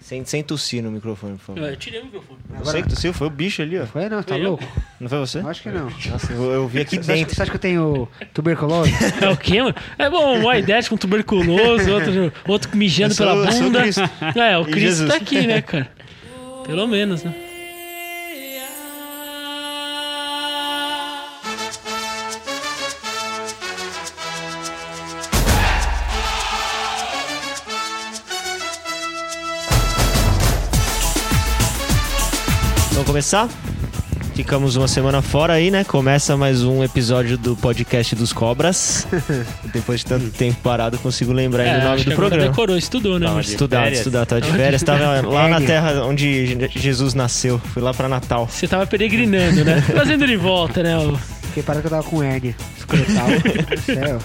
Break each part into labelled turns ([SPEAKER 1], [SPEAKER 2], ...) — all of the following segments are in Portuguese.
[SPEAKER 1] Sem, sem tossir no microfone, por favor.
[SPEAKER 2] Eu tirei o microfone.
[SPEAKER 1] Você que tossiu? Foi o bicho ali, ó.
[SPEAKER 3] Foi não, tá
[SPEAKER 2] Foi eu.
[SPEAKER 3] louco?
[SPEAKER 1] Não foi você?
[SPEAKER 3] Acho que não. Você
[SPEAKER 1] Nossa, eu, eu vi aqui
[SPEAKER 3] acha, que-
[SPEAKER 1] dentro.
[SPEAKER 3] você tá acha que eu tenho tuberculose?
[SPEAKER 2] É o quê, mano? É bom, um aidético, um tuberculoso, outro, outro mijando
[SPEAKER 1] Eu sou-
[SPEAKER 2] pela
[SPEAKER 1] eu sou o
[SPEAKER 2] bunda.
[SPEAKER 1] Cristo.
[SPEAKER 2] É, o
[SPEAKER 1] E
[SPEAKER 2] Cristo
[SPEAKER 1] Jesus.
[SPEAKER 2] tá aqui, né, cara? Pelo menos, né?
[SPEAKER 1] Vamos começar? Ficamos uma semana fora aí, né? Começa mais um episódio do podcast dos Cobras. Depois de tanto tempo parado, consigo lembrar ainda
[SPEAKER 2] É,
[SPEAKER 1] o nome
[SPEAKER 2] acho que
[SPEAKER 1] do
[SPEAKER 2] agora
[SPEAKER 1] programa.
[SPEAKER 2] decorou, estudou, né?
[SPEAKER 4] Tá,
[SPEAKER 2] Marcelo?
[SPEAKER 4] de
[SPEAKER 1] Estudado,
[SPEAKER 4] férias.
[SPEAKER 1] estudado. Tava de férias, tava lá na
[SPEAKER 3] Férias.
[SPEAKER 1] terra onde Je- Jesus nasceu. Fui lá pra Natal.
[SPEAKER 2] Você tava peregrinando, né? Trazendo ele de volta, né? O...
[SPEAKER 3] Fiquei parado que eu tava com hérnia. Escrotal. Céu.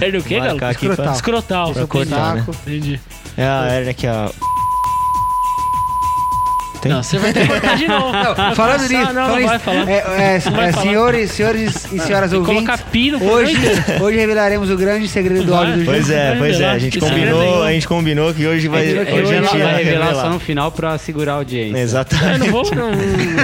[SPEAKER 2] Era o quê,
[SPEAKER 1] Marcar
[SPEAKER 2] Galo?
[SPEAKER 1] aqui pra-
[SPEAKER 3] Escrotal.
[SPEAKER 2] Escrotal.
[SPEAKER 1] Pra
[SPEAKER 2] entendi.
[SPEAKER 1] cortar, né?
[SPEAKER 3] Saco.
[SPEAKER 2] Entendi.
[SPEAKER 1] É a hérnia que a... Tem?
[SPEAKER 2] Não, você vai ter que cortar de novo. Vai
[SPEAKER 3] Falando
[SPEAKER 2] começar-
[SPEAKER 3] nisso,
[SPEAKER 2] não, não,
[SPEAKER 3] falando
[SPEAKER 2] vai
[SPEAKER 3] nisso,
[SPEAKER 2] falar.
[SPEAKER 3] é,
[SPEAKER 2] vai
[SPEAKER 3] é, é,
[SPEAKER 2] falar.
[SPEAKER 3] senhores, senhores e senhoras
[SPEAKER 2] Tem que
[SPEAKER 3] ouvintes,
[SPEAKER 2] colocar pino pro
[SPEAKER 3] hoje,
[SPEAKER 2] programa inteiro.
[SPEAKER 3] hoje revelaremos o grande segredo do
[SPEAKER 2] Vai.
[SPEAKER 3] óleo do
[SPEAKER 1] Pois
[SPEAKER 3] Jesus.
[SPEAKER 1] é, pois é. A gente
[SPEAKER 2] Esse grande
[SPEAKER 1] combinou,
[SPEAKER 2] nenhum.
[SPEAKER 1] a gente combinou que hoje vai...
[SPEAKER 3] Combinou que
[SPEAKER 1] É Hoje a
[SPEAKER 3] hoje
[SPEAKER 1] gente
[SPEAKER 4] vai
[SPEAKER 1] vai
[SPEAKER 4] revelar só um-
[SPEAKER 1] revelar.
[SPEAKER 4] no é final pra segurar a audiência.
[SPEAKER 1] É,
[SPEAKER 2] Eu
[SPEAKER 1] Exatamente.
[SPEAKER 2] não vou, não,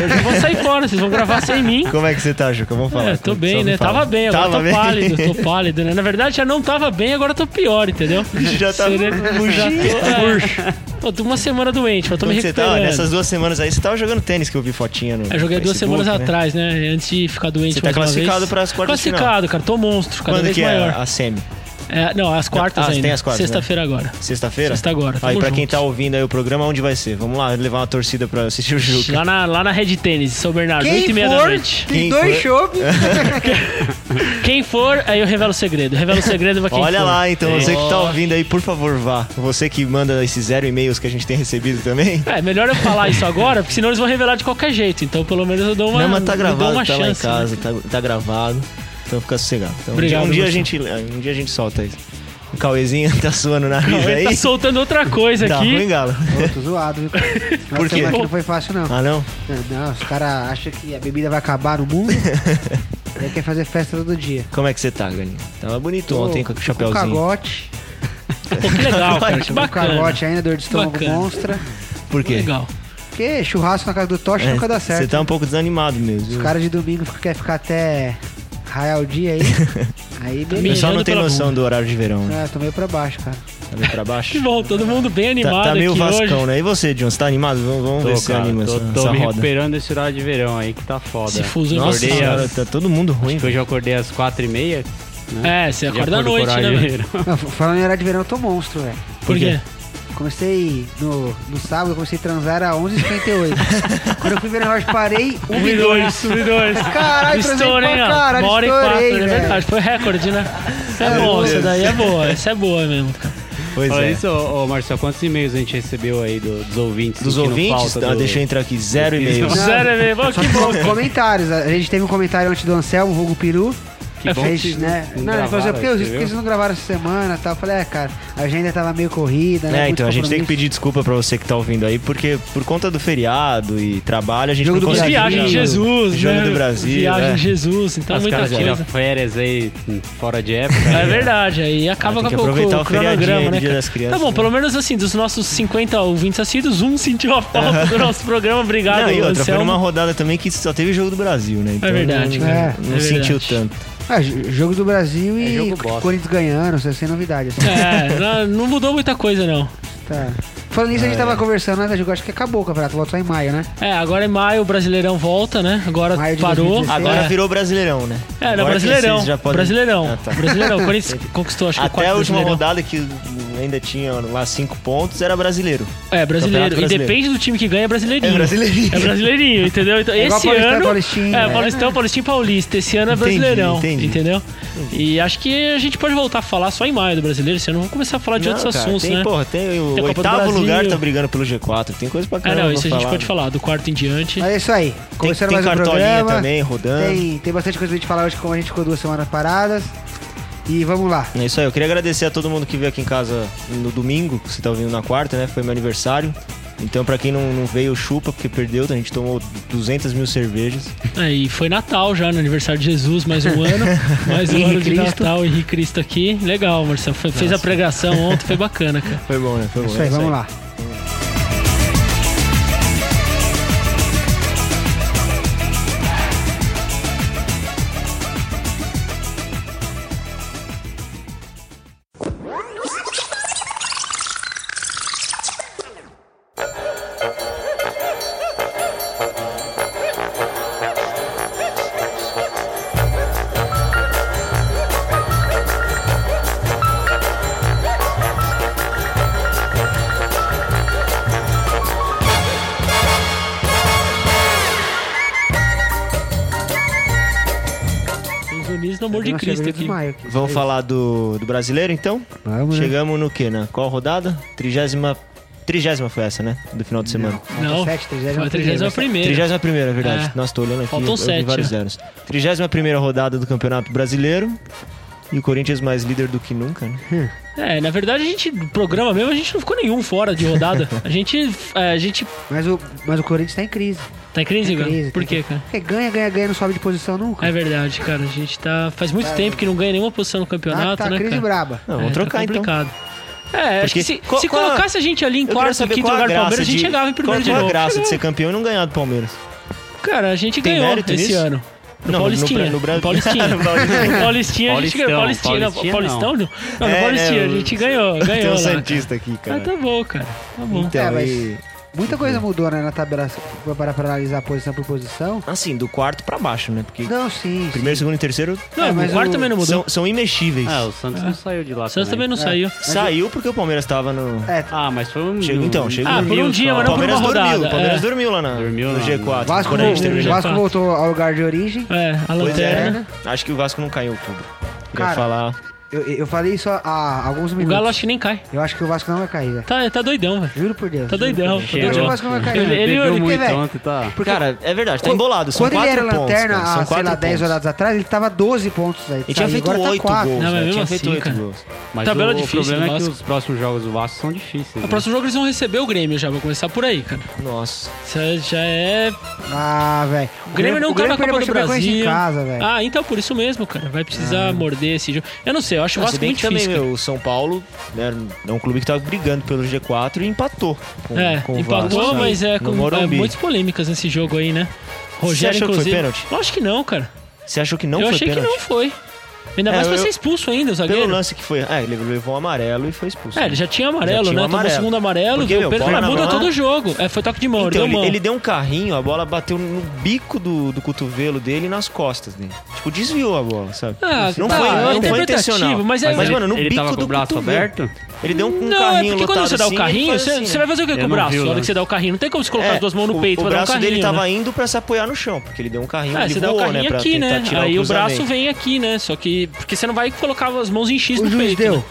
[SPEAKER 2] eu já vou sair fora, vocês vão gravar sem mim.
[SPEAKER 1] Como é que você tá, Juca? Vamos falar.
[SPEAKER 2] É, tô
[SPEAKER 1] Só
[SPEAKER 2] bem,
[SPEAKER 1] me
[SPEAKER 2] né?
[SPEAKER 1] fala.
[SPEAKER 2] Tava bem, agora
[SPEAKER 1] Tava
[SPEAKER 2] tô
[SPEAKER 1] bem?
[SPEAKER 2] pálido, tô pálido, né? Na verdade, já não tava bem, agora tô pior, entendeu?
[SPEAKER 1] Já tá
[SPEAKER 2] Seria- já
[SPEAKER 1] murchinho.
[SPEAKER 2] tô- é. Pô, tô uma semana doente, mas tô
[SPEAKER 1] Como
[SPEAKER 2] me
[SPEAKER 1] que você tá?
[SPEAKER 2] recuperando. É,
[SPEAKER 1] Nessas duas semanas aí, você tava jogando tênis que eu vi fotinha no
[SPEAKER 2] Eu joguei duas
[SPEAKER 1] Facebook,
[SPEAKER 2] semanas
[SPEAKER 1] né?
[SPEAKER 2] atrás, né? Antes de ficar doente
[SPEAKER 1] Você tá
[SPEAKER 2] mais uma vez.
[SPEAKER 1] classificado pras quartas de final?
[SPEAKER 2] Classificado, cara. Tô monstro, cada
[SPEAKER 1] Quando
[SPEAKER 2] vez
[SPEAKER 1] que é
[SPEAKER 2] maior.
[SPEAKER 1] a semi?
[SPEAKER 2] É, não, as quartas
[SPEAKER 1] Ah,
[SPEAKER 2] ainda.
[SPEAKER 1] tem as quartas, né?
[SPEAKER 2] Sexta-feira agora.
[SPEAKER 1] Sexta-feira?
[SPEAKER 2] Sexta agora,
[SPEAKER 1] Aí,
[SPEAKER 2] tamo
[SPEAKER 1] pra quem
[SPEAKER 2] junto.
[SPEAKER 1] tá ouvindo aí o programa, onde vai ser? Vamos lá levar uma torcida pra assistir o jogo.
[SPEAKER 2] Lá na, lá na Red Tênis, São Bernardo,
[SPEAKER 3] Quem
[SPEAKER 2] 8 e meia da
[SPEAKER 3] for-
[SPEAKER 2] noite.
[SPEAKER 3] Tem
[SPEAKER 1] Quem
[SPEAKER 3] dois
[SPEAKER 1] foi?
[SPEAKER 3] shows.
[SPEAKER 2] Quem for, aí eu revelo o segredo. Revelo o segredo pra quem
[SPEAKER 1] Olha
[SPEAKER 2] for.
[SPEAKER 1] lá, então,
[SPEAKER 2] É.
[SPEAKER 1] você que tá ouvindo aí, por favor, vá. Você que manda esses zero e-mails que a gente tem recebido também.
[SPEAKER 2] É, melhor eu falar isso agora, porque senão eles vão revelar de qualquer jeito. Então, pelo menos eu dou uma,
[SPEAKER 1] Não, mas tá
[SPEAKER 2] eu dou
[SPEAKER 1] gravado,
[SPEAKER 2] uma
[SPEAKER 1] tá lá em
[SPEAKER 2] chance. né?
[SPEAKER 1] casa, tá, tá gravado. Então fica sossegado. Então, um
[SPEAKER 2] Obrigado,
[SPEAKER 1] dia- um, dia, a
[SPEAKER 2] Gustavo.
[SPEAKER 1] gente, um dia a gente solta isso. O Cauêzinho tá suando na
[SPEAKER 2] Não,
[SPEAKER 1] vida
[SPEAKER 2] ele
[SPEAKER 1] aí.
[SPEAKER 2] tá soltando outra coisa
[SPEAKER 1] Tá
[SPEAKER 2] aqui.
[SPEAKER 1] ruim, galo.
[SPEAKER 3] Ô, tô zoado, viu? Nossa,
[SPEAKER 1] Por quê?
[SPEAKER 3] Aqui não foi fácil, não.
[SPEAKER 1] Ah, não?
[SPEAKER 3] Não, os caras acham que a bebida vai acabar no mundo. e aí quer fazer festa todo dia.
[SPEAKER 1] Como é que você tá, Galinha? Tava bonito
[SPEAKER 3] Tô-
[SPEAKER 1] ontem com
[SPEAKER 3] tô
[SPEAKER 1] o chapéuzinho.
[SPEAKER 3] cagote.
[SPEAKER 2] Pô, que legal, cara. Que
[SPEAKER 3] tô com
[SPEAKER 2] bacana.
[SPEAKER 3] um cagote ainda, dor de estômago
[SPEAKER 2] Bacana.
[SPEAKER 3] monstra.
[SPEAKER 1] Por quê?
[SPEAKER 2] Legal.
[SPEAKER 3] Porque churrasco na casa do Tocha
[SPEAKER 1] É,
[SPEAKER 3] nunca dá
[SPEAKER 1] Você
[SPEAKER 3] certo.
[SPEAKER 1] tá um pouco desanimado mesmo.
[SPEAKER 3] Os caras de domingo ficam- querem ficar até raiar o dia aí. aí
[SPEAKER 1] o
[SPEAKER 3] beleza.
[SPEAKER 1] pessoal não
[SPEAKER 2] mirando
[SPEAKER 1] tem
[SPEAKER 2] pela
[SPEAKER 1] noção do horário de verão. né?
[SPEAKER 3] É, tô meio pra baixo, cara.
[SPEAKER 1] Tá meio pra baixo.
[SPEAKER 2] Que bom, todo mundo bem
[SPEAKER 1] Tá-
[SPEAKER 2] animado
[SPEAKER 1] tá, meio
[SPEAKER 2] aqui
[SPEAKER 1] Vascão,
[SPEAKER 2] hoje.
[SPEAKER 1] né? E você, John? Você tá animado? Vamos, vamos ver
[SPEAKER 4] Tô,
[SPEAKER 1] se
[SPEAKER 4] cara,
[SPEAKER 1] anima
[SPEAKER 4] tô,
[SPEAKER 1] essa,
[SPEAKER 4] tô
[SPEAKER 1] essa
[SPEAKER 4] me
[SPEAKER 1] roda.
[SPEAKER 4] recuperando desse horário de verão aí que tá foda.
[SPEAKER 2] Esse fuso é
[SPEAKER 1] Nossa,
[SPEAKER 4] Acordei
[SPEAKER 1] senhora,
[SPEAKER 4] às-
[SPEAKER 1] tá todo mundo ruim.
[SPEAKER 4] Acho que hoje eu acordei às 4h30.
[SPEAKER 2] É, você acorda à noite, né? velho?
[SPEAKER 3] Não, f- falando em horário de verão, eu tô monstro, velho.
[SPEAKER 2] Por quê?
[SPEAKER 3] Comecei no, no sábado, eu comecei a transar era 11h58. Quando eu fui ver o negócio, parei 1 e 2.
[SPEAKER 2] um e dois.
[SPEAKER 3] Caralho, transei
[SPEAKER 2] Estourei,
[SPEAKER 3] pra
[SPEAKER 2] ó.
[SPEAKER 3] caralho,
[SPEAKER 2] Uma hora e
[SPEAKER 3] estourei,
[SPEAKER 2] quatro, né?
[SPEAKER 3] velho.
[SPEAKER 2] verdade. Foi recorde, né? Essa é
[SPEAKER 1] Meu
[SPEAKER 2] boa, essa
[SPEAKER 1] Deus.
[SPEAKER 2] daí é boa. Essa é boa mesmo, cara.
[SPEAKER 1] Pois
[SPEAKER 4] Olha
[SPEAKER 1] é.
[SPEAKER 4] isso, ô, ô, Marcelo, quantos e-mails a gente recebeu aí do- dos ouvintes?
[SPEAKER 1] Dos
[SPEAKER 4] sentindo
[SPEAKER 1] ouvintes,
[SPEAKER 4] falta
[SPEAKER 1] ah,
[SPEAKER 4] do-
[SPEAKER 1] deixa eu entrar aqui, zero e meio.
[SPEAKER 3] Não.
[SPEAKER 2] Sério é mesmo, ó, que bom.
[SPEAKER 3] Com- Comentários. A gente teve um comentário antes do Anselmo, Hugo Peru.
[SPEAKER 4] Que bom
[SPEAKER 3] fez,
[SPEAKER 4] que vocês
[SPEAKER 3] né?
[SPEAKER 4] não
[SPEAKER 3] Não, ele falou assim,
[SPEAKER 4] gravaram,
[SPEAKER 3] por que vocês-
[SPEAKER 4] você
[SPEAKER 3] por que
[SPEAKER 4] viu?
[SPEAKER 3] vocês não gravaram essa semana e tal? Eu falei, é, cara, a agenda tava meio corrida, né?
[SPEAKER 1] É, então
[SPEAKER 3] Muito
[SPEAKER 1] a gente tem que
[SPEAKER 3] compromisso.
[SPEAKER 1] pedir desculpa pra você que tá ouvindo aí, porque por conta do feriado e trabalho, a gente não
[SPEAKER 3] Jogo do
[SPEAKER 1] consegue...
[SPEAKER 3] Brasil.
[SPEAKER 2] Viagem de
[SPEAKER 1] gravar.
[SPEAKER 2] Jesus,
[SPEAKER 1] né? Jogo
[SPEAKER 2] né?
[SPEAKER 1] do Brasil,
[SPEAKER 2] Viagem
[SPEAKER 1] é.
[SPEAKER 2] de Jesus, então
[SPEAKER 4] Os
[SPEAKER 2] muita
[SPEAKER 4] caras tiram
[SPEAKER 2] coisa.
[SPEAKER 4] férias aí hum, fora de época.
[SPEAKER 2] É verdade, aí acaba
[SPEAKER 1] Ah, tem
[SPEAKER 2] com
[SPEAKER 1] que
[SPEAKER 2] a- com
[SPEAKER 1] aproveitar
[SPEAKER 2] o
[SPEAKER 1] o feriadinho aí
[SPEAKER 2] cronograma,
[SPEAKER 1] do
[SPEAKER 2] né?
[SPEAKER 1] Dia
[SPEAKER 2] cara?
[SPEAKER 1] das Crianças,
[SPEAKER 2] tá bom,
[SPEAKER 1] né?
[SPEAKER 2] pelo menos assim, dos nossos 50 ouvintes assíduos, um sentiu a falta do nosso programa. Obrigado,
[SPEAKER 1] Não, e outra, foi
[SPEAKER 2] Anselmo. É
[SPEAKER 1] numa rodada também que só teve jogo do Brasil, né? Então,
[SPEAKER 2] verdade,
[SPEAKER 1] não,
[SPEAKER 3] cara.
[SPEAKER 1] não
[SPEAKER 2] É
[SPEAKER 1] sentiu
[SPEAKER 2] verdade.
[SPEAKER 1] tanto.
[SPEAKER 3] Ah, j- jogo do Brasil
[SPEAKER 4] É
[SPEAKER 3] e
[SPEAKER 4] jogo bosta.
[SPEAKER 3] Corinthians ganhando, isso é sem novidade. assim,
[SPEAKER 2] É, não, não mudou muita coisa, não.
[SPEAKER 3] tá. Falando nisso, a gente tava conversando, né? Eu acho que acabou o campeonato, volta só em maio, né?
[SPEAKER 2] É, agora em maio o Brasileirão volta, né? Agora
[SPEAKER 3] Maio de
[SPEAKER 2] parou.
[SPEAKER 3] 2016.
[SPEAKER 1] Agora
[SPEAKER 2] é.
[SPEAKER 1] virou Brasileirão, né?
[SPEAKER 2] É,
[SPEAKER 1] Agora
[SPEAKER 2] não,
[SPEAKER 1] que
[SPEAKER 2] Brasileirão.
[SPEAKER 1] vocês já podem-
[SPEAKER 2] Brasileirão.
[SPEAKER 1] Ah, tá.
[SPEAKER 2] Brasileirão. O Corinthians conquistou, acho que o
[SPEAKER 1] Até
[SPEAKER 2] quarto
[SPEAKER 1] a última
[SPEAKER 2] brasileirão. É,
[SPEAKER 1] rodada que ainda tinha lá cinco pontos, era brasileiro.
[SPEAKER 2] É, brasileiro.
[SPEAKER 1] Campeonato
[SPEAKER 2] E
[SPEAKER 1] brasileiro.
[SPEAKER 2] depende do time que ganha, é brasileirinho.
[SPEAKER 1] É brasileirinho.
[SPEAKER 2] É brasileirinho, entendeu? Então,
[SPEAKER 3] É igual
[SPEAKER 2] esse
[SPEAKER 3] Paulistão,
[SPEAKER 2] ano.
[SPEAKER 3] Paulistinho,
[SPEAKER 2] é,
[SPEAKER 3] né?
[SPEAKER 2] Paulistão, Paulistinho e Paulista. Esse ano é
[SPEAKER 1] Entendi,
[SPEAKER 2] brasileirão.
[SPEAKER 1] entendi.
[SPEAKER 2] Entendeu? E acho que a gente pode voltar a falar só em maio do brasileiro. Esse ano vamos começar a falar de
[SPEAKER 1] Não,
[SPEAKER 2] outros
[SPEAKER 1] cara,
[SPEAKER 2] assuntos,
[SPEAKER 1] tem,
[SPEAKER 2] né?
[SPEAKER 1] Porra, tem o
[SPEAKER 2] Tem a Copa do
[SPEAKER 1] oitavo
[SPEAKER 2] Brasil.
[SPEAKER 1] lugar tá brigando pelo G4. Tem coisa pra
[SPEAKER 2] Ah,
[SPEAKER 1] caramba.
[SPEAKER 2] não, isso a
[SPEAKER 1] pra né?
[SPEAKER 2] gente pode falar, do quarto em diante.
[SPEAKER 3] Mas é isso aí.
[SPEAKER 1] Tem,
[SPEAKER 3] Começando
[SPEAKER 1] tem
[SPEAKER 3] mais um
[SPEAKER 1] cartolinha
[SPEAKER 3] programa.
[SPEAKER 1] também né? rodando.
[SPEAKER 3] Tem, tem bastante coisa pra gente falar hoje, como a gente ficou duas semanas paradas. E vamos lá.
[SPEAKER 1] É isso aí, eu queria agradecer a todo mundo que veio aqui em casa no domingo, que você tá ouvindo na quarta, né? Foi meu aniversário. Então, pra quem não, não veio, chupa, porque perdeu. A gente tomou 200 mil cervejas.
[SPEAKER 2] É, e foi Natal já, no aniversário de Jesus, mais um ano. Mais um
[SPEAKER 3] Henri
[SPEAKER 2] ano de
[SPEAKER 3] Cristo.
[SPEAKER 2] Natal, Henri Cristo aqui. Legal, Marcelo. Foi- fez a pregação ontem, foi bacana, cara.
[SPEAKER 1] Foi bom, né? Foi
[SPEAKER 3] É
[SPEAKER 1] bom.
[SPEAKER 3] isso aí, vamos lá.
[SPEAKER 1] lá.
[SPEAKER 2] amor de
[SPEAKER 3] Nós
[SPEAKER 2] Cristo
[SPEAKER 3] chegamos em
[SPEAKER 2] aqui.
[SPEAKER 3] maio aqui.
[SPEAKER 1] Vamos falar do, do brasileiro, então?
[SPEAKER 3] Vamos, né?
[SPEAKER 1] Chegamos no quê, né? Qual rodada? Trigésima... Trigésima foi essa, né? Do final de semana.
[SPEAKER 2] Não.
[SPEAKER 3] Sete,
[SPEAKER 2] Foi a
[SPEAKER 3] 31
[SPEAKER 2] 31ª.
[SPEAKER 1] Trigésima primeira, é verdade.
[SPEAKER 2] É.
[SPEAKER 1] Nossa, tô olhando aqui.
[SPEAKER 2] Faltam
[SPEAKER 1] eu- eu vi
[SPEAKER 2] sete,
[SPEAKER 1] vários zeros. Trigésima primeira rodada do Campeonato Brasileiro. E o Corinthians mais líder do que nunca, né?
[SPEAKER 2] É, na verdade, a gente, no programa mesmo, a gente não ficou nenhum fora de rodada. A gente, é, a gente
[SPEAKER 3] mas o, mas o Corinthians tá em crise.
[SPEAKER 2] tá em crise,
[SPEAKER 3] Tá em
[SPEAKER 2] cara?
[SPEAKER 3] crise,
[SPEAKER 2] Por
[SPEAKER 3] tá
[SPEAKER 2] quê, cara?
[SPEAKER 3] Porque ganha, ganha, ganha, não sobe de posição nunca.
[SPEAKER 2] É verdade, cara. A gente tá. Faz muito tempo que não ganha nenhuma posição no
[SPEAKER 3] tá,
[SPEAKER 2] campeonato,
[SPEAKER 3] tá
[SPEAKER 2] né,
[SPEAKER 3] crise
[SPEAKER 2] cara?
[SPEAKER 3] braba.
[SPEAKER 1] Não, vamos
[SPEAKER 2] É,
[SPEAKER 1] trocar
[SPEAKER 2] tá
[SPEAKER 1] então.
[SPEAKER 2] complicado. É, acho
[SPEAKER 1] Porque
[SPEAKER 2] que se,
[SPEAKER 1] qual-
[SPEAKER 2] se
[SPEAKER 1] qual a-
[SPEAKER 2] colocasse a gente ali em
[SPEAKER 1] Eu quero
[SPEAKER 2] quarto,
[SPEAKER 1] saber
[SPEAKER 2] quinto
[SPEAKER 1] qual a
[SPEAKER 2] lugar do
[SPEAKER 1] graça
[SPEAKER 2] Palmeiras, a gente
[SPEAKER 1] de-
[SPEAKER 2] chegava em primeiro
[SPEAKER 1] qual
[SPEAKER 2] de
[SPEAKER 1] que é
[SPEAKER 2] novo.
[SPEAKER 1] a graça de ser campeão e não ganhar do Palmeiras?
[SPEAKER 2] Cara, a gente
[SPEAKER 1] Tem
[SPEAKER 2] ganhou
[SPEAKER 1] mérito
[SPEAKER 2] esse
[SPEAKER 1] nisso?
[SPEAKER 2] ano. No
[SPEAKER 1] Não,
[SPEAKER 2] Paulistinha.
[SPEAKER 1] no
[SPEAKER 2] No,
[SPEAKER 1] Bra- no Bra-
[SPEAKER 2] Paulistinha.
[SPEAKER 1] No
[SPEAKER 2] no
[SPEAKER 1] Paulistinha.
[SPEAKER 2] Paulistinha, a gente
[SPEAKER 4] Paulistão,
[SPEAKER 2] ganhou. Paulistinha,
[SPEAKER 4] Paulistinha,
[SPEAKER 2] não, Paulistão não. Não, no
[SPEAKER 1] É,
[SPEAKER 2] Paulistinha,
[SPEAKER 1] né,
[SPEAKER 2] a
[SPEAKER 1] o-
[SPEAKER 2] gente ganhou.
[SPEAKER 1] Tem um
[SPEAKER 2] Ganhou lá.
[SPEAKER 1] Santista aqui,
[SPEAKER 2] Ah,
[SPEAKER 1] cara.
[SPEAKER 2] tá bom, cara. Tá bom.
[SPEAKER 1] Então,
[SPEAKER 3] É, mas-
[SPEAKER 1] e-
[SPEAKER 3] Muita coisa mudou, né, na tabela, se for parar pra analisar posição por posição.
[SPEAKER 1] Assim, do quarto pra baixo, né? Porque
[SPEAKER 3] Não, sim.
[SPEAKER 1] primeiro, segundo e terceiro
[SPEAKER 2] Não,
[SPEAKER 3] É, mas
[SPEAKER 2] o quarto
[SPEAKER 3] o-
[SPEAKER 2] também não mudou.
[SPEAKER 1] são, são imexíveis.
[SPEAKER 4] Ah, o Santos não saiu de lá.
[SPEAKER 2] O Santos também não saiu.
[SPEAKER 1] Saiu porque o Palmeiras tava no...
[SPEAKER 3] É,
[SPEAKER 4] Ah, mas foi um.
[SPEAKER 1] Chegou- então, chegou-
[SPEAKER 2] Ah, por um
[SPEAKER 4] dormiu
[SPEAKER 2] dia, mas
[SPEAKER 4] só.
[SPEAKER 2] não por
[SPEAKER 1] Palmeiras
[SPEAKER 2] uma
[SPEAKER 1] dormiu,
[SPEAKER 2] rodada,
[SPEAKER 1] o Palmeiras
[SPEAKER 2] é.
[SPEAKER 1] dormiu lá na,
[SPEAKER 4] Dormiu
[SPEAKER 1] no
[SPEAKER 4] na-
[SPEAKER 1] G4.
[SPEAKER 3] Vasco,
[SPEAKER 1] quando a gente terminou.
[SPEAKER 2] o
[SPEAKER 3] Vasco
[SPEAKER 2] G4.
[SPEAKER 3] voltou ao lugar de origem.
[SPEAKER 2] É, a
[SPEAKER 1] Pois é,
[SPEAKER 2] lanterna.
[SPEAKER 1] né? Acho que o Vasco não caiu tudo. Queria
[SPEAKER 3] Cara,
[SPEAKER 1] falar.
[SPEAKER 3] Eu, eu falei isso há- há alguns
[SPEAKER 2] O
[SPEAKER 3] minutos.
[SPEAKER 2] Galo acho que nem cai.
[SPEAKER 3] Eu acho que o Vasco não vai cair, velho.
[SPEAKER 2] Tá, tá doidão, velho.
[SPEAKER 3] Juro por Deus.
[SPEAKER 2] Tá doidão. Tá
[SPEAKER 3] Eu acho que
[SPEAKER 4] Chegou.
[SPEAKER 3] o
[SPEAKER 2] doidão.
[SPEAKER 3] Vasco não vai cair.
[SPEAKER 2] Ele-
[SPEAKER 3] velho.
[SPEAKER 2] ele-
[SPEAKER 4] Perdeu
[SPEAKER 2] ele-
[SPEAKER 4] muito
[SPEAKER 3] velho.
[SPEAKER 4] ontem, tá?
[SPEAKER 3] Porque
[SPEAKER 1] Cara, é verdade, tá embolado. São
[SPEAKER 3] quando ele
[SPEAKER 1] quatro
[SPEAKER 3] era
[SPEAKER 1] pontos,
[SPEAKER 3] lanterna,
[SPEAKER 1] cara, são
[SPEAKER 3] há, sei
[SPEAKER 1] quatro
[SPEAKER 3] lá, 10
[SPEAKER 1] pontos.
[SPEAKER 3] rodadas atrás, ele tava 12 pontos, velho.
[SPEAKER 1] Ele tinha
[SPEAKER 3] Sabe?
[SPEAKER 1] feito
[SPEAKER 3] Agora tá
[SPEAKER 1] oito
[SPEAKER 3] 4.
[SPEAKER 1] gols,
[SPEAKER 2] Não, mas
[SPEAKER 1] né?
[SPEAKER 2] mesmo
[SPEAKER 1] tinha
[SPEAKER 2] assim,
[SPEAKER 1] feito oito
[SPEAKER 2] cara.
[SPEAKER 1] gols.
[SPEAKER 4] Mas
[SPEAKER 2] Tabela
[SPEAKER 4] o,
[SPEAKER 2] difícil
[SPEAKER 4] o problema
[SPEAKER 2] do
[SPEAKER 4] é que
[SPEAKER 2] Vasco.
[SPEAKER 4] os próximos jogos do Vasco são difíceis.
[SPEAKER 2] O
[SPEAKER 4] né?
[SPEAKER 2] próximo jogo eles vão receber o Grêmio já. Vou começar por aí, cara.
[SPEAKER 1] Nossa.
[SPEAKER 2] Isso aí já é.
[SPEAKER 3] Ah, velho.
[SPEAKER 2] O Grêmio não
[SPEAKER 3] o
[SPEAKER 2] cai na
[SPEAKER 3] perdeu
[SPEAKER 2] Copa do
[SPEAKER 3] pra Chapecoense
[SPEAKER 2] Brasil.
[SPEAKER 3] em casa,
[SPEAKER 1] É.
[SPEAKER 3] velho.
[SPEAKER 2] Ah, então por isso mesmo, cara. Vai precisar morder esse jogo. Eu não sei, eu acho o
[SPEAKER 1] Ah. Não, se
[SPEAKER 2] Vasco
[SPEAKER 1] bem
[SPEAKER 2] muito
[SPEAKER 1] que também,
[SPEAKER 2] difícil. cara.
[SPEAKER 1] meu, o São Paulo né, é um clube que tava brigando pelo G4 e empatou com,
[SPEAKER 2] É,
[SPEAKER 1] com o
[SPEAKER 2] empatou,
[SPEAKER 1] Vasco. né?
[SPEAKER 2] mas é
[SPEAKER 1] No
[SPEAKER 2] com é,
[SPEAKER 1] Morumbi.
[SPEAKER 2] muitas polêmicas nesse jogo aí, né? Rogério,
[SPEAKER 1] achou que foi
[SPEAKER 2] inclusive.
[SPEAKER 1] pênalti?
[SPEAKER 2] Eu acho que não, cara.
[SPEAKER 1] Você achou que não
[SPEAKER 2] eu
[SPEAKER 1] foi
[SPEAKER 2] achei
[SPEAKER 1] pênalti?
[SPEAKER 2] que não foi. Ainda
[SPEAKER 1] É,
[SPEAKER 2] mais pra
[SPEAKER 1] eu-
[SPEAKER 2] ser expulso ainda, o
[SPEAKER 1] Pelo
[SPEAKER 2] zagueiro.
[SPEAKER 1] lance que foi. É, ele levou um amarelo e foi expulso.
[SPEAKER 2] É, ele já tinha amarelo,
[SPEAKER 1] Já tinha
[SPEAKER 2] né?
[SPEAKER 1] um amarelo.
[SPEAKER 2] Tomou o segundo amarelo,
[SPEAKER 1] Porque,
[SPEAKER 2] viu
[SPEAKER 1] meu,
[SPEAKER 2] o pênalti.
[SPEAKER 1] bola
[SPEAKER 2] Mas
[SPEAKER 1] na
[SPEAKER 2] muda
[SPEAKER 1] mão.
[SPEAKER 2] todo o jogo. É, foi toque de mão,
[SPEAKER 1] Então,
[SPEAKER 2] ele deu
[SPEAKER 1] ele,
[SPEAKER 2] mão.
[SPEAKER 1] ele deu um carrinho, a bola bateu no bico do, do cotovelo dele e nas costas dele. Tipo, desviou a bola, sabe?
[SPEAKER 2] Ah,
[SPEAKER 1] não
[SPEAKER 2] tá,
[SPEAKER 1] foi,
[SPEAKER 2] é
[SPEAKER 1] não foi
[SPEAKER 2] interpretativo,
[SPEAKER 1] intencional.
[SPEAKER 2] mas é-
[SPEAKER 1] mano, no
[SPEAKER 4] ele
[SPEAKER 1] bico
[SPEAKER 4] tava
[SPEAKER 1] do
[SPEAKER 4] com o braço
[SPEAKER 1] cotovelo.
[SPEAKER 4] aberto?
[SPEAKER 1] Ele deu um, um
[SPEAKER 2] Não, é
[SPEAKER 1] carrinho
[SPEAKER 2] porque
[SPEAKER 1] lotado
[SPEAKER 2] quando você dá
[SPEAKER 1] assim,
[SPEAKER 2] o
[SPEAKER 1] ele
[SPEAKER 2] carrinho,
[SPEAKER 1] faz
[SPEAKER 2] você,
[SPEAKER 1] assim,
[SPEAKER 2] você
[SPEAKER 1] né?
[SPEAKER 2] vai fazer o que
[SPEAKER 4] Eu
[SPEAKER 2] com o
[SPEAKER 4] não
[SPEAKER 2] braço?
[SPEAKER 4] vi o
[SPEAKER 2] Na hora
[SPEAKER 4] lance.
[SPEAKER 2] que você dá o carrinho, não tem como você colocar
[SPEAKER 1] É,
[SPEAKER 2] as duas mãos no
[SPEAKER 1] o-
[SPEAKER 2] peito
[SPEAKER 1] O
[SPEAKER 2] pra dar um
[SPEAKER 1] braço
[SPEAKER 2] carrinho.
[SPEAKER 1] dele
[SPEAKER 2] né?
[SPEAKER 1] tava indo pra se apoiar no chão, porque ele deu um carrinho,
[SPEAKER 2] Ah,
[SPEAKER 1] ele
[SPEAKER 2] você dá o
[SPEAKER 1] voou, né?
[SPEAKER 2] carrinho
[SPEAKER 1] Pra
[SPEAKER 2] aqui,
[SPEAKER 1] tentar
[SPEAKER 2] né?
[SPEAKER 1] tirar
[SPEAKER 2] Aí o,
[SPEAKER 1] cruzamento.
[SPEAKER 2] braço vem aqui, né? Só que. Porque você não vai colocar as mãos em X
[SPEAKER 3] O
[SPEAKER 2] no
[SPEAKER 3] juiz
[SPEAKER 2] peito.
[SPEAKER 3] deu.
[SPEAKER 2] né?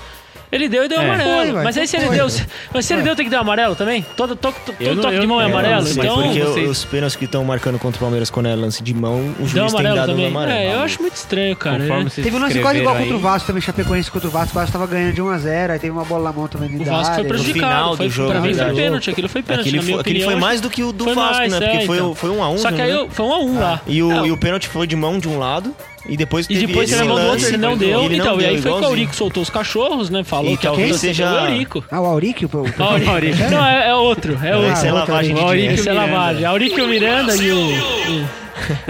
[SPEAKER 2] Ele deu e deu
[SPEAKER 4] É.
[SPEAKER 2] amarelo.
[SPEAKER 3] Foi, vai,
[SPEAKER 2] mas aí se
[SPEAKER 3] então
[SPEAKER 2] ele
[SPEAKER 3] foi.
[SPEAKER 2] deu. Mas se ele deu, tem que dar amarelo também? Todo, to- to-
[SPEAKER 4] Eu
[SPEAKER 2] todo
[SPEAKER 4] não-
[SPEAKER 2] toque
[SPEAKER 4] eu
[SPEAKER 2] de mão é
[SPEAKER 4] não-
[SPEAKER 1] É,
[SPEAKER 2] amarelo.
[SPEAKER 1] não sei,
[SPEAKER 2] então.
[SPEAKER 1] porque
[SPEAKER 4] vocês-
[SPEAKER 1] os pênaltis que estão marcando contra o Palmeiras quando é lance de mão, o
[SPEAKER 2] Deu
[SPEAKER 1] juiz tem
[SPEAKER 2] amarelo
[SPEAKER 1] dado no
[SPEAKER 2] também.
[SPEAKER 1] amarelo.
[SPEAKER 2] É, eu acho muito estranho, cara.
[SPEAKER 4] Conforme
[SPEAKER 2] né?
[SPEAKER 4] vocês
[SPEAKER 3] Teve um lance quase igual
[SPEAKER 4] escreveram
[SPEAKER 3] contra o
[SPEAKER 4] aí,
[SPEAKER 3] Vasco também, Chapecoense contra o Vasco. O Vasco tava ganhando de 1x0, aí teve uma bola na mão também né?
[SPEAKER 2] O
[SPEAKER 3] dentro da
[SPEAKER 2] Vasco foi
[SPEAKER 3] área.
[SPEAKER 1] final
[SPEAKER 2] prejudicado.
[SPEAKER 1] do
[SPEAKER 2] Foi,
[SPEAKER 1] jogo,
[SPEAKER 2] pra
[SPEAKER 1] na
[SPEAKER 2] mim foi
[SPEAKER 1] verdade.
[SPEAKER 2] pênalti. Aquilo foi pênalti.
[SPEAKER 1] Aquele,
[SPEAKER 2] na minha
[SPEAKER 1] foi, aquele
[SPEAKER 2] opinião,
[SPEAKER 1] foi mais do que o do
[SPEAKER 2] foi
[SPEAKER 1] Vasco,
[SPEAKER 2] mais,
[SPEAKER 1] né?
[SPEAKER 2] é,
[SPEAKER 1] Porque foi,
[SPEAKER 2] então.
[SPEAKER 1] o- foi um a um.
[SPEAKER 2] Só que
[SPEAKER 1] né?
[SPEAKER 2] aí eu- foi um a um lá.
[SPEAKER 1] E o,
[SPEAKER 2] Não,
[SPEAKER 1] e o pênalti foi de mão de um lado e depois
[SPEAKER 2] E
[SPEAKER 1] teve
[SPEAKER 2] depois
[SPEAKER 1] esse
[SPEAKER 2] ele mandou outro,
[SPEAKER 1] lance,
[SPEAKER 2] ele não deu.
[SPEAKER 1] ele não
[SPEAKER 2] então, e
[SPEAKER 1] deu,
[SPEAKER 2] aí foi que o
[SPEAKER 1] igualzinho.
[SPEAKER 2] Aurico soltou os cachorros, né? Falou
[SPEAKER 1] E
[SPEAKER 2] que
[SPEAKER 1] talvez
[SPEAKER 2] aquilo
[SPEAKER 1] seja-
[SPEAKER 2] O Aurico.
[SPEAKER 3] Ah, o Auric, o...
[SPEAKER 2] O Aurico.
[SPEAKER 4] Aurico.
[SPEAKER 2] Não, é, é outro. É outro.
[SPEAKER 1] Esse é
[SPEAKER 3] Ah,
[SPEAKER 1] lavagem de
[SPEAKER 4] outro Aurico.
[SPEAKER 1] dinheiro.
[SPEAKER 2] Essa é
[SPEAKER 4] Miranda.
[SPEAKER 2] lavagem. Aurico Miranda e o. e-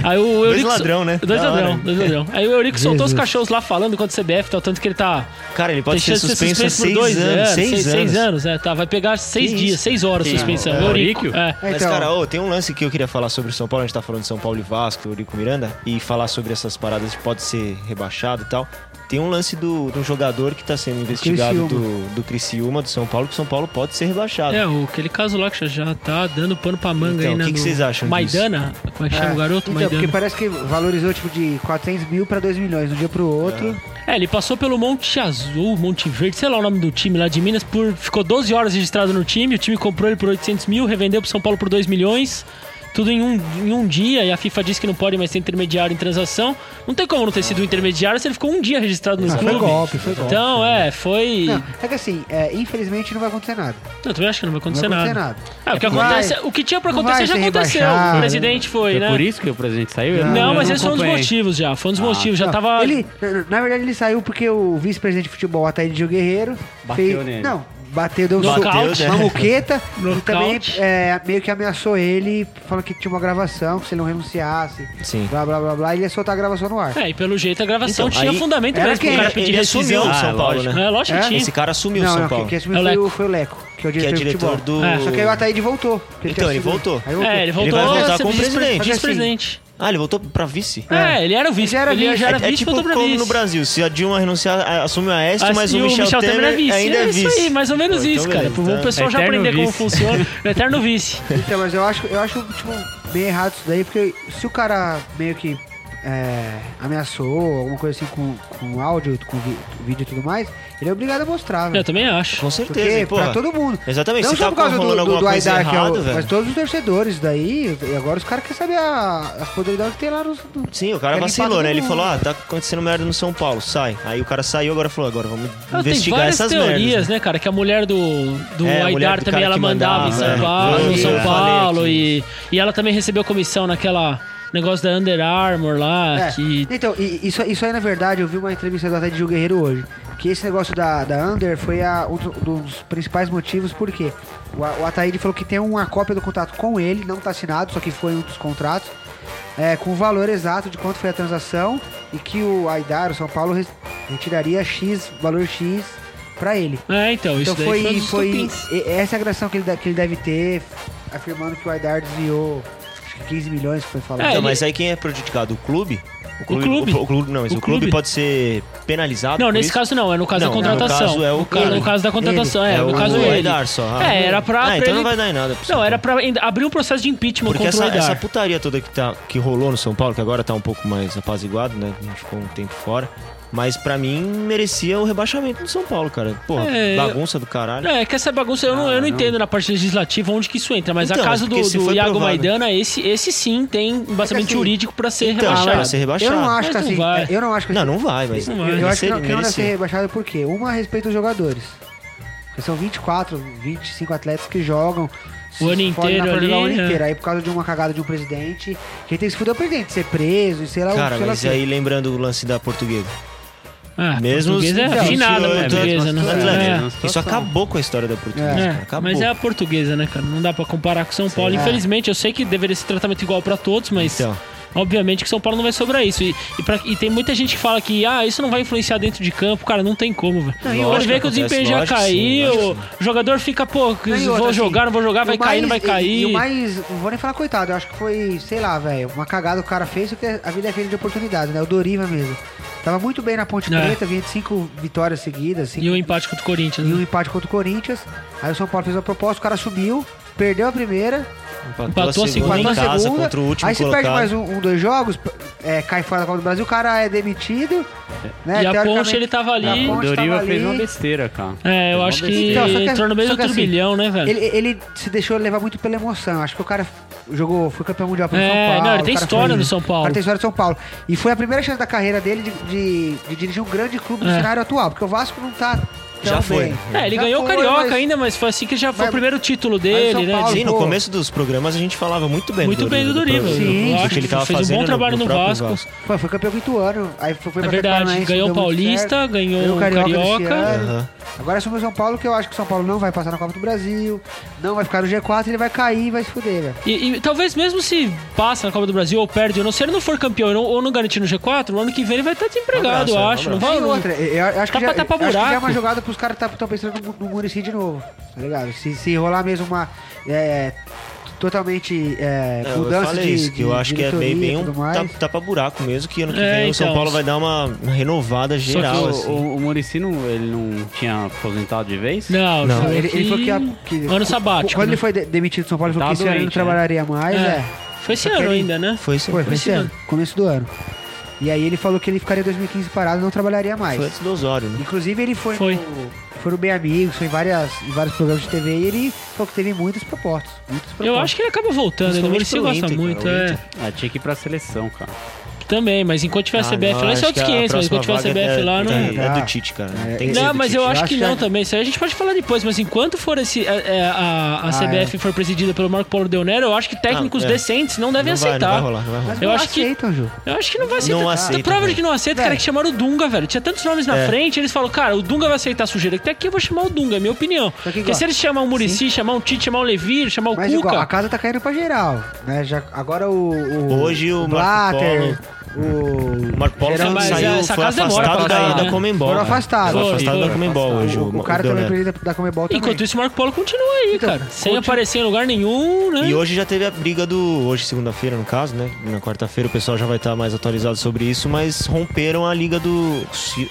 [SPEAKER 2] Aí o
[SPEAKER 1] Dois
[SPEAKER 2] Eurico-
[SPEAKER 1] ladrão, né?
[SPEAKER 2] Dois
[SPEAKER 1] Da hora.
[SPEAKER 2] ladrão, dois ladrão. Aí o Eurico soltou os
[SPEAKER 3] Jesus.
[SPEAKER 2] cachorros lá falando contra o CBF, tal, tanto que ele tá.
[SPEAKER 1] Cara, ele pode
[SPEAKER 2] tem
[SPEAKER 1] ser
[SPEAKER 2] chance de ser
[SPEAKER 1] suspenso há
[SPEAKER 2] suspenso por
[SPEAKER 1] seis
[SPEAKER 2] dois
[SPEAKER 1] anos. Seis anos.
[SPEAKER 2] é, tá. Vai pegar seis
[SPEAKER 1] Que
[SPEAKER 2] dias,
[SPEAKER 1] isso?
[SPEAKER 2] seis horas de
[SPEAKER 1] Que
[SPEAKER 2] suspensão.
[SPEAKER 4] isso?
[SPEAKER 2] É, Eurico. É.
[SPEAKER 3] É,
[SPEAKER 1] Mas,
[SPEAKER 3] então,
[SPEAKER 1] cara, ô, tem um lance que eu queria falar sobre o São Paulo. A gente tá falando de São Paulo e Vasco, Eurico Miranda, e falar sobre essas paradas que pode ser rebaixado e tal. Tem um lance do, de um jogador que tá sendo investigado do, do Criciúma, do São Paulo, que o São Paulo pode ser rebaixado.
[SPEAKER 2] É, o, aquele caso lá que já- já tá dando pano pra manga
[SPEAKER 1] Então,
[SPEAKER 2] aí,
[SPEAKER 1] o
[SPEAKER 2] né?
[SPEAKER 1] que que
[SPEAKER 2] no-
[SPEAKER 1] vocês acham
[SPEAKER 2] Maidana? Como é que chama
[SPEAKER 3] é.
[SPEAKER 2] o garoto?
[SPEAKER 3] Então, porque
[SPEAKER 2] Maidana.
[SPEAKER 3] parece que valorizou, tipo, de 400 mil pra 2 milhões, de um dia pro outro.
[SPEAKER 2] É, ele passou pelo Monte Azul, Monte Verde, sei lá o nome do time lá de Minas, por ficou 12 horas registrado no time, o time comprou ele por 800 mil, revendeu pro São Paulo por 2 milhões, tudo em um, em um dia, e a FIFA diz que não pode mais ser intermediário em transação. Não tem como não ter sido intermediário se ele ficou um dia registrado no
[SPEAKER 3] Ah,
[SPEAKER 2] clube.
[SPEAKER 3] foi golpe, foi golpe.
[SPEAKER 2] Então, é, foi...
[SPEAKER 3] Não,
[SPEAKER 2] Não,
[SPEAKER 3] é que assim, é, infelizmente não vai acontecer nada.
[SPEAKER 2] eu também acho que não vai
[SPEAKER 3] Não
[SPEAKER 2] acontecer,
[SPEAKER 3] vai acontecer
[SPEAKER 2] nada.
[SPEAKER 3] nada.
[SPEAKER 2] É, o, que
[SPEAKER 3] Vai-
[SPEAKER 2] acontece, o que tinha pra
[SPEAKER 3] não
[SPEAKER 2] acontecer
[SPEAKER 3] vai
[SPEAKER 2] já
[SPEAKER 3] ser
[SPEAKER 2] aconteceu.
[SPEAKER 3] rebaixado.
[SPEAKER 2] O presidente foi,
[SPEAKER 4] Foi
[SPEAKER 2] né?
[SPEAKER 4] por isso que o presidente saiu? Eu
[SPEAKER 2] Não, mas
[SPEAKER 4] eu
[SPEAKER 2] esse foi um dos
[SPEAKER 4] acompanhei.
[SPEAKER 2] motivos já, foi um dos
[SPEAKER 4] Ah.
[SPEAKER 2] motivos, já
[SPEAKER 3] Não,
[SPEAKER 2] tava...
[SPEAKER 3] Ele, na, na verdade, ele saiu porque o vice-presidente de futebol, Ataíde Gil Guerreiro,
[SPEAKER 4] Bateu
[SPEAKER 3] fez-
[SPEAKER 4] nele.
[SPEAKER 3] Não, bateu, deu um soco,
[SPEAKER 2] Nocaute.
[SPEAKER 3] uma moqueta e
[SPEAKER 2] Nocaute.
[SPEAKER 3] também é, meio que ameaçou ele, falando que tinha uma gravação, que se ele não renunciasse,
[SPEAKER 1] Sim.
[SPEAKER 3] blá blá blá blá, e ele ia soltar a gravação no ar.
[SPEAKER 2] É, e pelo jeito a gravação
[SPEAKER 1] Então,
[SPEAKER 2] tinha
[SPEAKER 1] aí-
[SPEAKER 2] fundamento
[SPEAKER 3] era
[SPEAKER 2] mesmo pro
[SPEAKER 3] quem?
[SPEAKER 2] cara pedir
[SPEAKER 1] Ele assumiu
[SPEAKER 2] rescisão.
[SPEAKER 1] o São
[SPEAKER 4] Ah,
[SPEAKER 1] Paulo, né?
[SPEAKER 2] É, lógico que
[SPEAKER 3] É?
[SPEAKER 2] tinha.
[SPEAKER 1] Esse cara assumiu o
[SPEAKER 3] não,
[SPEAKER 1] São
[SPEAKER 3] não,
[SPEAKER 1] Paulo.
[SPEAKER 3] quem,
[SPEAKER 2] É
[SPEAKER 3] quem
[SPEAKER 2] o
[SPEAKER 3] assumiu foi, o,
[SPEAKER 2] Leco.
[SPEAKER 3] foi o Leco, que é o
[SPEAKER 1] Que é
[SPEAKER 3] diretor, de
[SPEAKER 1] diretor
[SPEAKER 3] futebol.
[SPEAKER 1] do.
[SPEAKER 2] É,
[SPEAKER 3] Só que aí o Ataíde voltou. porque
[SPEAKER 1] Então,
[SPEAKER 3] tinha
[SPEAKER 1] ele
[SPEAKER 3] sido-
[SPEAKER 1] voltou.
[SPEAKER 3] Aí
[SPEAKER 2] É, ele voltou
[SPEAKER 1] vai voltar
[SPEAKER 2] a ser
[SPEAKER 1] como
[SPEAKER 2] vice-
[SPEAKER 1] presidente.
[SPEAKER 2] vice-presidente.
[SPEAKER 1] Ah, ele voltou pra vice?
[SPEAKER 2] É, ele era o vice.
[SPEAKER 3] Ele era
[SPEAKER 2] Ele
[SPEAKER 3] vice.
[SPEAKER 2] já era
[SPEAKER 1] é, é
[SPEAKER 2] vice,
[SPEAKER 1] tipo
[SPEAKER 2] voltou pra
[SPEAKER 1] como
[SPEAKER 2] vice.
[SPEAKER 1] no Brasil, se a Dilma renunciar, a- assume a S,
[SPEAKER 2] Ah,
[SPEAKER 1] mas
[SPEAKER 2] e
[SPEAKER 1] o Michel, Temer,
[SPEAKER 2] era vice.
[SPEAKER 1] ainda é
[SPEAKER 2] é
[SPEAKER 1] vice.
[SPEAKER 2] isso aí, mais ou menos
[SPEAKER 1] Pô, então
[SPEAKER 2] isso, cara.
[SPEAKER 1] beleza,
[SPEAKER 2] Pro
[SPEAKER 1] então.
[SPEAKER 2] o pessoal já
[SPEAKER 4] Eterno
[SPEAKER 2] aprender como
[SPEAKER 4] vice.
[SPEAKER 2] funciona. O eterno vice.
[SPEAKER 3] Então, mas eu acho, eu acho tipo, meio errado isso daí, porque se o cara meio que é, ameaçou, alguma coisa assim com, com áudio, com vi- vídeo e tudo mais, ele é obrigado a mostrar,
[SPEAKER 2] Eu
[SPEAKER 3] velho.
[SPEAKER 2] também acho.
[SPEAKER 1] Com
[SPEAKER 3] Porque
[SPEAKER 1] certeza, pô.
[SPEAKER 3] pra todo mundo.
[SPEAKER 1] Exatamente,
[SPEAKER 3] Não
[SPEAKER 1] se
[SPEAKER 3] só
[SPEAKER 1] tá
[SPEAKER 3] por causa do,
[SPEAKER 1] rolando
[SPEAKER 3] do,
[SPEAKER 1] alguma
[SPEAKER 3] do
[SPEAKER 1] coisa
[SPEAKER 3] Aidar, que é
[SPEAKER 1] errada,
[SPEAKER 3] o,
[SPEAKER 1] velho.
[SPEAKER 3] mas todos os torcedores daí, e agora os caras querem saber a- as poderidades que tem lá no... no-
[SPEAKER 1] Sim, o cara
[SPEAKER 3] Quer limpar
[SPEAKER 1] vacilou,
[SPEAKER 3] todo
[SPEAKER 1] né? Ele
[SPEAKER 3] mundo.
[SPEAKER 1] falou, ah, tá acontecendo merda no São Paulo, sai. Aí o cara saiu, agora falou, agora vamos
[SPEAKER 2] Não, tem
[SPEAKER 1] investigar
[SPEAKER 2] várias
[SPEAKER 1] essas
[SPEAKER 2] teorias,
[SPEAKER 1] merdas. né?
[SPEAKER 2] né, cara? Que a mulher do, do
[SPEAKER 1] É, a mulher
[SPEAKER 2] Aidar
[SPEAKER 1] do
[SPEAKER 2] também
[SPEAKER 1] cara
[SPEAKER 2] ela
[SPEAKER 1] que
[SPEAKER 2] mandava, em
[SPEAKER 1] mandava,
[SPEAKER 2] São
[SPEAKER 1] é.
[SPEAKER 2] Paulo,
[SPEAKER 1] Eu
[SPEAKER 2] no
[SPEAKER 1] vi,
[SPEAKER 2] São
[SPEAKER 1] eu falei
[SPEAKER 2] Paulo.
[SPEAKER 1] aqui.
[SPEAKER 2] E, e ela também recebeu comissão naquela negócio da Under Armour lá.
[SPEAKER 3] É.
[SPEAKER 2] Que,
[SPEAKER 3] Então, e- e isso, isso aí, na verdade, eu vi uma entrevista do até de Gil Guerreiro hoje. Que esse negócio da, da Under foi a- um do- dos principais motivos, porque o, A- o Ataíde falou que tem uma cópia do contrato com ele, não tá assinado, só que foi um dos contratos, é, com o valor exato de quanto foi a transação e que o Aidar, o São Paulo, res- retiraria X, valor X pra ele.
[SPEAKER 2] é, então, isso
[SPEAKER 3] Então
[SPEAKER 2] daí foi,
[SPEAKER 3] foi,
[SPEAKER 2] um dos
[SPEAKER 3] foi,
[SPEAKER 2] tupins.
[SPEAKER 3] e- essa é a agressão que ele, de- que ele deve ter, afirmando que o Aidar desviou acho que 15 milhões, que foi falado.
[SPEAKER 2] É,
[SPEAKER 1] Então,
[SPEAKER 2] ele-
[SPEAKER 1] mas aí quem é prejudicado? O clube? O
[SPEAKER 2] clube.
[SPEAKER 1] O, clube não, mas
[SPEAKER 2] O
[SPEAKER 1] o, clube
[SPEAKER 2] clube.
[SPEAKER 1] pode ser penalizado
[SPEAKER 2] Não,
[SPEAKER 1] por
[SPEAKER 2] nesse
[SPEAKER 1] isso?
[SPEAKER 2] caso não, é no caso
[SPEAKER 1] Não,
[SPEAKER 2] da
[SPEAKER 1] no
[SPEAKER 2] contratação.
[SPEAKER 1] caso é o
[SPEAKER 2] No
[SPEAKER 1] cara.
[SPEAKER 2] No caso da contratação, é, no
[SPEAKER 1] o
[SPEAKER 2] caso
[SPEAKER 1] o
[SPEAKER 2] ele.
[SPEAKER 1] Aidar só.
[SPEAKER 2] É, era pra-
[SPEAKER 1] Ah,
[SPEAKER 2] pra
[SPEAKER 1] então
[SPEAKER 2] ele-
[SPEAKER 1] não vai dar em nada. pro São
[SPEAKER 2] Não, era
[SPEAKER 1] Paulo.
[SPEAKER 2] pra ainda abrir um processo de impeachment
[SPEAKER 1] Porque
[SPEAKER 2] contra
[SPEAKER 1] essa,
[SPEAKER 2] o Aidar.
[SPEAKER 1] essa putaria toda que, tá, que rolou no São Paulo, que agora tá um pouco mais apaziguado, né? A gente ficou um tempo fora. Mas pra mim merecia o rebaixamento do São Paulo, cara. Porra,
[SPEAKER 2] É, eu-
[SPEAKER 1] bagunça do caralho.
[SPEAKER 2] É, que essa bagunça eu não, eu não entendo na parte legislativa onde que isso entra, mas
[SPEAKER 1] Ah, Então,
[SPEAKER 2] a casa do,
[SPEAKER 1] porque se
[SPEAKER 2] do
[SPEAKER 1] foi
[SPEAKER 2] Iago
[SPEAKER 1] provado.
[SPEAKER 2] Maidana, esse, esse sim tem um embasamento
[SPEAKER 3] assim,
[SPEAKER 2] jurídico pra ser
[SPEAKER 1] então,
[SPEAKER 2] rebaixado.
[SPEAKER 1] pra ser rebaixado.
[SPEAKER 3] Eu não acho
[SPEAKER 2] Mas
[SPEAKER 3] que
[SPEAKER 2] não
[SPEAKER 3] assim.
[SPEAKER 2] vai.
[SPEAKER 3] Eu não acho que
[SPEAKER 1] Não, não vai, mas.
[SPEAKER 2] Não vai.
[SPEAKER 3] Eu acho que não, que não deve ser
[SPEAKER 1] merecia.
[SPEAKER 3] rebaixado por quê? Uma a respeito dos jogadores. Porque são 24, 25 atletas que jogam. se
[SPEAKER 2] O ano
[SPEAKER 3] fodem na
[SPEAKER 2] inteiro
[SPEAKER 3] Florida o
[SPEAKER 2] ali,
[SPEAKER 3] ano
[SPEAKER 2] é.
[SPEAKER 3] inteiro. Aí por causa de uma cagada de um presidente, quem tem que se fuder é o presidente, ser preso e sei lá
[SPEAKER 1] Cara,
[SPEAKER 3] sei lá
[SPEAKER 1] mas
[SPEAKER 3] o quê.
[SPEAKER 1] aí lembrando o lance da portuguesa.
[SPEAKER 2] Ah,
[SPEAKER 1] Mesmo os
[SPEAKER 2] portuguesa é
[SPEAKER 1] 28
[SPEAKER 2] afinada, né? Portuguesa, né?
[SPEAKER 1] atletas.
[SPEAKER 2] É.
[SPEAKER 4] Nossa,
[SPEAKER 1] Isso
[SPEAKER 4] situação.
[SPEAKER 1] acabou com a história da portuguesa,
[SPEAKER 3] É.
[SPEAKER 1] cara.
[SPEAKER 2] É,
[SPEAKER 1] né? Acabou.
[SPEAKER 2] mas é a portuguesa, né, cara? Não dá pra comparar com São Paulo.
[SPEAKER 3] É.
[SPEAKER 2] Infelizmente, eu sei que deveria ser tratamento igual pra todos, mas
[SPEAKER 1] Então.
[SPEAKER 2] obviamente que São Paulo não vai sobrar isso. E, e, pra- e tem muita gente que fala que ah, isso não vai influenciar dentro de campo, cara, não tem como, velho.
[SPEAKER 1] Não, e
[SPEAKER 2] Pode
[SPEAKER 1] lógico
[SPEAKER 2] ver que
[SPEAKER 1] que
[SPEAKER 2] o desempenho
[SPEAKER 1] acontece,
[SPEAKER 2] já
[SPEAKER 1] lógico que sim,
[SPEAKER 2] caiu,
[SPEAKER 1] lógico
[SPEAKER 2] o jogador fica, pô,
[SPEAKER 3] Não, e outra,
[SPEAKER 2] vou
[SPEAKER 3] assim,
[SPEAKER 2] jogar, não vou jogar,
[SPEAKER 3] e
[SPEAKER 2] vai
[SPEAKER 3] o
[SPEAKER 2] cair, não vai
[SPEAKER 3] mais- E, e
[SPEAKER 2] cair.
[SPEAKER 3] o mais, não vou nem falar coitado, eu acho que foi, sei lá, velho, uma cagada que o cara fez, porque a vida é feita de oportunidade, né? O Doriva mesmo. Tava muito bem na Ponte
[SPEAKER 2] É.
[SPEAKER 3] Preta, 25 vitórias seguidas, cinco
[SPEAKER 2] E o empate contra o Corinthians.
[SPEAKER 3] e um
[SPEAKER 2] né?
[SPEAKER 3] empate contra o Corinthians. Aí o São Paulo fez uma proposta, o cara subiu, perdeu a primeira,
[SPEAKER 2] empatou a segunda
[SPEAKER 1] em
[SPEAKER 3] empatou a
[SPEAKER 1] casa
[SPEAKER 3] segunda.
[SPEAKER 1] contra o último
[SPEAKER 3] aí se
[SPEAKER 1] colocado.
[SPEAKER 3] perde mais um, um, dois jogos, p- é, cai fora da Copa do Brasil, o cara é demitido. Né,
[SPEAKER 1] É.
[SPEAKER 2] E a
[SPEAKER 3] teoricamente-
[SPEAKER 2] Ponte, ele tá tava ali.
[SPEAKER 3] E a
[SPEAKER 4] Tá, O
[SPEAKER 3] Ponte tava
[SPEAKER 4] Doriva fez
[SPEAKER 3] ali.
[SPEAKER 4] uma besteira, cara.
[SPEAKER 2] É, eu
[SPEAKER 4] Fez
[SPEAKER 2] acho
[SPEAKER 4] uma
[SPEAKER 2] que
[SPEAKER 4] besteira.
[SPEAKER 3] Então, só que-
[SPEAKER 2] entrou no meio
[SPEAKER 3] só
[SPEAKER 2] do
[SPEAKER 3] que assim,
[SPEAKER 2] turbilhão, né, velho?
[SPEAKER 3] Ele, ele se deixou levar muito pela emoção. Acho que o cara jogou, foi campeão mundial pelo
[SPEAKER 2] É,
[SPEAKER 3] São Paulo.
[SPEAKER 2] não, ele tem
[SPEAKER 3] o cara
[SPEAKER 2] história
[SPEAKER 3] foi-
[SPEAKER 2] no São Paulo.
[SPEAKER 3] O cara tem história do São Paulo. E foi a primeira chance da carreira dele de, de- de dirigir um grande clube no
[SPEAKER 2] É.
[SPEAKER 3] cenário atual, porque o Vasco não tá. tão
[SPEAKER 1] Já foi.
[SPEAKER 3] bem.
[SPEAKER 2] É, ele
[SPEAKER 3] Já
[SPEAKER 2] ganhou o
[SPEAKER 3] foi,
[SPEAKER 2] Carioca
[SPEAKER 3] mas-
[SPEAKER 2] ainda, mas foi assim que já foi
[SPEAKER 3] Mas-
[SPEAKER 2] o primeiro título
[SPEAKER 3] mas São
[SPEAKER 2] dele, né?
[SPEAKER 3] Paulo-
[SPEAKER 1] Sim, no
[SPEAKER 3] Pô.
[SPEAKER 1] começo dos programas a gente falava muito bem
[SPEAKER 2] Muito
[SPEAKER 1] do
[SPEAKER 2] bem do Doriva.
[SPEAKER 1] do-
[SPEAKER 3] Sim,
[SPEAKER 2] eu
[SPEAKER 1] do
[SPEAKER 2] acho
[SPEAKER 1] que ele tava
[SPEAKER 2] fez um
[SPEAKER 1] fazendo
[SPEAKER 2] bom trabalho no,
[SPEAKER 1] próprio
[SPEAKER 2] Vasco.
[SPEAKER 3] Foi, foi campeão pituano. Aí foi, foi
[SPEAKER 2] É
[SPEAKER 3] pra
[SPEAKER 2] verdade,
[SPEAKER 3] Atlético
[SPEAKER 2] ganhou o
[SPEAKER 3] Paranaense, deu muito certo.
[SPEAKER 2] Paulista, ganhou o
[SPEAKER 3] desse
[SPEAKER 2] Carioca.
[SPEAKER 3] ano.
[SPEAKER 1] Aham.
[SPEAKER 3] Agora assumiu o São Paulo, que eu acho que o São Paulo não vai passar na Copa do Brasil, não vai ficar no G4, ele vai cair e vai se fuder, velho.
[SPEAKER 2] E, e talvez mesmo se passa na Copa do Brasil ou perde, ou não, se ele não for campeão ou não, ou não garantir no G4, o ano que vem ele vai estar desempregado,
[SPEAKER 1] Um abraço,
[SPEAKER 2] eu
[SPEAKER 1] é, um
[SPEAKER 2] acho. Não
[SPEAKER 1] abraço.
[SPEAKER 2] vai,
[SPEAKER 3] E outra, eu eu acho
[SPEAKER 2] Tá
[SPEAKER 3] que, já,
[SPEAKER 2] pra tapar
[SPEAKER 3] eu acho que já é uma
[SPEAKER 2] buraco.
[SPEAKER 3] jogada pros caras que estão pensando no, no Muricy de novo, tá ligado? Se, se rolar mesmo uma. é, totalmente é,
[SPEAKER 1] É, eu
[SPEAKER 3] mudança
[SPEAKER 1] falei
[SPEAKER 3] de.
[SPEAKER 1] isso, que eu
[SPEAKER 3] de
[SPEAKER 1] acho que é bem,
[SPEAKER 3] diretoria e
[SPEAKER 1] bem um
[SPEAKER 3] tudo mais.
[SPEAKER 1] tapa- tapa-buraco mesmo, que ano que
[SPEAKER 2] É,
[SPEAKER 1] vem o São
[SPEAKER 2] então.
[SPEAKER 1] Paulo vai dar uma uma renovada
[SPEAKER 2] que
[SPEAKER 1] geral,
[SPEAKER 4] Tá, O,
[SPEAKER 1] assim.
[SPEAKER 4] o, o Muricy não, ele não tinha aposentado de vez?
[SPEAKER 2] Não,
[SPEAKER 1] Não.
[SPEAKER 2] falou
[SPEAKER 3] Ele, ele falou que. a- que-
[SPEAKER 2] Ano sabático.
[SPEAKER 3] Quando
[SPEAKER 2] né?
[SPEAKER 3] ele foi de- demitido do São Paulo, ele falou
[SPEAKER 4] Tá
[SPEAKER 3] que esse ano ele não
[SPEAKER 4] doente, né?
[SPEAKER 3] trabalharia mais,
[SPEAKER 2] É.
[SPEAKER 3] é.
[SPEAKER 2] Foi esse
[SPEAKER 3] Só que
[SPEAKER 2] ano
[SPEAKER 3] ele-
[SPEAKER 2] ainda, né?
[SPEAKER 1] Foi isso
[SPEAKER 3] Foi,
[SPEAKER 1] aí.
[SPEAKER 3] foi esse ano, começo do ano. E aí ele falou que ele ficaria em 2015 parado e não trabalharia mais.
[SPEAKER 1] Foi antes do Osório, né?
[SPEAKER 3] Inclusive ele foi,
[SPEAKER 2] Foi.
[SPEAKER 3] no. Foi no Bem Amigos, foi em, várias, em vários programas de TV e ele falou que teve muitas propostas. Muitas propostas.
[SPEAKER 2] Eu acho que ele acaba voltando, o
[SPEAKER 1] Principalmente
[SPEAKER 2] Muricy
[SPEAKER 1] pro
[SPEAKER 2] gosta
[SPEAKER 1] Inter, cara,
[SPEAKER 2] muito,
[SPEAKER 1] o
[SPEAKER 2] é.
[SPEAKER 1] Inter.
[SPEAKER 4] Ah, tinha que ir pra seleção, cara.
[SPEAKER 2] Também, mas enquanto tiver a
[SPEAKER 1] Ah,
[SPEAKER 2] CBF
[SPEAKER 1] não,
[SPEAKER 2] lá, isso é
[SPEAKER 1] acho que
[SPEAKER 2] outros 500, mas
[SPEAKER 1] próxima
[SPEAKER 2] enquanto tiver a
[SPEAKER 1] vaga
[SPEAKER 2] CBF
[SPEAKER 1] é-
[SPEAKER 2] lá, não.
[SPEAKER 1] É, é
[SPEAKER 3] Tá.
[SPEAKER 1] do Tite, cara.
[SPEAKER 3] É,
[SPEAKER 1] Tem que
[SPEAKER 3] é-
[SPEAKER 1] ser
[SPEAKER 2] Não,
[SPEAKER 1] do
[SPEAKER 2] mas eu
[SPEAKER 1] Tite.
[SPEAKER 2] acho
[SPEAKER 3] acho
[SPEAKER 2] que
[SPEAKER 3] que
[SPEAKER 2] não
[SPEAKER 3] é-
[SPEAKER 2] também. Isso aí a gente pode falar depois, mas enquanto for esse, é, é, a, a
[SPEAKER 3] Ah,
[SPEAKER 2] CBF for presidida pelo Marco Paulo Del Nero, eu acho que técnicos
[SPEAKER 1] é.
[SPEAKER 2] decentes
[SPEAKER 1] Não
[SPEAKER 2] não devem
[SPEAKER 1] vai-
[SPEAKER 2] aceitar.
[SPEAKER 1] Não vai rolar, não vai rolar.
[SPEAKER 3] Mas
[SPEAKER 2] Eu
[SPEAKER 3] não
[SPEAKER 2] acho que-
[SPEAKER 3] aceitam, Ju.
[SPEAKER 2] Eu acho que não vai aceitar.
[SPEAKER 1] Não
[SPEAKER 2] Tá-
[SPEAKER 1] aceita,
[SPEAKER 2] prova de
[SPEAKER 1] velho.
[SPEAKER 2] que não aceita, cara,
[SPEAKER 3] Velho.
[SPEAKER 2] que chamaram o Dunga, velho. Tinha tantos nomes na
[SPEAKER 1] É.
[SPEAKER 2] frente, eles falam, cara, o Dunga vai aceitar a sujeira. Até aqui eu vou chamar o Dunga, é minha opinião.
[SPEAKER 3] que
[SPEAKER 2] Porque
[SPEAKER 3] igual-
[SPEAKER 2] se eles chamam o Murici, chamar o Tite, chamar o Levir, chamar o
[SPEAKER 3] Mas
[SPEAKER 2] Cuca.
[SPEAKER 3] igual, a casa tá caindo pra geral, né? Já, agora o, o-
[SPEAKER 1] Hoje o Marco
[SPEAKER 3] Blatter, o...
[SPEAKER 1] O Marco Paulo
[SPEAKER 3] Geraldo-
[SPEAKER 2] Mas
[SPEAKER 1] saiu,
[SPEAKER 2] essa
[SPEAKER 1] foi
[SPEAKER 2] casa demora pra
[SPEAKER 1] afastado da,
[SPEAKER 2] passar, né?
[SPEAKER 1] da Comembol.
[SPEAKER 3] Foram
[SPEAKER 1] né?
[SPEAKER 3] afastados.
[SPEAKER 1] Foi
[SPEAKER 2] Foi,
[SPEAKER 1] afastado
[SPEAKER 2] foi.
[SPEAKER 1] da Comembol hoje.
[SPEAKER 3] o, o cara
[SPEAKER 1] Del
[SPEAKER 3] também
[SPEAKER 1] Nero.
[SPEAKER 3] precisa da Comebol também.
[SPEAKER 2] Enquanto isso, o Marco Paulo continua aí,
[SPEAKER 3] Então,
[SPEAKER 2] cara. Sem
[SPEAKER 3] continua.
[SPEAKER 2] aparecer em lugar nenhum, né?
[SPEAKER 1] E hoje já teve a briga do. Hoje, segunda-feira, no caso, né? Na quarta-feira o pessoal já vai estar mais atualizado sobre isso, mas romperam a liga do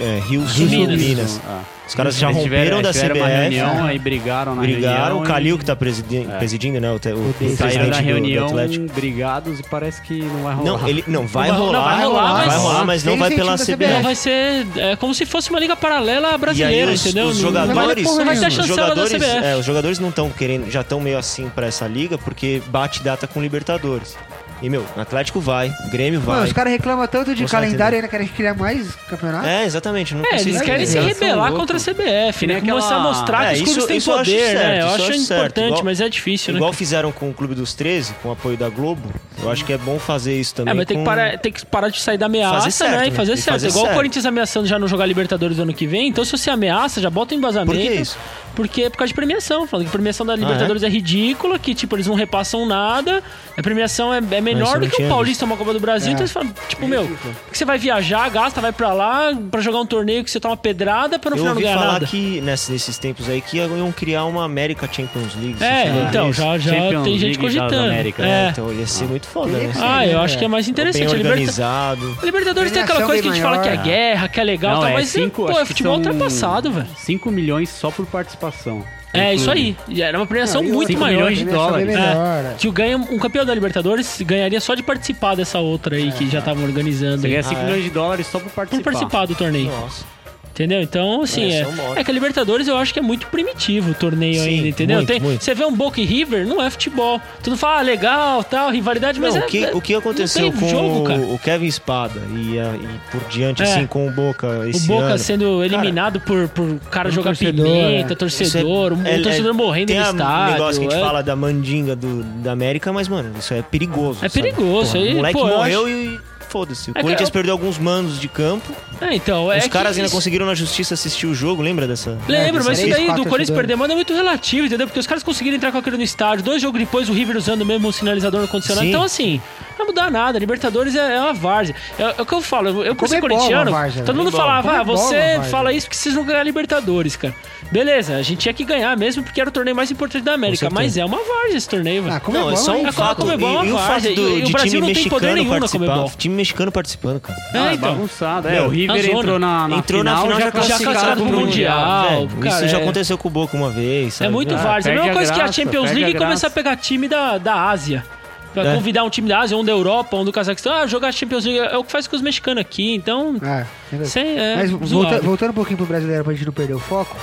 [SPEAKER 1] é, Rio Sul
[SPEAKER 2] Minas.
[SPEAKER 1] Minas.
[SPEAKER 4] Ah,
[SPEAKER 1] Os caras já
[SPEAKER 4] Eles
[SPEAKER 1] romperam
[SPEAKER 4] tiveram,
[SPEAKER 1] da
[SPEAKER 4] tiveram uma
[SPEAKER 1] CBF.
[SPEAKER 4] reunião, aí brigaram na
[SPEAKER 1] né? Brigaram,
[SPEAKER 4] reunião.
[SPEAKER 1] o Calil
[SPEAKER 4] e-
[SPEAKER 1] que tá presidi-
[SPEAKER 4] É.
[SPEAKER 1] presidindo, né? O, te- o, o
[SPEAKER 4] e saíram
[SPEAKER 1] presidente do-
[SPEAKER 4] da
[SPEAKER 1] do
[SPEAKER 4] reunião
[SPEAKER 1] Atlético.
[SPEAKER 4] brigados e parece que não vai rolar.
[SPEAKER 1] Não, ele não vai
[SPEAKER 2] Não, não,
[SPEAKER 1] rolar.
[SPEAKER 2] vai rolar,
[SPEAKER 1] vai
[SPEAKER 2] mas-
[SPEAKER 1] rolar, mas não
[SPEAKER 3] Tem
[SPEAKER 1] vai pela
[SPEAKER 3] incentivo da
[SPEAKER 2] Não,
[SPEAKER 1] CBF.
[SPEAKER 2] vai ser é, como se fosse uma liga paralela brasileira,
[SPEAKER 1] e aí os,
[SPEAKER 2] entendeu?
[SPEAKER 1] os
[SPEAKER 2] Não- não vai-
[SPEAKER 1] jogadores,
[SPEAKER 2] não vai ser a
[SPEAKER 1] os
[SPEAKER 2] chancela da
[SPEAKER 1] jogadores,
[SPEAKER 2] CBF.
[SPEAKER 1] é, os jogadores não estão querendo, já estão meio assim pra essa liga porque bate data com Libertadores. E meu, Atlético vai, Grêmio vai.
[SPEAKER 3] Mano, os caras reclamam tanto de
[SPEAKER 1] Com
[SPEAKER 3] calendário e
[SPEAKER 1] certeza.
[SPEAKER 3] ainda querem criar mais campeonato.
[SPEAKER 1] É, exatamente, não
[SPEAKER 2] É,
[SPEAKER 1] consigo
[SPEAKER 2] eles querem
[SPEAKER 1] entender.
[SPEAKER 2] se
[SPEAKER 4] Eles são
[SPEAKER 2] rebelar
[SPEAKER 4] loucos.
[SPEAKER 2] contra a CBF,
[SPEAKER 4] Que
[SPEAKER 2] né?
[SPEAKER 4] nem aquela-
[SPEAKER 2] Começar a mostrar
[SPEAKER 1] É,
[SPEAKER 2] que os clubes
[SPEAKER 1] isso-
[SPEAKER 2] têm
[SPEAKER 1] isso eu acho
[SPEAKER 2] poder, né?
[SPEAKER 1] certo,
[SPEAKER 2] Eu
[SPEAKER 1] isso eu
[SPEAKER 2] acho
[SPEAKER 1] acho certo.
[SPEAKER 2] importante,
[SPEAKER 1] Igual-
[SPEAKER 2] mas é difícil, né?
[SPEAKER 1] Igual fizeram com o Clube dos 13, com o apoio da Globo. Eu acho que é bom fazer isso também.
[SPEAKER 2] É, mas tem que,
[SPEAKER 1] com-
[SPEAKER 2] parar, tem que parar de sair da ameaça,
[SPEAKER 1] Fazer certo,
[SPEAKER 2] né? E
[SPEAKER 1] né?
[SPEAKER 2] fazer
[SPEAKER 1] E
[SPEAKER 2] certo.
[SPEAKER 1] fazer
[SPEAKER 2] Igual o
[SPEAKER 1] certo.
[SPEAKER 2] Corinthians ameaçando já não jogar Libertadores do ano que vem. Então, se você ameaça, já bota o embasamento.
[SPEAKER 1] Por que isso? Ah,
[SPEAKER 2] Porque é por causa de premiação. Falando que a premiação da Libertadores é? ridícula, que, tipo, eles não repassam nada. A premiação é, é
[SPEAKER 1] isso eu
[SPEAKER 2] menor
[SPEAKER 1] não
[SPEAKER 2] do que o
[SPEAKER 1] tinha
[SPEAKER 2] Paulista uma Copa do Brasil.
[SPEAKER 3] É.
[SPEAKER 2] Então, eles falam, tipo, meu, por que você vai viajar, gasta, vai pra lá pra jogar um torneio que você toma pedrada pra no
[SPEAKER 1] Eu
[SPEAKER 2] final não
[SPEAKER 1] ouvi
[SPEAKER 2] ganhar
[SPEAKER 1] falar
[SPEAKER 2] nada.
[SPEAKER 1] que ness- nesses tempos aí que iam criar uma América Champions League.
[SPEAKER 2] É,
[SPEAKER 1] você falou
[SPEAKER 2] então,
[SPEAKER 1] disso?
[SPEAKER 2] já, já
[SPEAKER 4] Champions
[SPEAKER 2] tem gente
[SPEAKER 4] League das
[SPEAKER 2] cogitando.
[SPEAKER 4] Américas,
[SPEAKER 2] é.
[SPEAKER 4] né?
[SPEAKER 1] Então ia ser muito foda, né?
[SPEAKER 2] Ah, eu acho que é mais interessante. A
[SPEAKER 1] Bem
[SPEAKER 2] Liberta-
[SPEAKER 1] organizado.
[SPEAKER 2] A Libertadores tem aquela
[SPEAKER 3] Premiação
[SPEAKER 2] coisa que a
[SPEAKER 3] bem
[SPEAKER 2] gente fala que é
[SPEAKER 3] maior.
[SPEAKER 2] guerra, que é legal, e
[SPEAKER 4] Não,
[SPEAKER 2] tal,
[SPEAKER 4] é
[SPEAKER 2] mas
[SPEAKER 4] cinco,
[SPEAKER 2] pô,
[SPEAKER 4] acho
[SPEAKER 2] é
[SPEAKER 4] que
[SPEAKER 2] futebol
[SPEAKER 4] são
[SPEAKER 2] ultrapassado, velho.
[SPEAKER 4] 5 milhões só por participação.
[SPEAKER 2] É,
[SPEAKER 4] Inclusive.
[SPEAKER 2] isso aí. E Era uma premiação
[SPEAKER 3] Não, e
[SPEAKER 2] muito
[SPEAKER 3] outra,
[SPEAKER 4] 5
[SPEAKER 2] maior.
[SPEAKER 4] milhões de
[SPEAKER 3] Premiação bem
[SPEAKER 4] dólares.
[SPEAKER 3] menor,
[SPEAKER 2] É,
[SPEAKER 3] né?
[SPEAKER 2] que o ganha, um campeão da Libertadores ganharia só de participar dessa outra
[SPEAKER 1] É.
[SPEAKER 2] aí que já estavam organizando.
[SPEAKER 4] Você
[SPEAKER 2] aí.
[SPEAKER 4] ganha 5
[SPEAKER 1] Ah, é.
[SPEAKER 4] milhões de dólares só por participar.
[SPEAKER 2] por participar do torneio.
[SPEAKER 1] Nossa.
[SPEAKER 2] Entendeu? Então, assim,
[SPEAKER 1] É,
[SPEAKER 2] é,
[SPEAKER 1] são mortos.
[SPEAKER 2] é que a Libertadores eu acho que é muito primitivo o torneio
[SPEAKER 1] Sim,
[SPEAKER 2] ainda, entendeu?
[SPEAKER 1] muito,
[SPEAKER 2] Tem-
[SPEAKER 1] muito.
[SPEAKER 2] Você vê um Boca e River, não é futebol. Tu não fala, ah, legal, tal, rivalidade, mas
[SPEAKER 1] Não,
[SPEAKER 2] é,
[SPEAKER 1] o, que,
[SPEAKER 2] é-
[SPEAKER 1] o que aconteceu
[SPEAKER 2] não tem
[SPEAKER 1] com
[SPEAKER 2] jogo, cara.
[SPEAKER 1] o Kevin Espada e, a- e por diante,
[SPEAKER 2] É.
[SPEAKER 1] assim, com o Boca
[SPEAKER 2] O
[SPEAKER 1] esse
[SPEAKER 2] Boca
[SPEAKER 1] ano?
[SPEAKER 2] sendo eliminado por, por cara
[SPEAKER 1] é
[SPEAKER 3] um
[SPEAKER 2] jogar
[SPEAKER 3] torcedor,
[SPEAKER 2] pimenta,
[SPEAKER 3] é.
[SPEAKER 1] Isso é-
[SPEAKER 2] torcedor, um
[SPEAKER 1] é- é-
[SPEAKER 2] torcedor morrendo
[SPEAKER 1] tem
[SPEAKER 2] no
[SPEAKER 1] a-
[SPEAKER 2] estádio.
[SPEAKER 1] um negócio que a gente
[SPEAKER 2] é,
[SPEAKER 1] fala da mandinga do- da América, mas, mano, isso é perigoso.
[SPEAKER 2] É
[SPEAKER 1] sabe?
[SPEAKER 2] perigoso,
[SPEAKER 1] Porra,
[SPEAKER 2] aí,
[SPEAKER 1] O moleque
[SPEAKER 2] pô, eu É
[SPEAKER 1] morreu e foda-se. O
[SPEAKER 2] que
[SPEAKER 1] Corinthians
[SPEAKER 2] eu-
[SPEAKER 1] perdeu alguns manos de campo.
[SPEAKER 2] É, então, é
[SPEAKER 1] os
[SPEAKER 2] que
[SPEAKER 1] caras ainda
[SPEAKER 2] isso-
[SPEAKER 1] conseguiram na justiça assistir o jogo, lembra dessa?
[SPEAKER 2] Lembro, mas É, isso
[SPEAKER 3] Três,
[SPEAKER 2] daí do
[SPEAKER 3] quatro
[SPEAKER 2] Corinthians
[SPEAKER 3] torcedores.
[SPEAKER 2] perder mano é muito relativo, entendeu? Porque os caras conseguiram entrar com aquilo no estádio, dois jogos depois o River usando mesmo o sinalizador no condicionado.
[SPEAKER 1] Sim.
[SPEAKER 2] Então, assim, não vai mudar nada. Libertadores é, é uma várzea. É, é o que eu falo, eu, eu por ser
[SPEAKER 3] Comebol é uma
[SPEAKER 2] corintiano,
[SPEAKER 3] várzea,
[SPEAKER 2] todo
[SPEAKER 3] né?
[SPEAKER 2] mundo falava, ah,
[SPEAKER 3] Comebol é uma
[SPEAKER 2] você
[SPEAKER 3] várzea.
[SPEAKER 2] fala isso porque vocês não ganhar Libertadores, cara. Beleza, a gente tinha que ganhar mesmo porque era o torneio mais importante da América,
[SPEAKER 1] certeza.
[SPEAKER 2] mas é uma várzea esse torneio, velho.
[SPEAKER 3] Ah, como é
[SPEAKER 1] é
[SPEAKER 3] bom,
[SPEAKER 1] só um
[SPEAKER 2] A
[SPEAKER 1] fato.
[SPEAKER 2] Comebol é uma
[SPEAKER 1] e, e o fato
[SPEAKER 2] várzea,
[SPEAKER 1] do,
[SPEAKER 2] e- e o
[SPEAKER 1] de
[SPEAKER 2] Brasil
[SPEAKER 1] time
[SPEAKER 2] não tem poder
[SPEAKER 1] mexicano
[SPEAKER 2] nenhum na Comebol.
[SPEAKER 1] participar. Time mexicano participando, cara.
[SPEAKER 4] Ah,
[SPEAKER 2] É,
[SPEAKER 4] é
[SPEAKER 2] então.
[SPEAKER 4] bagunçado. É,
[SPEAKER 1] Meu,
[SPEAKER 4] o
[SPEAKER 2] a
[SPEAKER 4] River
[SPEAKER 2] zona.
[SPEAKER 4] entrou na, na
[SPEAKER 1] Entrou
[SPEAKER 4] final,
[SPEAKER 1] na final já,
[SPEAKER 4] já classificado pro Mundial.
[SPEAKER 2] Mundial,
[SPEAKER 1] Velho,
[SPEAKER 2] cara,
[SPEAKER 1] isso já
[SPEAKER 2] é.
[SPEAKER 1] aconteceu com o Boca uma vez.
[SPEAKER 2] É
[SPEAKER 1] sabe?
[SPEAKER 2] muito
[SPEAKER 4] Ah,
[SPEAKER 2] várzea. É a
[SPEAKER 4] perde
[SPEAKER 2] mesma
[SPEAKER 4] a
[SPEAKER 2] coisa que a
[SPEAKER 4] graça,
[SPEAKER 2] Champions
[SPEAKER 4] perde
[SPEAKER 2] League
[SPEAKER 4] a
[SPEAKER 2] e começar
[SPEAKER 4] graça.
[SPEAKER 2] a pegar time da, da Ásia. Pra
[SPEAKER 1] É.
[SPEAKER 2] convidar um time da Ásia, um da Europa, um do Cazaquistão. Ah, jogar Champions League é o que faz com os mexicanos aqui. Então,
[SPEAKER 3] É, entendeu?
[SPEAKER 2] sem, é
[SPEAKER 3] Mas
[SPEAKER 2] zoado.
[SPEAKER 3] volta- voltando um pouquinho pro brasileiro pra gente não perder o foco,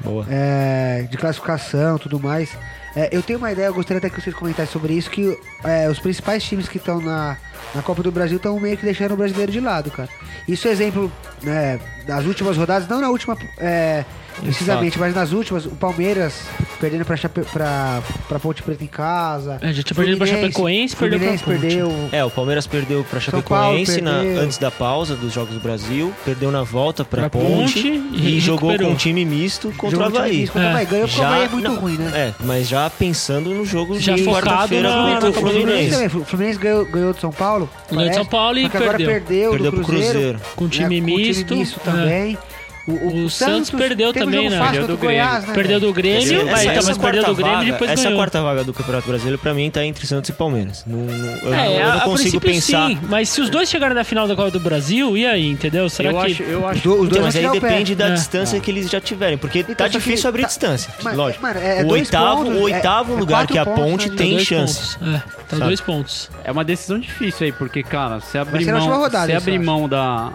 [SPEAKER 1] Boa.
[SPEAKER 3] é, de classificação tudo mais. É, eu tenho uma ideia, eu gostaria até que vocês comentassem sobre isso, que é, os principais times que estão na, na Copa do Brasil estão meio que deixando o brasileiro de lado, cara. Isso é exemplo né, das últimas rodadas, não na última é, precisamente, mas nas últimas, o Palmeiras perdendo pra, Chape, pra, pra Ponte Preta em casa.
[SPEAKER 2] É, já tinha perdido pra
[SPEAKER 3] Fluminense-
[SPEAKER 2] Chapecoense, perdeu pra
[SPEAKER 3] Fluminense
[SPEAKER 2] Ponte.
[SPEAKER 3] perdeu.
[SPEAKER 1] É, o Palmeiras perdeu pra
[SPEAKER 3] São
[SPEAKER 1] Chapecoense
[SPEAKER 3] Paulo perdeu.
[SPEAKER 1] na- antes da pausa dos Jogos do Brasil, perdeu na volta pra,
[SPEAKER 2] Pra
[SPEAKER 1] Ponte,
[SPEAKER 2] Ponte e
[SPEAKER 1] e, jogou com
[SPEAKER 2] recuperou.
[SPEAKER 1] um time misto contra o
[SPEAKER 3] Jogou no time
[SPEAKER 1] Havaí.
[SPEAKER 3] misto contra o
[SPEAKER 2] É.
[SPEAKER 3] Havaí. Ganhou porque o
[SPEAKER 1] Já-
[SPEAKER 3] Havaí é muito
[SPEAKER 1] não,
[SPEAKER 3] ruim, né?
[SPEAKER 1] É, mas já pensando no jogo
[SPEAKER 2] Já
[SPEAKER 1] de
[SPEAKER 2] focado
[SPEAKER 1] quarta-feira
[SPEAKER 2] na-
[SPEAKER 1] contra
[SPEAKER 2] na
[SPEAKER 1] o
[SPEAKER 2] Copa do
[SPEAKER 3] Fluminense
[SPEAKER 1] Fluminense.
[SPEAKER 3] também. O Fluminense ganhou, ganhou do São Paulo.
[SPEAKER 2] Ganhou do São Paulo e
[SPEAKER 3] só que agora
[SPEAKER 2] perdeu.
[SPEAKER 3] perdeu,
[SPEAKER 1] Perdeu
[SPEAKER 3] do
[SPEAKER 1] pro Cruzeiro.
[SPEAKER 2] com um time
[SPEAKER 3] né, com
[SPEAKER 2] misto.
[SPEAKER 3] time misto
[SPEAKER 2] é.
[SPEAKER 3] também. O,
[SPEAKER 2] O Santos perdeu
[SPEAKER 3] teve um
[SPEAKER 2] também,
[SPEAKER 3] jogo
[SPEAKER 2] né?
[SPEAKER 3] fácil
[SPEAKER 4] Perdeu
[SPEAKER 3] contra
[SPEAKER 4] do
[SPEAKER 3] o Goiás,
[SPEAKER 4] Grêmio.
[SPEAKER 3] né?
[SPEAKER 2] Perdeu do Grêmio,
[SPEAKER 1] Essa-
[SPEAKER 2] mas,
[SPEAKER 1] essa
[SPEAKER 2] então, mas perdeu do
[SPEAKER 1] quarta
[SPEAKER 2] Grêmio
[SPEAKER 1] vaga-
[SPEAKER 2] e depois
[SPEAKER 1] Essa é
[SPEAKER 2] ganhou.
[SPEAKER 1] quarta vaga do Campeonato Brasileiro, pra mim, tá entre Santos e Palmeiras. Não, não- eu,
[SPEAKER 2] É,
[SPEAKER 1] não- eu
[SPEAKER 2] a,
[SPEAKER 1] não
[SPEAKER 2] a
[SPEAKER 1] consigo
[SPEAKER 2] princípio
[SPEAKER 1] pensar.
[SPEAKER 2] sim, mas se os dois chegarem na final da Copa do Brasil, e aí, entendeu? Será
[SPEAKER 4] Eu
[SPEAKER 2] que...
[SPEAKER 4] acho, eu
[SPEAKER 3] Os
[SPEAKER 4] acho
[SPEAKER 3] do- os
[SPEAKER 1] Então,
[SPEAKER 3] dois
[SPEAKER 1] mas aí
[SPEAKER 3] vão tirar o pé.
[SPEAKER 1] depende da
[SPEAKER 2] É.
[SPEAKER 1] distância que eles já tiverem, porque tá
[SPEAKER 3] só que
[SPEAKER 1] difícil abrir
[SPEAKER 3] tá-
[SPEAKER 1] distância,
[SPEAKER 3] Mas-
[SPEAKER 1] lógico.
[SPEAKER 3] mano, é- é
[SPEAKER 1] o
[SPEAKER 3] dois
[SPEAKER 1] oitavo,
[SPEAKER 3] pontos,
[SPEAKER 1] o
[SPEAKER 3] é-
[SPEAKER 1] oitavo
[SPEAKER 3] é
[SPEAKER 1] lugar que a
[SPEAKER 3] quatro
[SPEAKER 1] Ponte
[SPEAKER 3] pontos, né?
[SPEAKER 2] Tá
[SPEAKER 1] tem
[SPEAKER 2] dois
[SPEAKER 1] chance.
[SPEAKER 2] pontos. É, tá
[SPEAKER 1] Sabe?
[SPEAKER 2] dois pontos.
[SPEAKER 4] É uma decisão difícil aí, porque, cara, se abrir
[SPEAKER 3] ser na
[SPEAKER 4] mão,
[SPEAKER 3] última rodada,
[SPEAKER 4] se
[SPEAKER 3] isso,
[SPEAKER 4] abrir
[SPEAKER 3] eu acho.
[SPEAKER 4] mão da,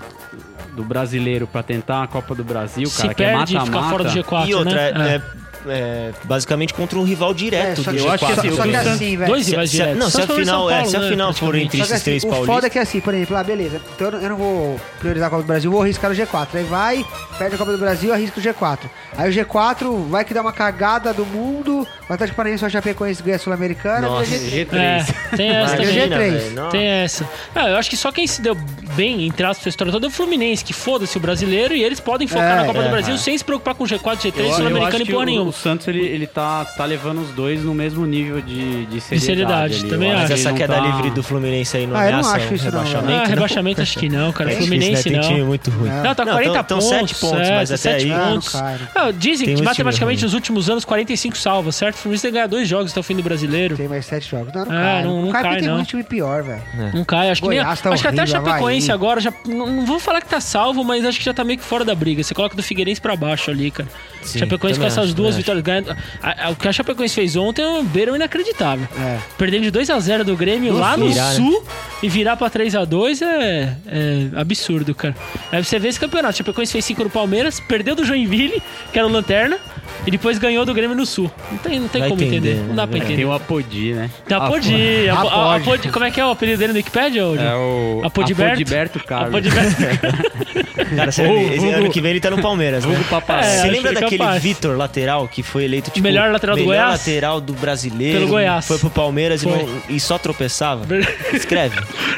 [SPEAKER 4] do brasileiro pra tentar a Copa do Brasil,
[SPEAKER 2] se
[SPEAKER 4] cara, que é
[SPEAKER 2] perde,
[SPEAKER 4] mata-mata.
[SPEAKER 2] fica fora do G4,
[SPEAKER 1] e outra,
[SPEAKER 2] né?
[SPEAKER 1] é, é, basicamente contra um rival
[SPEAKER 3] É,
[SPEAKER 1] direto
[SPEAKER 3] só
[SPEAKER 1] do
[SPEAKER 3] que,
[SPEAKER 1] G4.
[SPEAKER 4] eu acho que assim,
[SPEAKER 3] só-
[SPEAKER 4] o
[SPEAKER 3] só que
[SPEAKER 4] Santos-
[SPEAKER 3] assim, velho.
[SPEAKER 2] Dois
[SPEAKER 1] Se-
[SPEAKER 2] rivais
[SPEAKER 1] se-
[SPEAKER 2] diretos.
[SPEAKER 1] não, se
[SPEAKER 2] Só
[SPEAKER 1] a
[SPEAKER 2] for o São
[SPEAKER 1] final- é,
[SPEAKER 2] Paulo,
[SPEAKER 1] se a
[SPEAKER 2] né,
[SPEAKER 1] final for
[SPEAKER 2] praticamente.
[SPEAKER 1] entre
[SPEAKER 3] Só que
[SPEAKER 1] esses três
[SPEAKER 3] assim, o foda
[SPEAKER 1] paulistas.
[SPEAKER 3] é que assim, por exemplo, ah, beleza, então eu não- eu não vou priorizar a Copa do Brasil, vou arriscar o G4. Aí vai, perde a Copa do Brasil, arrisca o G4. Aí o G4 vai que dá uma cagada do mundo, o Atlético Paranaense vai Chapecoense ganha a Sul-Americana,
[SPEAKER 1] Nossa,
[SPEAKER 3] mas a gente-
[SPEAKER 4] G3.
[SPEAKER 2] É, tem essa
[SPEAKER 3] Mas
[SPEAKER 2] também.
[SPEAKER 3] G três.
[SPEAKER 1] velho,
[SPEAKER 2] Tem
[SPEAKER 1] nossa.
[SPEAKER 2] essa. Ah, eu acho que só quem se deu bem, entre aspas, a história toda é o Fluminense, que foda-se o brasileiro e eles podem focar
[SPEAKER 3] É,
[SPEAKER 2] na Copa
[SPEAKER 1] é,
[SPEAKER 2] do Brasil
[SPEAKER 1] é.
[SPEAKER 2] sem se preocupar com G4,
[SPEAKER 4] Eu- eu
[SPEAKER 2] G3,
[SPEAKER 4] acho
[SPEAKER 2] Sul-Americano
[SPEAKER 4] que
[SPEAKER 2] e porra
[SPEAKER 4] o-
[SPEAKER 2] nenhuma.
[SPEAKER 4] O Santos, ele, ele tá, tá levando os dois no mesmo nível de, de seriedade.
[SPEAKER 2] seriedade,
[SPEAKER 4] ali. Eu
[SPEAKER 2] também
[SPEAKER 1] Mas
[SPEAKER 2] acho.
[SPEAKER 4] que
[SPEAKER 1] essa
[SPEAKER 4] ele
[SPEAKER 1] queda
[SPEAKER 4] não tá-
[SPEAKER 1] livre do Fluminense aí não
[SPEAKER 3] Ah, eu não
[SPEAKER 1] ameaça
[SPEAKER 3] acho
[SPEAKER 1] o
[SPEAKER 3] isso não,
[SPEAKER 1] rebaixamento,
[SPEAKER 2] Ah,
[SPEAKER 1] não?
[SPEAKER 2] rebaixamento acho que não, cara.
[SPEAKER 1] É difícil,
[SPEAKER 2] Fluminense
[SPEAKER 1] né? Tem time
[SPEAKER 2] não.
[SPEAKER 1] muito ruim.
[SPEAKER 3] Não.
[SPEAKER 2] Não, tá
[SPEAKER 1] Não,
[SPEAKER 2] 40
[SPEAKER 1] tão- tão
[SPEAKER 2] pontos.
[SPEAKER 1] sete pontos,
[SPEAKER 2] é,
[SPEAKER 1] mas
[SPEAKER 2] tá
[SPEAKER 1] até
[SPEAKER 2] sete
[SPEAKER 1] aí- né?
[SPEAKER 3] Ah, não
[SPEAKER 2] pontos.
[SPEAKER 3] cai, não
[SPEAKER 2] Ah, dizem
[SPEAKER 1] Tem
[SPEAKER 2] que
[SPEAKER 1] muito
[SPEAKER 2] matematicamente
[SPEAKER 1] time ruim.
[SPEAKER 2] nos últimos anos 45 salva, certo? Fluminense tem que ganhar dois jogos até o fim do brasileiro.
[SPEAKER 3] Tem mais sete jogos. Não, não
[SPEAKER 2] Ah,
[SPEAKER 3] cai.
[SPEAKER 2] não- não
[SPEAKER 3] cai, porque
[SPEAKER 2] cai,
[SPEAKER 3] tem
[SPEAKER 2] não.
[SPEAKER 3] muito time pior, velho.
[SPEAKER 2] Não cai. Acho, que,
[SPEAKER 3] Goiás
[SPEAKER 2] nem-
[SPEAKER 3] tá
[SPEAKER 2] acho que até a
[SPEAKER 3] horrível,
[SPEAKER 2] Chapecoense
[SPEAKER 3] Havaí.
[SPEAKER 2] agora já. Não, não vou falar que tá salvo, mas acho que já tá meio que fora da briga. Você coloca do Figueirense pra baixo ali, cara.
[SPEAKER 1] Sim,
[SPEAKER 2] Chapecoense com
[SPEAKER 1] também
[SPEAKER 2] essas
[SPEAKER 1] acho,
[SPEAKER 2] duas
[SPEAKER 1] também
[SPEAKER 2] vitórias. Ganha, a- a- o que a Chapecoense fez ontem é um beirão inacreditável.
[SPEAKER 3] É.
[SPEAKER 2] Perdendo de 2x0 do Grêmio
[SPEAKER 1] No
[SPEAKER 2] lá
[SPEAKER 1] Sul.
[SPEAKER 2] no
[SPEAKER 1] Virar, né?
[SPEAKER 2] Sul e virar pra 3x2 é, é absurdo, cara. Aí você vê esse campeonato. Chapecoense fez 5 no Palmeiras, perdeu do Joinville, que era o Lanterna, e depois ganhou do Grêmio no Sul. Não tem, não tem
[SPEAKER 1] Vai
[SPEAKER 2] como entender.
[SPEAKER 1] entender,
[SPEAKER 2] Não dá
[SPEAKER 1] né?
[SPEAKER 2] pra
[SPEAKER 1] É,
[SPEAKER 2] entender.
[SPEAKER 4] Tem o Apodi, né?
[SPEAKER 2] Apodi. Apo- a-
[SPEAKER 3] Apodi.
[SPEAKER 2] Apodi. Como é que é o apelido dele no Wikipedia, Odio?
[SPEAKER 4] É o
[SPEAKER 2] Apodiberto?
[SPEAKER 4] Apodiberto Carlos.
[SPEAKER 2] Apodiberto.
[SPEAKER 1] Cara, sério,
[SPEAKER 4] Ô,
[SPEAKER 1] esse
[SPEAKER 4] Hugo-
[SPEAKER 1] ano que vem ele tá no Palmeiras, né?
[SPEAKER 4] Hugo Papai.
[SPEAKER 2] É,
[SPEAKER 1] Você
[SPEAKER 2] acho
[SPEAKER 1] lembra
[SPEAKER 2] que é
[SPEAKER 1] daquele
[SPEAKER 2] capaz.
[SPEAKER 1] Vitor lateral que foi eleito tipo
[SPEAKER 2] Melhor lateral do
[SPEAKER 1] melhor
[SPEAKER 2] Goiás?
[SPEAKER 1] lateral do brasileiro?
[SPEAKER 2] Pelo Goiás.
[SPEAKER 1] Foi pro Palmeiras e
[SPEAKER 2] Foi.
[SPEAKER 1] não- e, só tropeçava?
[SPEAKER 2] Verdade.
[SPEAKER 1] Escreve.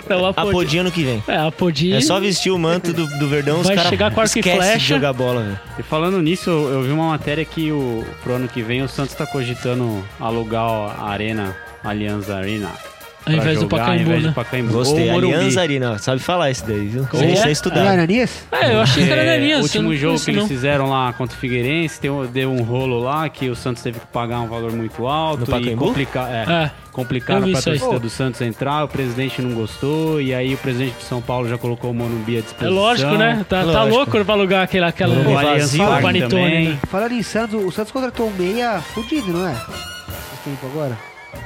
[SPEAKER 2] Não, É Apodi.
[SPEAKER 1] Apodinha ano que vem.
[SPEAKER 2] É, Apodi.
[SPEAKER 1] É só vestir o manto do, do Verdão, os
[SPEAKER 2] Vai
[SPEAKER 1] caras
[SPEAKER 2] chegar com arco e
[SPEAKER 1] esquecem de
[SPEAKER 2] flecha.
[SPEAKER 1] jogar bola, velho.
[SPEAKER 4] E falando nisso, eu eu vi uma matéria que o, pro ano que vem o Santos tá cogitando alugar a Arena, Allianz Arena.
[SPEAKER 2] Ao
[SPEAKER 4] pra
[SPEAKER 2] invés do
[SPEAKER 4] jogar, ao
[SPEAKER 2] Pacaembu,
[SPEAKER 4] invés
[SPEAKER 2] né?
[SPEAKER 4] do Pacaembu.
[SPEAKER 1] Gostei.
[SPEAKER 4] Ou o Morumbi.
[SPEAKER 1] Alianza Arena, sabe falar isso daí, viu?
[SPEAKER 2] Como
[SPEAKER 1] Isso
[SPEAKER 2] é?
[SPEAKER 1] é
[SPEAKER 3] Não é
[SPEAKER 1] estudar.
[SPEAKER 3] Ananias?
[SPEAKER 2] É, eu achei que era
[SPEAKER 4] É,
[SPEAKER 2] Ananias. eu
[SPEAKER 4] o
[SPEAKER 2] não
[SPEAKER 4] último jogo
[SPEAKER 2] conheço,
[SPEAKER 4] que eles
[SPEAKER 2] não.
[SPEAKER 4] fizeram lá contra o Figueirense teve- deu um rolo lá que o Santos teve que pagar um valor muito alto
[SPEAKER 1] No
[SPEAKER 4] e
[SPEAKER 1] Pacaembu?
[SPEAKER 4] complicar, é,
[SPEAKER 2] É. Eu
[SPEAKER 4] complicaram
[SPEAKER 2] vi
[SPEAKER 4] pra
[SPEAKER 2] isso aí.
[SPEAKER 4] torcida do Santos entrar, o presidente não gostou e aí o presidente do São Paulo já colocou o Morumbi à
[SPEAKER 2] É
[SPEAKER 4] disposição.
[SPEAKER 2] lógico, né? Tá, tá
[SPEAKER 1] Lógico.
[SPEAKER 2] louco pra alugar aquela, aquela
[SPEAKER 4] O Allianz
[SPEAKER 1] vazio,
[SPEAKER 4] Parque
[SPEAKER 2] Panetone,
[SPEAKER 4] também.
[SPEAKER 2] né?
[SPEAKER 3] Falando em Santos, o Santos contratou um meia fudido, não é? Esse tempo agora?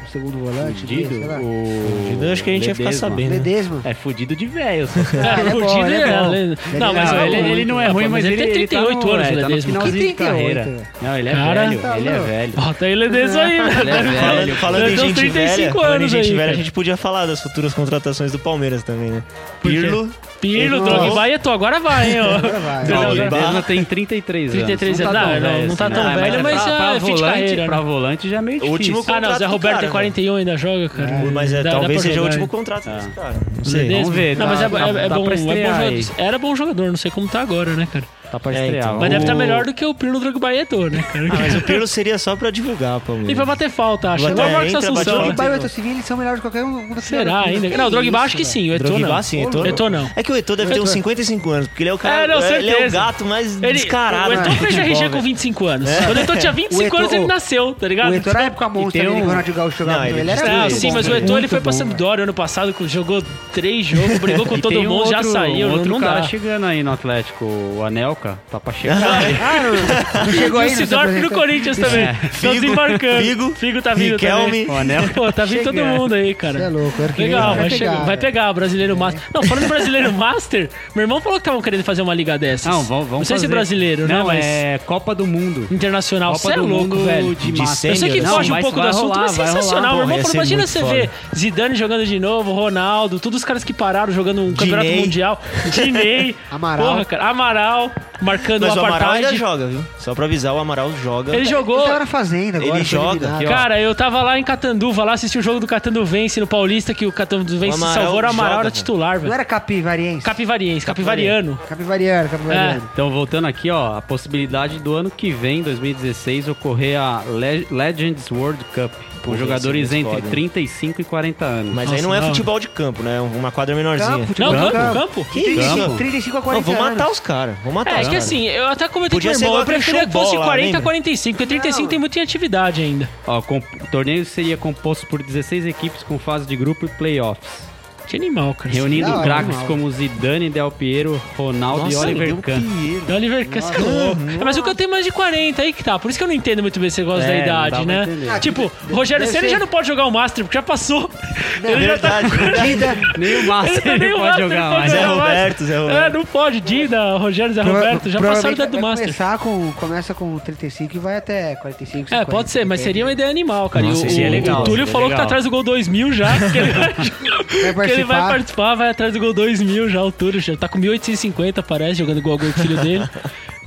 [SPEAKER 3] O segundo volante, meia,
[SPEAKER 4] Fudido,
[SPEAKER 3] sei lá.
[SPEAKER 4] o...
[SPEAKER 1] Fudido, eu acho que a gente ia ficar
[SPEAKER 4] Ledesma.
[SPEAKER 1] sabendo.
[SPEAKER 3] Ledesma.
[SPEAKER 4] É fudido de velho. só.
[SPEAKER 2] É,
[SPEAKER 3] Ele é bom,
[SPEAKER 2] fudido,
[SPEAKER 3] ele é bom.
[SPEAKER 2] ele-
[SPEAKER 3] Ele
[SPEAKER 2] Não,
[SPEAKER 3] é
[SPEAKER 2] mas
[SPEAKER 3] bom.
[SPEAKER 2] é-
[SPEAKER 4] ele, ele não é ruim, mas ele,
[SPEAKER 2] tem
[SPEAKER 4] ele tá
[SPEAKER 2] 38
[SPEAKER 4] no-
[SPEAKER 2] anos,
[SPEAKER 4] é, tá no
[SPEAKER 2] Ledesma.
[SPEAKER 4] finalzinho de
[SPEAKER 3] Que 38,
[SPEAKER 4] carreira. Não, ele é
[SPEAKER 2] Cara,
[SPEAKER 4] velho,
[SPEAKER 3] tá
[SPEAKER 4] ele é
[SPEAKER 3] louco.
[SPEAKER 4] velho.
[SPEAKER 2] Bota ele desse aí,
[SPEAKER 4] Ele
[SPEAKER 2] né?
[SPEAKER 4] é velho.
[SPEAKER 1] Falando, falando em
[SPEAKER 2] Verdão,
[SPEAKER 1] gente
[SPEAKER 2] 35
[SPEAKER 1] velha, falando em
[SPEAKER 2] anos
[SPEAKER 1] gente
[SPEAKER 2] aí,
[SPEAKER 1] velha, a
[SPEAKER 2] cara.
[SPEAKER 1] gente podia falar das futuras contratações do Palmeiras também, né?
[SPEAKER 2] Por quê?
[SPEAKER 1] Pirlo,
[SPEAKER 2] Pirlo,
[SPEAKER 1] Nossa.
[SPEAKER 2] Drogba e Eto'o. Agora vai, hein, ó.
[SPEAKER 3] Agora vai.
[SPEAKER 4] Não, o
[SPEAKER 2] Não,
[SPEAKER 4] Ledesma tem 33 anos.
[SPEAKER 2] 33 anos. Não, não, não tá tão
[SPEAKER 4] Ah,
[SPEAKER 2] velho, mas
[SPEAKER 4] pra,
[SPEAKER 2] é
[SPEAKER 4] pra
[SPEAKER 2] fim de
[SPEAKER 4] volante,
[SPEAKER 2] carreira,
[SPEAKER 4] Pra
[SPEAKER 2] né?
[SPEAKER 4] volante já é meio
[SPEAKER 1] O último
[SPEAKER 4] difícil.
[SPEAKER 2] Ah, não, o Zé
[SPEAKER 1] contrato do
[SPEAKER 2] Roberto
[SPEAKER 1] cara,
[SPEAKER 2] tem
[SPEAKER 1] né?
[SPEAKER 2] 41 ainda joga, cara.
[SPEAKER 1] mas é,
[SPEAKER 2] Dá- dá
[SPEAKER 1] talvez
[SPEAKER 2] pra
[SPEAKER 1] seja o
[SPEAKER 2] jogar, né? Ah.
[SPEAKER 1] último
[SPEAKER 2] hein?
[SPEAKER 1] contrato desse cara. Não sei.
[SPEAKER 2] Ledesma.
[SPEAKER 4] vamos ver,
[SPEAKER 2] Não,
[SPEAKER 4] dá-
[SPEAKER 2] mas é,
[SPEAKER 4] dá-
[SPEAKER 2] é- é
[SPEAKER 4] dá
[SPEAKER 2] bom,
[SPEAKER 4] pra
[SPEAKER 2] é bom
[SPEAKER 4] estrear
[SPEAKER 2] jogador.
[SPEAKER 4] aí.
[SPEAKER 2] Era bom jogador, não sei como tá agora, né, cara?
[SPEAKER 4] Tá pra
[SPEAKER 1] É,
[SPEAKER 4] estrear.
[SPEAKER 1] então.
[SPEAKER 2] Mas deve
[SPEAKER 4] O-
[SPEAKER 2] estar melhor do que o Pirlo Drogba e Eto'o, né, cara?
[SPEAKER 1] Ah, mas o Pirlo seria só pra divulgar, Palmeiras.
[SPEAKER 2] E vai bater falta, acho.
[SPEAKER 1] Vai
[SPEAKER 2] Igual o
[SPEAKER 1] ter-
[SPEAKER 2] Marcos
[SPEAKER 1] entra, bate
[SPEAKER 2] Assunção.
[SPEAKER 1] bola.
[SPEAKER 2] né?
[SPEAKER 3] Drogba e o Eto Civil eles são melhores que qualquer um. um da
[SPEAKER 2] Será
[SPEAKER 3] primeira
[SPEAKER 2] ainda?
[SPEAKER 3] fila.
[SPEAKER 2] Não, o Drogba
[SPEAKER 3] isso, né?
[SPEAKER 2] acho que
[SPEAKER 3] velho.
[SPEAKER 2] sim, o Eto'o
[SPEAKER 1] Drogba, ah,
[SPEAKER 2] não.
[SPEAKER 1] sim, Eto'o.
[SPEAKER 2] Eto'o não.
[SPEAKER 1] É que o Eto'o deve ter uns 55 anos, porque ele é o cara.
[SPEAKER 2] É, não,
[SPEAKER 1] ele é o
[SPEAKER 2] certeza.
[SPEAKER 1] gato mais
[SPEAKER 2] Ele,
[SPEAKER 1] descarado. né?
[SPEAKER 2] o Eto'o
[SPEAKER 1] do
[SPEAKER 2] fez
[SPEAKER 1] futebol,
[SPEAKER 2] RG com
[SPEAKER 1] velho.
[SPEAKER 2] 25 anos. Quando o Eto'o tinha 25
[SPEAKER 3] O
[SPEAKER 2] anos, ele
[SPEAKER 3] Eto'o-
[SPEAKER 2] nasceu, tá ligado?
[SPEAKER 3] O Eto'o na época monstro, né?
[SPEAKER 4] tem
[SPEAKER 3] ele
[SPEAKER 4] um-
[SPEAKER 3] o Ronaldinho Gaúcho jogava
[SPEAKER 1] Não,
[SPEAKER 3] com ele.
[SPEAKER 1] ele
[SPEAKER 3] Ele era
[SPEAKER 1] destruiu.
[SPEAKER 2] Ah,
[SPEAKER 3] muito
[SPEAKER 2] sim,
[SPEAKER 3] bom,
[SPEAKER 2] mas o
[SPEAKER 3] velho.
[SPEAKER 2] Eto'o ele foi
[SPEAKER 3] Muito
[SPEAKER 2] pra
[SPEAKER 3] bom, né? velho.
[SPEAKER 2] Sampdoria ano passado, com- jogou três jogos, brigou com
[SPEAKER 4] E
[SPEAKER 2] todo
[SPEAKER 4] tem um
[SPEAKER 2] mundo, já
[SPEAKER 4] outro-
[SPEAKER 2] saiu, né?
[SPEAKER 4] um outro
[SPEAKER 2] não
[SPEAKER 4] cara
[SPEAKER 2] dá.
[SPEAKER 4] chegando aí no Atlético, o Anelka, tá pra chegar.
[SPEAKER 3] Ah, não, não
[SPEAKER 2] E
[SPEAKER 3] chegou
[SPEAKER 2] o
[SPEAKER 3] ainda. se
[SPEAKER 2] Sidorf no
[SPEAKER 3] apresentou.
[SPEAKER 2] Corinthians também. Estão
[SPEAKER 1] Figo,
[SPEAKER 2] desembarcando.
[SPEAKER 1] Figo,
[SPEAKER 2] tá vindo também.
[SPEAKER 1] Riquelme.
[SPEAKER 4] o Anelka.
[SPEAKER 2] Pô, tá vindo todo
[SPEAKER 4] Chegando.
[SPEAKER 2] mundo aí,
[SPEAKER 3] Você é
[SPEAKER 2] cara.
[SPEAKER 3] louco, era que nem
[SPEAKER 2] Legal,
[SPEAKER 3] ele
[SPEAKER 2] vai chegar. Vai pegar, Brasileiro
[SPEAKER 3] É.
[SPEAKER 2] Master. Não, falando do Brasileiro Master, meu irmão falou que estavam querendo fazer uma liga dessas.
[SPEAKER 4] Não, vamos, vamos
[SPEAKER 2] Não sei se
[SPEAKER 4] fazer.
[SPEAKER 2] brasileiro, né?
[SPEAKER 4] Não,
[SPEAKER 2] Mas
[SPEAKER 4] é Copa do Mundo.
[SPEAKER 2] internacional. Você é louco, velho.
[SPEAKER 4] de
[SPEAKER 1] De
[SPEAKER 4] massa.
[SPEAKER 2] Eu sei que
[SPEAKER 1] Não,
[SPEAKER 2] foge um
[SPEAKER 4] mas
[SPEAKER 2] pouco do
[SPEAKER 4] vai
[SPEAKER 2] assunto,
[SPEAKER 4] rolar,
[SPEAKER 2] mas
[SPEAKER 4] vai
[SPEAKER 2] sensacional.
[SPEAKER 4] rolar.
[SPEAKER 2] Meu irmão
[SPEAKER 1] Pô, ia
[SPEAKER 2] falou,
[SPEAKER 1] ser
[SPEAKER 2] imagina
[SPEAKER 1] muito
[SPEAKER 2] você
[SPEAKER 1] foda.
[SPEAKER 2] ver Zidane jogando de novo, Ronaldo, todos os caras que pararam jogando um campeonato
[SPEAKER 1] Diney.
[SPEAKER 2] mundial. Dinei.
[SPEAKER 3] Amaral.
[SPEAKER 2] Porra, cara. Amaral marcando
[SPEAKER 1] Mas
[SPEAKER 2] o
[SPEAKER 1] o Amaral
[SPEAKER 2] apartheid.
[SPEAKER 1] ainda joga, viu? Só pra avisar, o Amaral joga.
[SPEAKER 2] Ele jogou.
[SPEAKER 3] Ele tava na fazenda agora.
[SPEAKER 1] Ele
[SPEAKER 3] foi
[SPEAKER 1] joga,
[SPEAKER 3] eliminado.
[SPEAKER 1] que ó.
[SPEAKER 2] Cara, eu tava lá em Catanduva, lá assisti o jogo do Catanduvense no Paulista, que o Catanduvense
[SPEAKER 1] O Amaral
[SPEAKER 2] salvou, o Amaral
[SPEAKER 1] joga,
[SPEAKER 2] era
[SPEAKER 1] velho.
[SPEAKER 2] titular,
[SPEAKER 3] Não
[SPEAKER 2] velho.
[SPEAKER 3] era capivariense?
[SPEAKER 2] Capivariense, capivariano.
[SPEAKER 3] Capivariano, capivariano.
[SPEAKER 4] Então, voltando aqui, ó, a possibilidade do ano que vem, 2016, ocorrer a Le- Legends World Cup, com
[SPEAKER 1] Pô,
[SPEAKER 4] jogadores
[SPEAKER 1] isso é muito
[SPEAKER 4] entre
[SPEAKER 1] foda, hein?
[SPEAKER 4] 35 e 40 anos.
[SPEAKER 1] Mas aí
[SPEAKER 2] Nossa,
[SPEAKER 1] não é
[SPEAKER 2] não.
[SPEAKER 1] futebol de campo, né? É uma quadra menorzinha.
[SPEAKER 3] Campo,
[SPEAKER 2] Não,
[SPEAKER 3] Campo.
[SPEAKER 2] campo, campo.
[SPEAKER 1] Que isso?
[SPEAKER 3] 35 a
[SPEAKER 1] Não,
[SPEAKER 3] 40
[SPEAKER 1] vou matar
[SPEAKER 3] anos.
[SPEAKER 1] os caras. Vou matar
[SPEAKER 2] É,
[SPEAKER 1] os
[SPEAKER 2] que
[SPEAKER 1] caras.
[SPEAKER 2] assim, eu até comentei
[SPEAKER 1] Podia
[SPEAKER 2] com o
[SPEAKER 1] ser
[SPEAKER 2] irmão,
[SPEAKER 1] igual
[SPEAKER 2] eu preferia que
[SPEAKER 1] aquele
[SPEAKER 2] fosse
[SPEAKER 1] showball lá,
[SPEAKER 2] 40
[SPEAKER 1] lembra?
[SPEAKER 2] 45, porque 35 tem muita atividade ainda.
[SPEAKER 4] Ó, com- o torneio seria composto por 16 equipes com fase de grupo e playoffs,
[SPEAKER 2] Que animal, cara.
[SPEAKER 4] reunindo
[SPEAKER 3] Da hora,
[SPEAKER 4] craques
[SPEAKER 3] animal.
[SPEAKER 4] como Zidane, Del Piero, Ronaldo e
[SPEAKER 1] Nossa,
[SPEAKER 4] Oliver
[SPEAKER 1] deu um
[SPEAKER 4] Kahn.
[SPEAKER 1] Pinheiro.
[SPEAKER 2] Do Oliver Kahn, você é louco. É, Mas o que eu tenho é mais de 40, aí que tá. Por isso que eu não entendo muito bem esse negócio
[SPEAKER 4] É,
[SPEAKER 2] da
[SPEAKER 4] não dá
[SPEAKER 2] idade,
[SPEAKER 4] pra
[SPEAKER 2] né?
[SPEAKER 4] entender.
[SPEAKER 2] Ah, Tipo, Rogério
[SPEAKER 3] deve
[SPEAKER 2] Senna
[SPEAKER 3] ser-
[SPEAKER 2] já não pode jogar o Master, porque já passou. Ele já tá
[SPEAKER 1] é Verdade, verdade.
[SPEAKER 3] Dida,
[SPEAKER 4] Nem o
[SPEAKER 2] Ele
[SPEAKER 4] Master
[SPEAKER 2] tá nem
[SPEAKER 4] ele
[SPEAKER 2] o
[SPEAKER 4] pode
[SPEAKER 2] Master,
[SPEAKER 4] jogar
[SPEAKER 2] ele pode
[SPEAKER 4] mais.
[SPEAKER 1] Zé
[SPEAKER 2] jogar mais.
[SPEAKER 1] Roberto, Zé
[SPEAKER 2] É,
[SPEAKER 1] Roberto.
[SPEAKER 2] não pode. Dida, Rogério, Zé
[SPEAKER 3] Prova-
[SPEAKER 2] Tá, Roberto, já passaram a
[SPEAKER 3] provavelmente
[SPEAKER 2] idade do
[SPEAKER 3] vai
[SPEAKER 2] Master.
[SPEAKER 3] começar com, começa com 35 e vai até 45, 50.
[SPEAKER 2] É, pode ser, mas seria uma ideia animal, cara. E
[SPEAKER 1] Nossa,
[SPEAKER 2] o,
[SPEAKER 1] seria
[SPEAKER 2] o-
[SPEAKER 1] legal,
[SPEAKER 2] o Túlio
[SPEAKER 4] seria
[SPEAKER 2] falou que tá
[SPEAKER 4] legal.
[SPEAKER 2] atrás do gol 2000 já, que ele, vai, um que ele vai
[SPEAKER 3] participar.
[SPEAKER 2] participar, vai atrás do gol 2000 já, o Túlio. Já tá com 1850, parece, jogando gol a gol com o filho dele.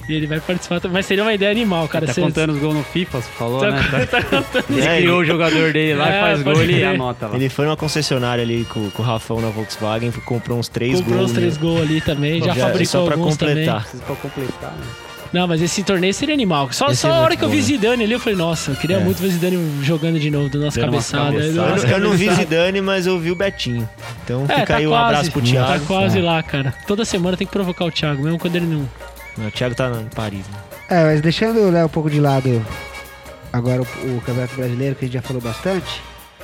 [SPEAKER 2] e ele vai participar, também. mas seria uma ideia animal, cara.
[SPEAKER 4] Tá
[SPEAKER 2] Cê-
[SPEAKER 4] contando os gols no FIFA, você falou,
[SPEAKER 2] tá-
[SPEAKER 4] né?
[SPEAKER 2] tá contando.
[SPEAKER 4] Ele
[SPEAKER 1] É,
[SPEAKER 4] criou o jogador dele lá,
[SPEAKER 2] É,
[SPEAKER 4] faz gol
[SPEAKER 2] pode
[SPEAKER 4] e
[SPEAKER 2] crer.
[SPEAKER 4] anota lá.
[SPEAKER 1] Ele foi numa concessionária ali com, com o Rafão na Volkswagen, comprou uns três
[SPEAKER 2] Comprou
[SPEAKER 1] gols.
[SPEAKER 2] os três
[SPEAKER 1] né?
[SPEAKER 2] gols ali também, já,
[SPEAKER 1] só
[SPEAKER 2] fabricou
[SPEAKER 1] pra
[SPEAKER 2] alguns
[SPEAKER 1] completar.
[SPEAKER 2] também.
[SPEAKER 4] Pra completar, né?
[SPEAKER 2] Não, mas esse torneio seria animal. Só,
[SPEAKER 1] Ia
[SPEAKER 2] só
[SPEAKER 1] ser
[SPEAKER 2] a hora
[SPEAKER 1] muito
[SPEAKER 2] que eu vi
[SPEAKER 1] bom, né?
[SPEAKER 2] Zidane ali, eu falei, nossa, eu queria
[SPEAKER 1] É.
[SPEAKER 2] muito ver Zidane jogando de novo, dando umas
[SPEAKER 4] Dando umas
[SPEAKER 2] cabeçadas.
[SPEAKER 4] cabeçadas.
[SPEAKER 2] Dando
[SPEAKER 1] Eu,
[SPEAKER 2] umas
[SPEAKER 1] não- eu não vi
[SPEAKER 2] cabeçadas.
[SPEAKER 1] Zidane, mas eu vi o Betinho. Então
[SPEAKER 2] É,
[SPEAKER 1] fica
[SPEAKER 2] tá
[SPEAKER 1] aí um
[SPEAKER 2] quase,
[SPEAKER 1] abraço pro Thiago.
[SPEAKER 2] Tá quase
[SPEAKER 1] É.
[SPEAKER 2] lá, cara. Toda semana tem que provocar o Thiago, mesmo quando ele não.
[SPEAKER 1] Não, O Thiago tá em Paris. Né?
[SPEAKER 3] É, mas deixando o Léo um pouco de lado agora o, o Campeonato Brasileiro, que a gente já falou bastante.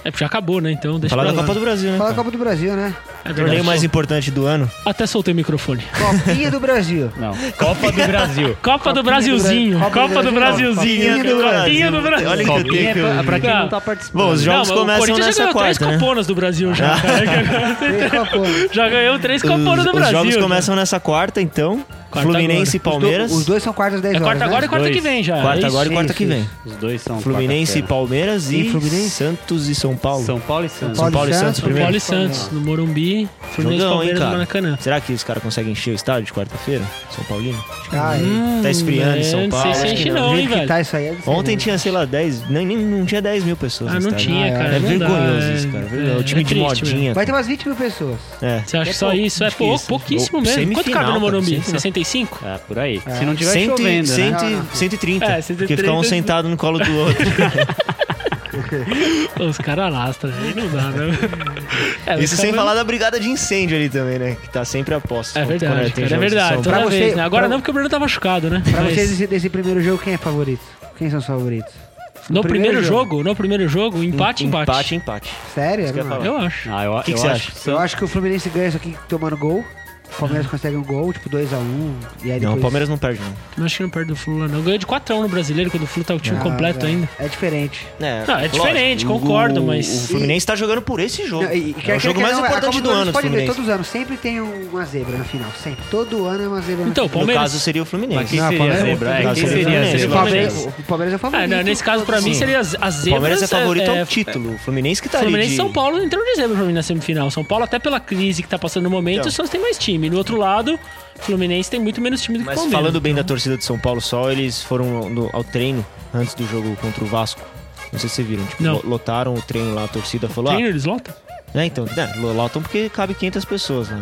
[SPEAKER 2] É, porque já acabou, né? Então deixa
[SPEAKER 1] Falar
[SPEAKER 2] pra
[SPEAKER 1] da
[SPEAKER 2] lá.
[SPEAKER 1] Copa do Brasil, né?
[SPEAKER 3] Fala
[SPEAKER 2] Uhum.
[SPEAKER 3] da
[SPEAKER 1] cara?
[SPEAKER 3] Copa do Brasil, né?
[SPEAKER 2] É verdade.
[SPEAKER 1] Torneio mais importante do ano.
[SPEAKER 2] Até soltei o microfone.
[SPEAKER 3] Copinha do Brasil.
[SPEAKER 4] Não. Copa do Brasil.
[SPEAKER 2] Copa
[SPEAKER 3] Copinha
[SPEAKER 2] do
[SPEAKER 3] do
[SPEAKER 2] Brasilzinho.
[SPEAKER 3] Bra-
[SPEAKER 2] Copa do Brasilzinho.
[SPEAKER 3] Copinha do
[SPEAKER 2] Copinha do Brasil.
[SPEAKER 1] Olha que eu
[SPEAKER 4] Copinha
[SPEAKER 1] tenho
[SPEAKER 4] é
[SPEAKER 1] que...
[SPEAKER 4] pra, pra quem
[SPEAKER 2] Tá.
[SPEAKER 4] não tá participando.
[SPEAKER 1] Bom, os jogos
[SPEAKER 2] Não, mas o
[SPEAKER 1] começam
[SPEAKER 2] Corinthians já
[SPEAKER 1] nessa
[SPEAKER 2] ganhou três
[SPEAKER 1] quarta, né?
[SPEAKER 2] coponas do Brasil já. cara.
[SPEAKER 3] Três Coponas.
[SPEAKER 2] já ganhou três
[SPEAKER 1] Os,
[SPEAKER 2] coponas do
[SPEAKER 1] os
[SPEAKER 2] Brasil.
[SPEAKER 1] jogos
[SPEAKER 2] já.
[SPEAKER 1] começam nessa quarta, então. Fluminense e
[SPEAKER 3] Os do-
[SPEAKER 1] Palmeiras.
[SPEAKER 3] Os dois são quartas às 10
[SPEAKER 2] É
[SPEAKER 3] horas.
[SPEAKER 2] quarta
[SPEAKER 3] né?
[SPEAKER 2] agora e quarta que
[SPEAKER 4] Dois.
[SPEAKER 2] vem já.
[SPEAKER 1] Quarta
[SPEAKER 2] É isso.
[SPEAKER 1] agora e quarta
[SPEAKER 3] isso,
[SPEAKER 1] que vem.
[SPEAKER 3] isso.
[SPEAKER 4] Os dois são
[SPEAKER 1] Fluminense e
[SPEAKER 4] quarta-feira.
[SPEAKER 1] Palmeiras e,
[SPEAKER 3] E Fluminense?
[SPEAKER 1] Santos e São Paulo.
[SPEAKER 4] São Paulo e Santos.
[SPEAKER 1] São Paulo e Santos
[SPEAKER 2] São Paulo
[SPEAKER 1] primeiro.
[SPEAKER 2] e Santos, no Morumbi, Fluminense e
[SPEAKER 1] Jogão, hein,
[SPEAKER 2] Palmeiras no
[SPEAKER 1] cara? Tá
[SPEAKER 2] Maracanã.
[SPEAKER 1] Será que os caras conseguem encher o estádio de quarta-feira? São Paulino?
[SPEAKER 3] Ah, é.
[SPEAKER 2] Hum,
[SPEAKER 1] Tá esfriando em
[SPEAKER 2] é,
[SPEAKER 1] São Paulo,
[SPEAKER 2] Não sei se
[SPEAKER 1] acho
[SPEAKER 2] enche
[SPEAKER 1] que
[SPEAKER 3] Do
[SPEAKER 2] não, hein,
[SPEAKER 3] jeito que
[SPEAKER 2] velho.
[SPEAKER 3] tá isso aí, eu não sei
[SPEAKER 1] Ontem
[SPEAKER 3] não.
[SPEAKER 1] tinha, sei lá, 10. Nem, nem- não tinha 10 mil pessoas.
[SPEAKER 2] Ah,
[SPEAKER 1] no
[SPEAKER 2] não
[SPEAKER 1] estádio.
[SPEAKER 2] tinha,
[SPEAKER 3] Ah, é.
[SPEAKER 2] cara.
[SPEAKER 1] É
[SPEAKER 2] não
[SPEAKER 1] vergonhoso
[SPEAKER 2] dá,
[SPEAKER 1] isso,
[SPEAKER 2] é-
[SPEAKER 1] cara. É, o time
[SPEAKER 2] é
[SPEAKER 1] de
[SPEAKER 2] triste,
[SPEAKER 1] modinha.
[SPEAKER 3] Vai ter umas 20 mil pessoas.
[SPEAKER 1] É.
[SPEAKER 2] Você acha
[SPEAKER 3] É
[SPEAKER 2] que só
[SPEAKER 3] pouco,
[SPEAKER 2] isso? É
[SPEAKER 1] acho que
[SPEAKER 2] pouco,
[SPEAKER 1] isso.
[SPEAKER 2] pouquíssimo
[SPEAKER 1] Ou
[SPEAKER 2] mesmo. Quanto
[SPEAKER 1] semifinal,
[SPEAKER 2] cabe no
[SPEAKER 1] cara,
[SPEAKER 2] Morumbi?
[SPEAKER 1] semifinal.
[SPEAKER 2] 65?
[SPEAKER 4] É, por aí.
[SPEAKER 3] É.
[SPEAKER 4] Se não tiver
[SPEAKER 1] Cento e-
[SPEAKER 4] chovendo, né?
[SPEAKER 1] cento e-
[SPEAKER 3] Ah, Não, não.
[SPEAKER 1] 130.
[SPEAKER 2] É,
[SPEAKER 1] Porque fica um
[SPEAKER 2] 130.
[SPEAKER 1] sentado no colo do outro.
[SPEAKER 2] Pô, Os caras alastram, aí não dá, né? É, os
[SPEAKER 1] Isso sem
[SPEAKER 2] caras-
[SPEAKER 1] falar da brigada de incêndio ali também, né? Que tá sempre a posse.
[SPEAKER 2] É
[SPEAKER 1] quando- quando
[SPEAKER 2] verdade,
[SPEAKER 1] tem
[SPEAKER 2] cara, é
[SPEAKER 1] jogos de
[SPEAKER 2] verdade.
[SPEAKER 1] São
[SPEAKER 2] Toda
[SPEAKER 3] Pra
[SPEAKER 2] vez,
[SPEAKER 3] você-
[SPEAKER 2] né? Agora
[SPEAKER 3] pra-
[SPEAKER 2] não, porque o Bruno tá machucado, né?
[SPEAKER 3] Pra
[SPEAKER 2] Mas
[SPEAKER 3] vocês desse, desse primeiro jogo, quem é favorito? Quem são os favoritos?
[SPEAKER 2] no primeiro
[SPEAKER 3] primeiro
[SPEAKER 2] jogo, no primeiro jogo, empate, empate.
[SPEAKER 1] Empate, empate.
[SPEAKER 3] Sério?
[SPEAKER 1] Isso que eu ia
[SPEAKER 3] Não.
[SPEAKER 1] falar.
[SPEAKER 2] Eu acho.
[SPEAKER 4] Ah, eu,
[SPEAKER 1] Que que
[SPEAKER 4] eu
[SPEAKER 1] você
[SPEAKER 4] acho.
[SPEAKER 1] acha?
[SPEAKER 4] que
[SPEAKER 3] Eu
[SPEAKER 4] Santos-
[SPEAKER 3] acho que o Fluminense ganha isso aqui tomando gol. O
[SPEAKER 2] Hum.
[SPEAKER 3] Palmeiras consegue um gol, tipo 2x1. e aí
[SPEAKER 1] Não,
[SPEAKER 3] depois-
[SPEAKER 1] o
[SPEAKER 2] é
[SPEAKER 1] Palmeiras não perde, não.
[SPEAKER 2] Não acho que não perde do Flu lá, não. Ganhou de 4x1 no brasileiro, quando o Flu tá o time
[SPEAKER 3] Ah,
[SPEAKER 2] completo
[SPEAKER 3] velho,
[SPEAKER 2] ainda.
[SPEAKER 3] É diferente.
[SPEAKER 1] É,
[SPEAKER 2] Não, é diferente,
[SPEAKER 1] o-
[SPEAKER 2] concordo,
[SPEAKER 1] o-
[SPEAKER 2] mas-
[SPEAKER 1] O Fluminense tá jogando por esse jogo.
[SPEAKER 3] Não, e- e
[SPEAKER 1] é
[SPEAKER 3] quer-
[SPEAKER 1] o jogo
[SPEAKER 3] quer-
[SPEAKER 1] mais
[SPEAKER 3] não, a
[SPEAKER 1] importante
[SPEAKER 3] Copa
[SPEAKER 1] do ano do
[SPEAKER 3] Pode ver,
[SPEAKER 1] Fluminense.
[SPEAKER 3] todos os anos sempre tem um, uma zebra na final. Sempre. Todo ano é uma zebra
[SPEAKER 2] Então,
[SPEAKER 3] na
[SPEAKER 2] o
[SPEAKER 3] final.
[SPEAKER 1] No
[SPEAKER 2] Palmeiras.
[SPEAKER 1] caso, seria o
[SPEAKER 4] Mas
[SPEAKER 1] Fluminense.
[SPEAKER 4] quem
[SPEAKER 3] Não,
[SPEAKER 4] seria a
[SPEAKER 3] Palmeiras-
[SPEAKER 4] zebra? É,
[SPEAKER 1] Palmeiras-
[SPEAKER 4] Quem seria a
[SPEAKER 1] Palmeiras-
[SPEAKER 4] zebra?
[SPEAKER 3] O Palmeiras,
[SPEAKER 1] Palmeiras.
[SPEAKER 3] o Palmeiras é o
[SPEAKER 2] Ah,
[SPEAKER 3] favorito.
[SPEAKER 2] não, nesse caso, pra mim,
[SPEAKER 1] Sim.
[SPEAKER 2] seria as, as
[SPEAKER 1] O Palmeiras é
[SPEAKER 2] zebras,
[SPEAKER 1] favorito
[SPEAKER 2] é-
[SPEAKER 1] ao título. O Fluminense que tá ali
[SPEAKER 2] Fluminense
[SPEAKER 1] de-
[SPEAKER 2] e São Paulo entrou de zebra pra mim na semifinal. São Paulo, até pela crise que tá passando no momento,
[SPEAKER 1] Então.
[SPEAKER 2] o Santos tem mais time. No outro lado, o Fluminense tem muito menos time do que o
[SPEAKER 1] Mas
[SPEAKER 2] Palmeiras. né?
[SPEAKER 1] falando bem da torcida de São Paulo só, eles foram no- ao treino antes do jogo contra o Vasco. Não sei se vocês viram. Tipo,
[SPEAKER 2] Não.
[SPEAKER 1] lo- lotaram o treino lá, a torcida falou...
[SPEAKER 2] Treino,
[SPEAKER 1] Ah,
[SPEAKER 2] eles lotam?
[SPEAKER 1] né, então, né, lo- lotam porque cabe 500 pessoas lá.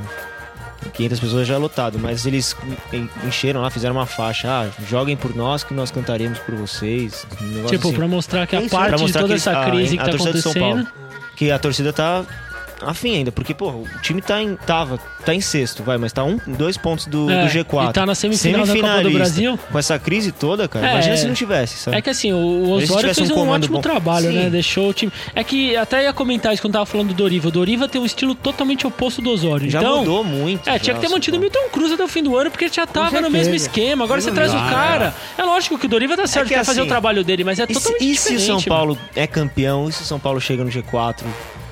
[SPEAKER 1] 500 pessoas já é lotado, mas eles en- encheram lá, fizeram uma faixa. Ah, joguem por nós que nós cantaremos por vocês. Um negócio
[SPEAKER 2] Tipo,
[SPEAKER 1] assim.
[SPEAKER 2] pra mostrar que a
[SPEAKER 3] Isso, pra
[SPEAKER 2] parte de
[SPEAKER 1] mostrar
[SPEAKER 2] toda
[SPEAKER 1] que
[SPEAKER 2] essa
[SPEAKER 1] a-
[SPEAKER 2] crise
[SPEAKER 1] a
[SPEAKER 2] que tá
[SPEAKER 1] torcida de São
[SPEAKER 2] acontecendo.
[SPEAKER 1] que a torcida tá afim ainda, porque, pô, o time tá em, tava, tá em sexto, vai, mas tá um, dois pontos do,
[SPEAKER 2] É,
[SPEAKER 1] do G4.
[SPEAKER 2] e tá na semifinal da Copa do
[SPEAKER 1] Semifinalista.
[SPEAKER 2] Brasil.
[SPEAKER 1] Com essa crise toda, cara,
[SPEAKER 2] É,
[SPEAKER 1] imagina
[SPEAKER 2] é.
[SPEAKER 1] se não tivesse, sabe?
[SPEAKER 2] É que assim, o- o
[SPEAKER 1] Mas se
[SPEAKER 2] Osório
[SPEAKER 1] tivesse
[SPEAKER 2] fez
[SPEAKER 1] um
[SPEAKER 2] um
[SPEAKER 1] comando
[SPEAKER 2] ótimo
[SPEAKER 1] bom.
[SPEAKER 2] trabalho,
[SPEAKER 1] Sim.
[SPEAKER 2] né? Deixou o time. É que até ia comentar isso quando tava falando do Doriva. O Doriva tem um estilo totalmente oposto do Osório.
[SPEAKER 1] Já
[SPEAKER 2] então,
[SPEAKER 1] mudou muito.
[SPEAKER 2] É, tinha
[SPEAKER 1] já,
[SPEAKER 2] que ter mantido o
[SPEAKER 1] sabe?
[SPEAKER 2] Milton Cruz até o fim do ano, porque ele já tava no
[SPEAKER 3] certeza.
[SPEAKER 2] mesmo esquema. Agora você
[SPEAKER 3] Não,
[SPEAKER 2] traz o
[SPEAKER 4] não,
[SPEAKER 2] cara. É lógico que o Doriva tá certo,
[SPEAKER 1] que
[SPEAKER 2] quer fazer o
[SPEAKER 1] assim,
[SPEAKER 2] trabalho dele, mas é
[SPEAKER 1] E se,
[SPEAKER 2] totalmente
[SPEAKER 1] e se
[SPEAKER 2] diferente.
[SPEAKER 1] São
[SPEAKER 2] mano.
[SPEAKER 1] Paulo é campeão? E se São Paulo chega no G4?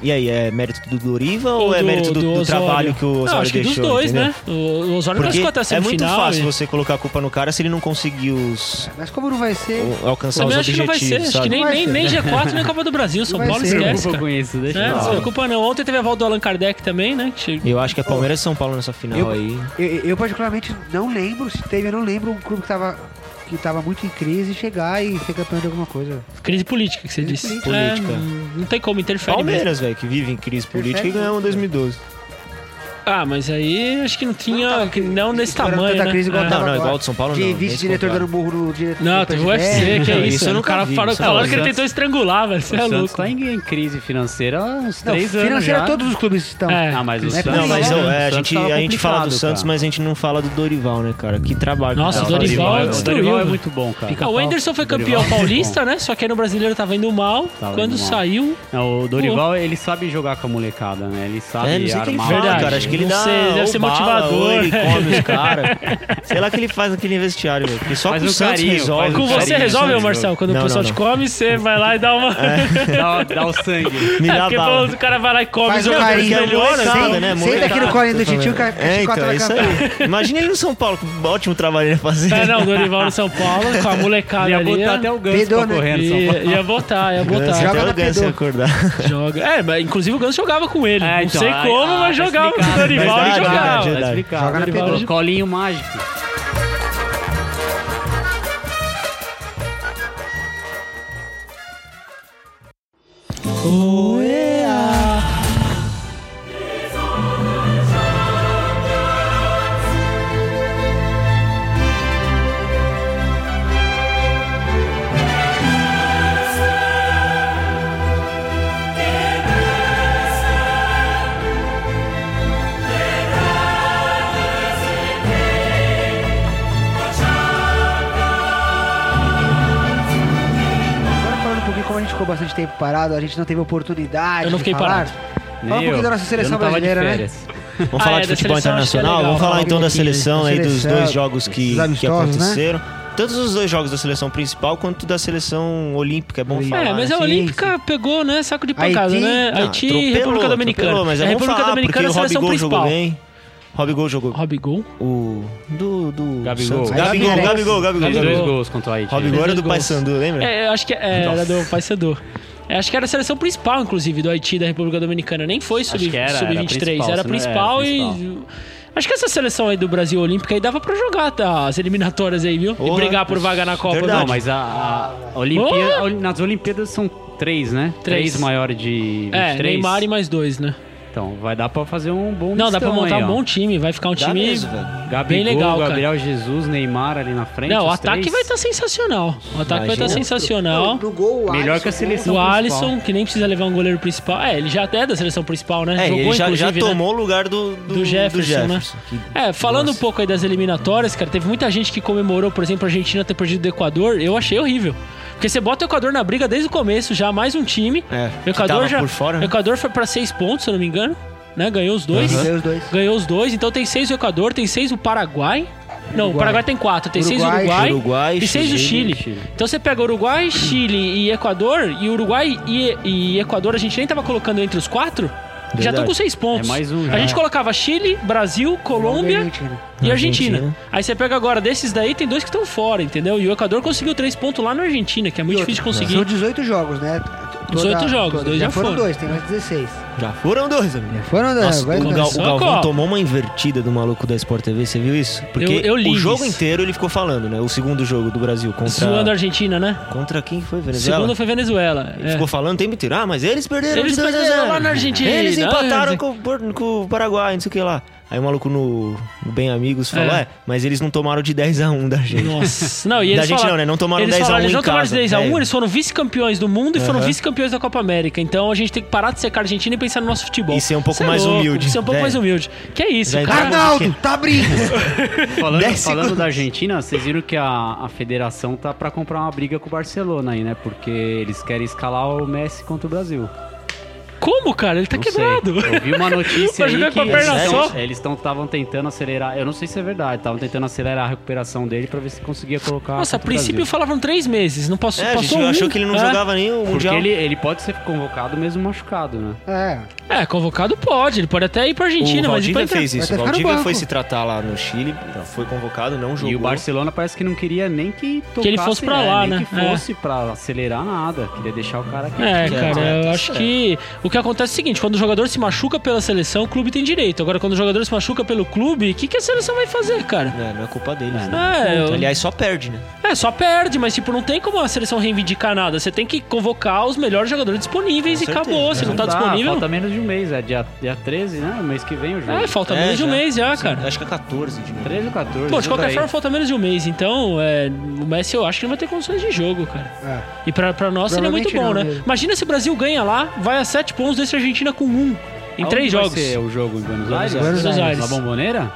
[SPEAKER 1] E aí, é mérito do Doriva ou,
[SPEAKER 2] Ou
[SPEAKER 1] é mérito do, do
[SPEAKER 2] Osório.
[SPEAKER 1] trabalho que o
[SPEAKER 2] Não,
[SPEAKER 1] Osório
[SPEAKER 2] acho que
[SPEAKER 1] deixou?
[SPEAKER 2] dos dois,
[SPEAKER 1] entendeu?
[SPEAKER 2] né? O, o Osório
[SPEAKER 1] Porque
[SPEAKER 2] classificou até a
[SPEAKER 1] é muito
[SPEAKER 2] semifinal. né?
[SPEAKER 1] fácil
[SPEAKER 2] e-
[SPEAKER 1] você colocar a culpa no cara se ele não conseguir os,
[SPEAKER 3] Mas como não vai ser...
[SPEAKER 1] o- alcançar
[SPEAKER 2] Também
[SPEAKER 1] os
[SPEAKER 2] acho que não vai
[SPEAKER 1] objetivos.
[SPEAKER 2] ser. Acho
[SPEAKER 1] um sabe?
[SPEAKER 2] que nem,
[SPEAKER 3] Não vai
[SPEAKER 2] nem,
[SPEAKER 3] ser.
[SPEAKER 2] nem G4 nem Copa do Brasil. São
[SPEAKER 3] Não vai
[SPEAKER 2] Paulo
[SPEAKER 3] ser.
[SPEAKER 2] esquece,
[SPEAKER 4] preocupa
[SPEAKER 2] cara.
[SPEAKER 4] com isso,
[SPEAKER 2] É,
[SPEAKER 4] deixa eu
[SPEAKER 2] não se
[SPEAKER 4] falar.
[SPEAKER 2] preocupa não. Ontem teve a volta do Allan Kardec também, né? Que chegou-
[SPEAKER 1] Eu acho que é Palmeiras e São Paulo nessa final
[SPEAKER 3] Eu-
[SPEAKER 1] aí.
[SPEAKER 3] Eu, eu particularmente não lembro, se teve, eu não lembro um clube que tava, que tava muito em crise chegar e ser campeão de alguma coisa.
[SPEAKER 2] Crise política que você
[SPEAKER 3] Crise
[SPEAKER 2] disse.
[SPEAKER 1] política.
[SPEAKER 2] É, não- não tem como, interfere mesmo.
[SPEAKER 1] Palmeiras, velho, que vive em crise política e
[SPEAKER 3] Perfeito.
[SPEAKER 1] ganhou em 2012.
[SPEAKER 2] Ah, mas aí acho que não tinha. Não,
[SPEAKER 3] tava
[SPEAKER 2] não nesse
[SPEAKER 3] estourando
[SPEAKER 2] tamanho.
[SPEAKER 3] tanta
[SPEAKER 2] né?
[SPEAKER 3] crise igual
[SPEAKER 2] É.
[SPEAKER 1] Não,
[SPEAKER 3] tava
[SPEAKER 1] não,
[SPEAKER 3] agora.
[SPEAKER 1] igual de São Paulo
[SPEAKER 3] de
[SPEAKER 1] não.
[SPEAKER 3] vice-diretor dando
[SPEAKER 1] nesse
[SPEAKER 3] burro no diretor.
[SPEAKER 2] Não, tem o UFC, que é
[SPEAKER 1] Não,
[SPEAKER 2] isso.
[SPEAKER 1] isso eu
[SPEAKER 2] o
[SPEAKER 1] nunca
[SPEAKER 2] cara
[SPEAKER 1] vi,
[SPEAKER 2] falou,
[SPEAKER 1] isso eu não
[SPEAKER 2] falou que
[SPEAKER 1] vi.
[SPEAKER 2] ele tentou estrangular, velho. Você
[SPEAKER 4] O
[SPEAKER 2] é
[SPEAKER 4] Santos
[SPEAKER 2] louco.
[SPEAKER 4] tá em, em crise financeira há uns
[SPEAKER 3] Não,
[SPEAKER 4] três anos
[SPEAKER 3] financeira
[SPEAKER 4] já.
[SPEAKER 3] todos os clubes estão.
[SPEAKER 2] É.
[SPEAKER 4] Ah, mas o
[SPEAKER 3] Não é
[SPEAKER 4] Santos...
[SPEAKER 1] Não, mas
[SPEAKER 3] Não,
[SPEAKER 1] eu- é,
[SPEAKER 4] o
[SPEAKER 1] a,
[SPEAKER 4] Santos
[SPEAKER 1] gente,
[SPEAKER 4] tava
[SPEAKER 1] a gente fala do
[SPEAKER 4] complicado,
[SPEAKER 1] Santos,
[SPEAKER 4] cara.
[SPEAKER 1] mas a gente não fala do Dorival, né, cara? Que trabalho. que
[SPEAKER 2] Nossa,
[SPEAKER 1] dá.
[SPEAKER 4] Não,
[SPEAKER 2] o Dorival
[SPEAKER 4] o
[SPEAKER 2] destruiu,
[SPEAKER 4] Dorival é
[SPEAKER 2] velho.
[SPEAKER 4] muito bom, cara.
[SPEAKER 2] Ah, o Anderson foi
[SPEAKER 1] é
[SPEAKER 2] campeão
[SPEAKER 4] Dorival.
[SPEAKER 2] paulista, né? Só que aí no brasileiro tava indo mal.
[SPEAKER 4] Tava
[SPEAKER 2] Quando
[SPEAKER 4] indo mal.
[SPEAKER 2] saiu.
[SPEAKER 4] Não, o Dorival, ele sabe jogar com a molecada, né? Ele sabe
[SPEAKER 1] É, não sei o que ele
[SPEAKER 4] armar.
[SPEAKER 1] faz,
[SPEAKER 2] Verdade.
[SPEAKER 1] cara. Acho que ele
[SPEAKER 2] Não
[SPEAKER 1] dá
[SPEAKER 2] sei, deve
[SPEAKER 1] ou
[SPEAKER 2] ser
[SPEAKER 1] bala,
[SPEAKER 2] motivador.
[SPEAKER 1] ou ele come os caras. sei lá o que ele faz naquele vestiário, velho. Porque só
[SPEAKER 4] Faz
[SPEAKER 1] com o
[SPEAKER 4] um
[SPEAKER 1] Santos
[SPEAKER 4] carinho,
[SPEAKER 1] resolve.
[SPEAKER 4] faz
[SPEAKER 2] Com
[SPEAKER 4] um
[SPEAKER 1] cara.
[SPEAKER 2] você
[SPEAKER 4] carinho,
[SPEAKER 2] resolve,
[SPEAKER 4] né,
[SPEAKER 2] ô Marcel.
[SPEAKER 4] jogo.
[SPEAKER 2] Quando o
[SPEAKER 1] Não,
[SPEAKER 2] pessoal
[SPEAKER 1] não,
[SPEAKER 2] te
[SPEAKER 1] não.
[SPEAKER 2] come, você vai lá e dá uma.
[SPEAKER 4] Dá, dá o sangue.
[SPEAKER 1] Me
[SPEAKER 2] É,
[SPEAKER 1] dá
[SPEAKER 2] porque
[SPEAKER 1] bala.
[SPEAKER 2] o cara vai lá e come os
[SPEAKER 3] Faz o
[SPEAKER 2] outros
[SPEAKER 1] Porque
[SPEAKER 3] carinho.
[SPEAKER 1] é
[SPEAKER 2] melhores.
[SPEAKER 3] Melhora,
[SPEAKER 1] molecada,
[SPEAKER 3] sim.
[SPEAKER 1] né?
[SPEAKER 3] Senta aqui no
[SPEAKER 1] Molecada,
[SPEAKER 3] colinho do
[SPEAKER 1] tô falando.
[SPEAKER 3] Titio, que a- que a
[SPEAKER 1] É,
[SPEAKER 3] chicota
[SPEAKER 1] então,
[SPEAKER 3] vai
[SPEAKER 1] é isso
[SPEAKER 3] cantar.
[SPEAKER 1] aí. Imagina ele no São Paulo, que ótimo trabalho ele ia fazer.
[SPEAKER 2] É, não, o Dorival no São Paulo, com a molecada
[SPEAKER 4] Ia
[SPEAKER 2] ali. é
[SPEAKER 4] botar até o Ganso
[SPEAKER 3] Pedou,
[SPEAKER 4] pra
[SPEAKER 3] né?
[SPEAKER 4] correr no São Paulo.
[SPEAKER 2] ia, ia botar, ia
[SPEAKER 1] Ganso,
[SPEAKER 2] botar.
[SPEAKER 3] Joga
[SPEAKER 1] até
[SPEAKER 3] na
[SPEAKER 1] o Ganso
[SPEAKER 3] Pedro.
[SPEAKER 1] ia acordar.
[SPEAKER 2] Joga. É, mas inclusive o Ganso jogava com ele.
[SPEAKER 4] É, então,
[SPEAKER 2] não sei
[SPEAKER 4] aí-
[SPEAKER 2] como,
[SPEAKER 4] ah,
[SPEAKER 2] mas
[SPEAKER 4] tá
[SPEAKER 2] jogava com o
[SPEAKER 4] explicado,
[SPEAKER 2] Dorival e
[SPEAKER 1] verdade,
[SPEAKER 2] jogava. é
[SPEAKER 1] verdade.
[SPEAKER 4] Tá explicado.
[SPEAKER 3] Joga na
[SPEAKER 4] Dorival,
[SPEAKER 3] Pedro.
[SPEAKER 4] Colinho mágico.
[SPEAKER 5] Deus
[SPEAKER 3] um bastante tempo parado, a gente não teve oportunidade.
[SPEAKER 2] Eu não
[SPEAKER 3] de
[SPEAKER 2] fiquei
[SPEAKER 3] falar.
[SPEAKER 2] parado.
[SPEAKER 3] Fala um pouquinho da nossa seleção brasileira, né?
[SPEAKER 1] Vamos
[SPEAKER 2] Ah,
[SPEAKER 1] falar
[SPEAKER 2] é,
[SPEAKER 1] de
[SPEAKER 2] da
[SPEAKER 1] futebol
[SPEAKER 2] seleção, acho que é
[SPEAKER 1] internacional,
[SPEAKER 2] legal
[SPEAKER 1] vamos falar
[SPEAKER 2] falar um
[SPEAKER 1] então da
[SPEAKER 2] pouquinho disso.
[SPEAKER 1] seleção aí, dos
[SPEAKER 3] Seleção,
[SPEAKER 1] dois jogos que,
[SPEAKER 3] dos
[SPEAKER 1] que
[SPEAKER 3] amistosos, né?
[SPEAKER 1] aconteceram. Tanto os dois jogos da seleção principal quanto da seleção olímpica, é bom falar.
[SPEAKER 2] É, mas
[SPEAKER 1] né?
[SPEAKER 2] a
[SPEAKER 3] sim,
[SPEAKER 2] Olímpica pegou, né? Saco de pancada,
[SPEAKER 3] Haiti,
[SPEAKER 2] né?
[SPEAKER 1] Ah,
[SPEAKER 2] Haiti e
[SPEAKER 1] atropelou,
[SPEAKER 2] República Dominicana.
[SPEAKER 1] atropelou, mas é
[SPEAKER 2] a
[SPEAKER 1] bom
[SPEAKER 2] República
[SPEAKER 1] falar, porque
[SPEAKER 2] Dominicana é a
[SPEAKER 1] o
[SPEAKER 2] seleção
[SPEAKER 1] Robigol jogou
[SPEAKER 2] principal.
[SPEAKER 1] bem. Robigol jogou
[SPEAKER 2] Robigol.
[SPEAKER 1] o... Do... do
[SPEAKER 4] Gabigol.
[SPEAKER 1] Santos. Gabigol,
[SPEAKER 3] Gabigol.
[SPEAKER 1] Gabigol, Gabigol.
[SPEAKER 4] Fez
[SPEAKER 2] Gabigol.
[SPEAKER 4] dois
[SPEAKER 1] Gabigol.
[SPEAKER 4] gols contra o Haiti. né?
[SPEAKER 1] Robigol
[SPEAKER 2] Fez
[SPEAKER 1] era
[SPEAKER 2] dois
[SPEAKER 1] do
[SPEAKER 2] gols.
[SPEAKER 1] Paysandu, lembra?
[SPEAKER 2] É, eu acho que é,
[SPEAKER 1] Então.
[SPEAKER 2] era do Paysandu. É, acho que era a seleção principal, inclusive, do Haiti da República Dominicana. Nem foi sub-
[SPEAKER 4] que era,
[SPEAKER 2] sub-23.
[SPEAKER 4] era principal,
[SPEAKER 2] era
[SPEAKER 4] se não era,
[SPEAKER 2] principal,
[SPEAKER 4] principal.
[SPEAKER 2] e. Acho que essa seleção aí do Brasil Olímpica aí dava pra jogar tá, as eliminatórias aí, viu?
[SPEAKER 1] Porra,
[SPEAKER 2] e brigar por vaga na Copa. né?
[SPEAKER 1] verdade.
[SPEAKER 4] Não, mas a, a Olimpíada, nas Olimpíadas são três, né?
[SPEAKER 2] Três.
[SPEAKER 4] Três maiores de
[SPEAKER 2] viu? É,
[SPEAKER 4] 23.
[SPEAKER 2] Neymar e mais dois, né?
[SPEAKER 4] Então, vai dar pra fazer um bom
[SPEAKER 2] Não, dá pra
[SPEAKER 4] mistão
[SPEAKER 2] montar
[SPEAKER 4] aí,
[SPEAKER 2] um
[SPEAKER 4] ó.
[SPEAKER 2] bom time. Vai ficar um
[SPEAKER 1] Dá
[SPEAKER 2] time.
[SPEAKER 1] mesmo, velho.
[SPEAKER 4] Gabigol,
[SPEAKER 2] bem legal, cara.
[SPEAKER 4] Gabriel Jesus, Neymar ali na frente.
[SPEAKER 2] Não, o
[SPEAKER 4] os
[SPEAKER 2] ataque
[SPEAKER 4] três.
[SPEAKER 2] vai tá- estar sensacional. O ataque vai estar
[SPEAKER 1] Imagina.
[SPEAKER 2] sensacional.
[SPEAKER 3] No gol, o
[SPEAKER 4] Melhor que
[SPEAKER 3] Alisson,
[SPEAKER 4] a seleção
[SPEAKER 2] O
[SPEAKER 4] principal.
[SPEAKER 2] Alisson, que nem precisa levar um goleiro principal. É, ele já é da seleção principal, né?
[SPEAKER 1] É, ele já, já
[SPEAKER 2] inclusive, né?
[SPEAKER 1] tomou o lugar do, do,
[SPEAKER 2] Do Jefferson, né?
[SPEAKER 1] que-
[SPEAKER 2] É, falando
[SPEAKER 1] Nossa.
[SPEAKER 2] um pouco aí das eliminatórias, cara, teve muita gente que comemorou, por exemplo, a Argentina ter perdido do Equador. Eu achei horrível. Porque você bota o Equador na briga desde o começo, já mais um time.
[SPEAKER 1] É,
[SPEAKER 2] o
[SPEAKER 1] que
[SPEAKER 2] Equador
[SPEAKER 1] tava
[SPEAKER 2] já.
[SPEAKER 1] por fora,
[SPEAKER 2] O
[SPEAKER 1] né?
[SPEAKER 2] Equador foi pra seis pontos, se eu não me engano. Né? Ganhou os dois.
[SPEAKER 1] Aham.
[SPEAKER 3] Ganhou os dois.
[SPEAKER 2] Ganhou os dois. Então tem seis o Equador, tem seis o Paraguai. Não, o Paraguai tem quatro. Tem seis o
[SPEAKER 3] Uruguai,
[SPEAKER 2] Uruguai.
[SPEAKER 1] Uruguai,
[SPEAKER 2] e seis o
[SPEAKER 1] Chile.
[SPEAKER 2] Chile. Então você pega Uruguai, Chile e Equador. E Uruguai e, e Equador a gente nem tava colocando entre os quatro. Já estão
[SPEAKER 1] Verdade.
[SPEAKER 2] com seis pontos.
[SPEAKER 4] É mais um
[SPEAKER 2] A
[SPEAKER 4] já.
[SPEAKER 2] gente colocava Chile, Brasil, Colômbia
[SPEAKER 3] Argentina.
[SPEAKER 2] e Argentina.
[SPEAKER 1] Argentina.
[SPEAKER 2] Aí você pega agora, desses daí, tem dois que estão fora, entendeu? E o Equador conseguiu três pontos lá na Argentina, que é muito
[SPEAKER 3] E
[SPEAKER 2] difícil de
[SPEAKER 1] né?
[SPEAKER 2] conseguir.
[SPEAKER 3] São 18 jogos, né? Toda-
[SPEAKER 2] 18 jogos,
[SPEAKER 3] toda-
[SPEAKER 2] dois já
[SPEAKER 3] foram.
[SPEAKER 2] foram.
[SPEAKER 3] dois, tem mais 16.
[SPEAKER 1] Já foram dois, amigo.
[SPEAKER 3] Já foram dois.
[SPEAKER 1] Nossa,
[SPEAKER 3] vai
[SPEAKER 1] o,
[SPEAKER 3] dar.
[SPEAKER 1] Gal- o
[SPEAKER 2] Só
[SPEAKER 1] Galvão
[SPEAKER 2] copa.
[SPEAKER 1] tomou uma invertida do maluco da Sport TV, você viu isso? Porque
[SPEAKER 2] Eu- eu li
[SPEAKER 1] o jogo
[SPEAKER 2] isso.
[SPEAKER 1] inteiro ele ficou falando, né? O segundo jogo do Brasil contra
[SPEAKER 2] Zoando a Argentina, né?
[SPEAKER 1] contra quem foi Venezuela.
[SPEAKER 2] Segunda foi Venezuela.
[SPEAKER 1] Ele
[SPEAKER 2] É.
[SPEAKER 1] ficou falando o tempo inteiro, ah, mas eles perderam
[SPEAKER 2] Eles
[SPEAKER 1] de 2 a
[SPEAKER 2] perderam
[SPEAKER 1] 0.
[SPEAKER 2] lá na Argentina.
[SPEAKER 1] Eles
[SPEAKER 2] Ah,
[SPEAKER 1] empataram
[SPEAKER 2] mas-
[SPEAKER 1] com, o Por- com o Paraguai, não sei o que lá. Aí o maluco no, no Bem Amigos falou,
[SPEAKER 2] É.
[SPEAKER 1] é. mas eles não tomaram de 10 a 1 da gente.
[SPEAKER 2] Nossa. Não, e
[SPEAKER 1] Da
[SPEAKER 2] eles
[SPEAKER 1] gente
[SPEAKER 2] falaram,
[SPEAKER 1] não, né? Não tomaram
[SPEAKER 2] eles
[SPEAKER 1] 10 a 1
[SPEAKER 2] falaram, Eles
[SPEAKER 1] em
[SPEAKER 2] não tomaram de
[SPEAKER 1] casa,
[SPEAKER 2] 10 a 1,
[SPEAKER 1] velho.
[SPEAKER 2] eles foram vice-campeões do mundo e foram
[SPEAKER 1] Aham.
[SPEAKER 2] vice-campeões da Copa América. Então a gente tem que parar de secar a Argentina e pensar no nosso futebol.
[SPEAKER 1] E ser um pouco
[SPEAKER 2] Isso é
[SPEAKER 1] mais
[SPEAKER 2] louco,
[SPEAKER 1] humilde,
[SPEAKER 2] Ser um pouco
[SPEAKER 1] velho.
[SPEAKER 2] mais humilde. Que é isso,
[SPEAKER 1] Já
[SPEAKER 2] cara.
[SPEAKER 1] entrou-
[SPEAKER 3] Arnaldo, tá abrindo!
[SPEAKER 4] Falando,
[SPEAKER 1] Dez
[SPEAKER 4] falando
[SPEAKER 1] segundos.
[SPEAKER 4] da Argentina, vocês viram que a, a federação tá pra comprar uma briga com o Barcelona aí, né? Porque eles querem escalar o Messi contra o Brasil.
[SPEAKER 2] Como, cara? Ele tá
[SPEAKER 4] Não
[SPEAKER 2] quebrado.
[SPEAKER 4] Sei. Eu vi uma notícia
[SPEAKER 2] Pra
[SPEAKER 4] aí
[SPEAKER 2] jogar
[SPEAKER 4] que
[SPEAKER 2] com a perna
[SPEAKER 4] eles
[SPEAKER 2] só?
[SPEAKER 4] tão- eles estavam tentando acelerar. Eu não sei se é verdade, estavam tentando acelerar a recuperação dele pra ver se conseguia colocar.
[SPEAKER 2] Nossa, a
[SPEAKER 4] contra o Brasil.
[SPEAKER 2] princípio falavam três meses. Não passou,
[SPEAKER 1] É, a gente
[SPEAKER 2] passou um.
[SPEAKER 1] achou que ele não
[SPEAKER 2] É.
[SPEAKER 1] jogava nem o
[SPEAKER 4] Porque
[SPEAKER 1] Mundial.
[SPEAKER 4] ele, ele pode ser convocado mesmo machucado, né?
[SPEAKER 3] é.
[SPEAKER 2] É, convocado pode. Ele pode até ir pra Argentina,
[SPEAKER 1] o
[SPEAKER 2] mas então
[SPEAKER 1] Valdívia
[SPEAKER 2] ir pra entrar.
[SPEAKER 1] fez isso. O
[SPEAKER 3] vai ficar no
[SPEAKER 1] Valdívia
[SPEAKER 3] banco.
[SPEAKER 1] foi se tratar lá no Chile, foi convocado, não jogou.
[SPEAKER 4] E o Barcelona parece que não queria nem que tocasse,
[SPEAKER 2] ele fosse pra
[SPEAKER 4] é,
[SPEAKER 2] lá,
[SPEAKER 4] nem
[SPEAKER 2] né?
[SPEAKER 4] que fosse pra acelerar nada. Queria deixar o cara aqui.
[SPEAKER 2] É,
[SPEAKER 1] Que
[SPEAKER 2] cara,
[SPEAKER 1] é,
[SPEAKER 2] eu
[SPEAKER 1] tá
[SPEAKER 2] acho
[SPEAKER 1] certo.
[SPEAKER 2] que o que acontece é o seguinte: quando o jogador se machuca pela seleção, o clube tem direito. Agora, quando o jogador se machuca pelo clube, o que, que a seleção vai fazer, cara?
[SPEAKER 1] É, não é culpa dele.
[SPEAKER 2] É, eu-
[SPEAKER 1] Aliás, só perde, né?
[SPEAKER 2] É, só perde, mas tipo, não tem como a seleção reivindicar nada. Você tem que convocar os melhores jogadores disponíveis
[SPEAKER 1] Com
[SPEAKER 2] e
[SPEAKER 1] certeza,
[SPEAKER 2] acabou. Se
[SPEAKER 1] né?
[SPEAKER 2] não tá
[SPEAKER 4] dá,
[SPEAKER 2] disponível.
[SPEAKER 4] Falta menos de um mês, é dia, dia 13, né? Mês que vem o jogo.
[SPEAKER 2] É, falta
[SPEAKER 1] É,
[SPEAKER 2] menos de um
[SPEAKER 1] já.
[SPEAKER 2] mês já, cara.
[SPEAKER 1] Acho que é 14 de novo.
[SPEAKER 4] 13 ou 14.
[SPEAKER 2] Bom, de
[SPEAKER 4] jogo
[SPEAKER 2] qualquer
[SPEAKER 4] aí.
[SPEAKER 2] forma, falta menos de um mês. Então, é, o Messi eu acho que não vai ter condições de jogo, cara.
[SPEAKER 3] É.
[SPEAKER 2] E pra, pra nós seria muito
[SPEAKER 3] Provavelmente
[SPEAKER 2] bom,
[SPEAKER 3] não
[SPEAKER 2] né?
[SPEAKER 3] mesmo.
[SPEAKER 2] Imagina se o Brasil ganha lá, vai a 7 pontos, deixa a Argentina com 1 em
[SPEAKER 4] Aonde
[SPEAKER 2] 3
[SPEAKER 4] vai
[SPEAKER 2] jogos.
[SPEAKER 4] ser o jogo em Buenos Aires?
[SPEAKER 3] Buenos Aires.
[SPEAKER 4] Na Bomboneira?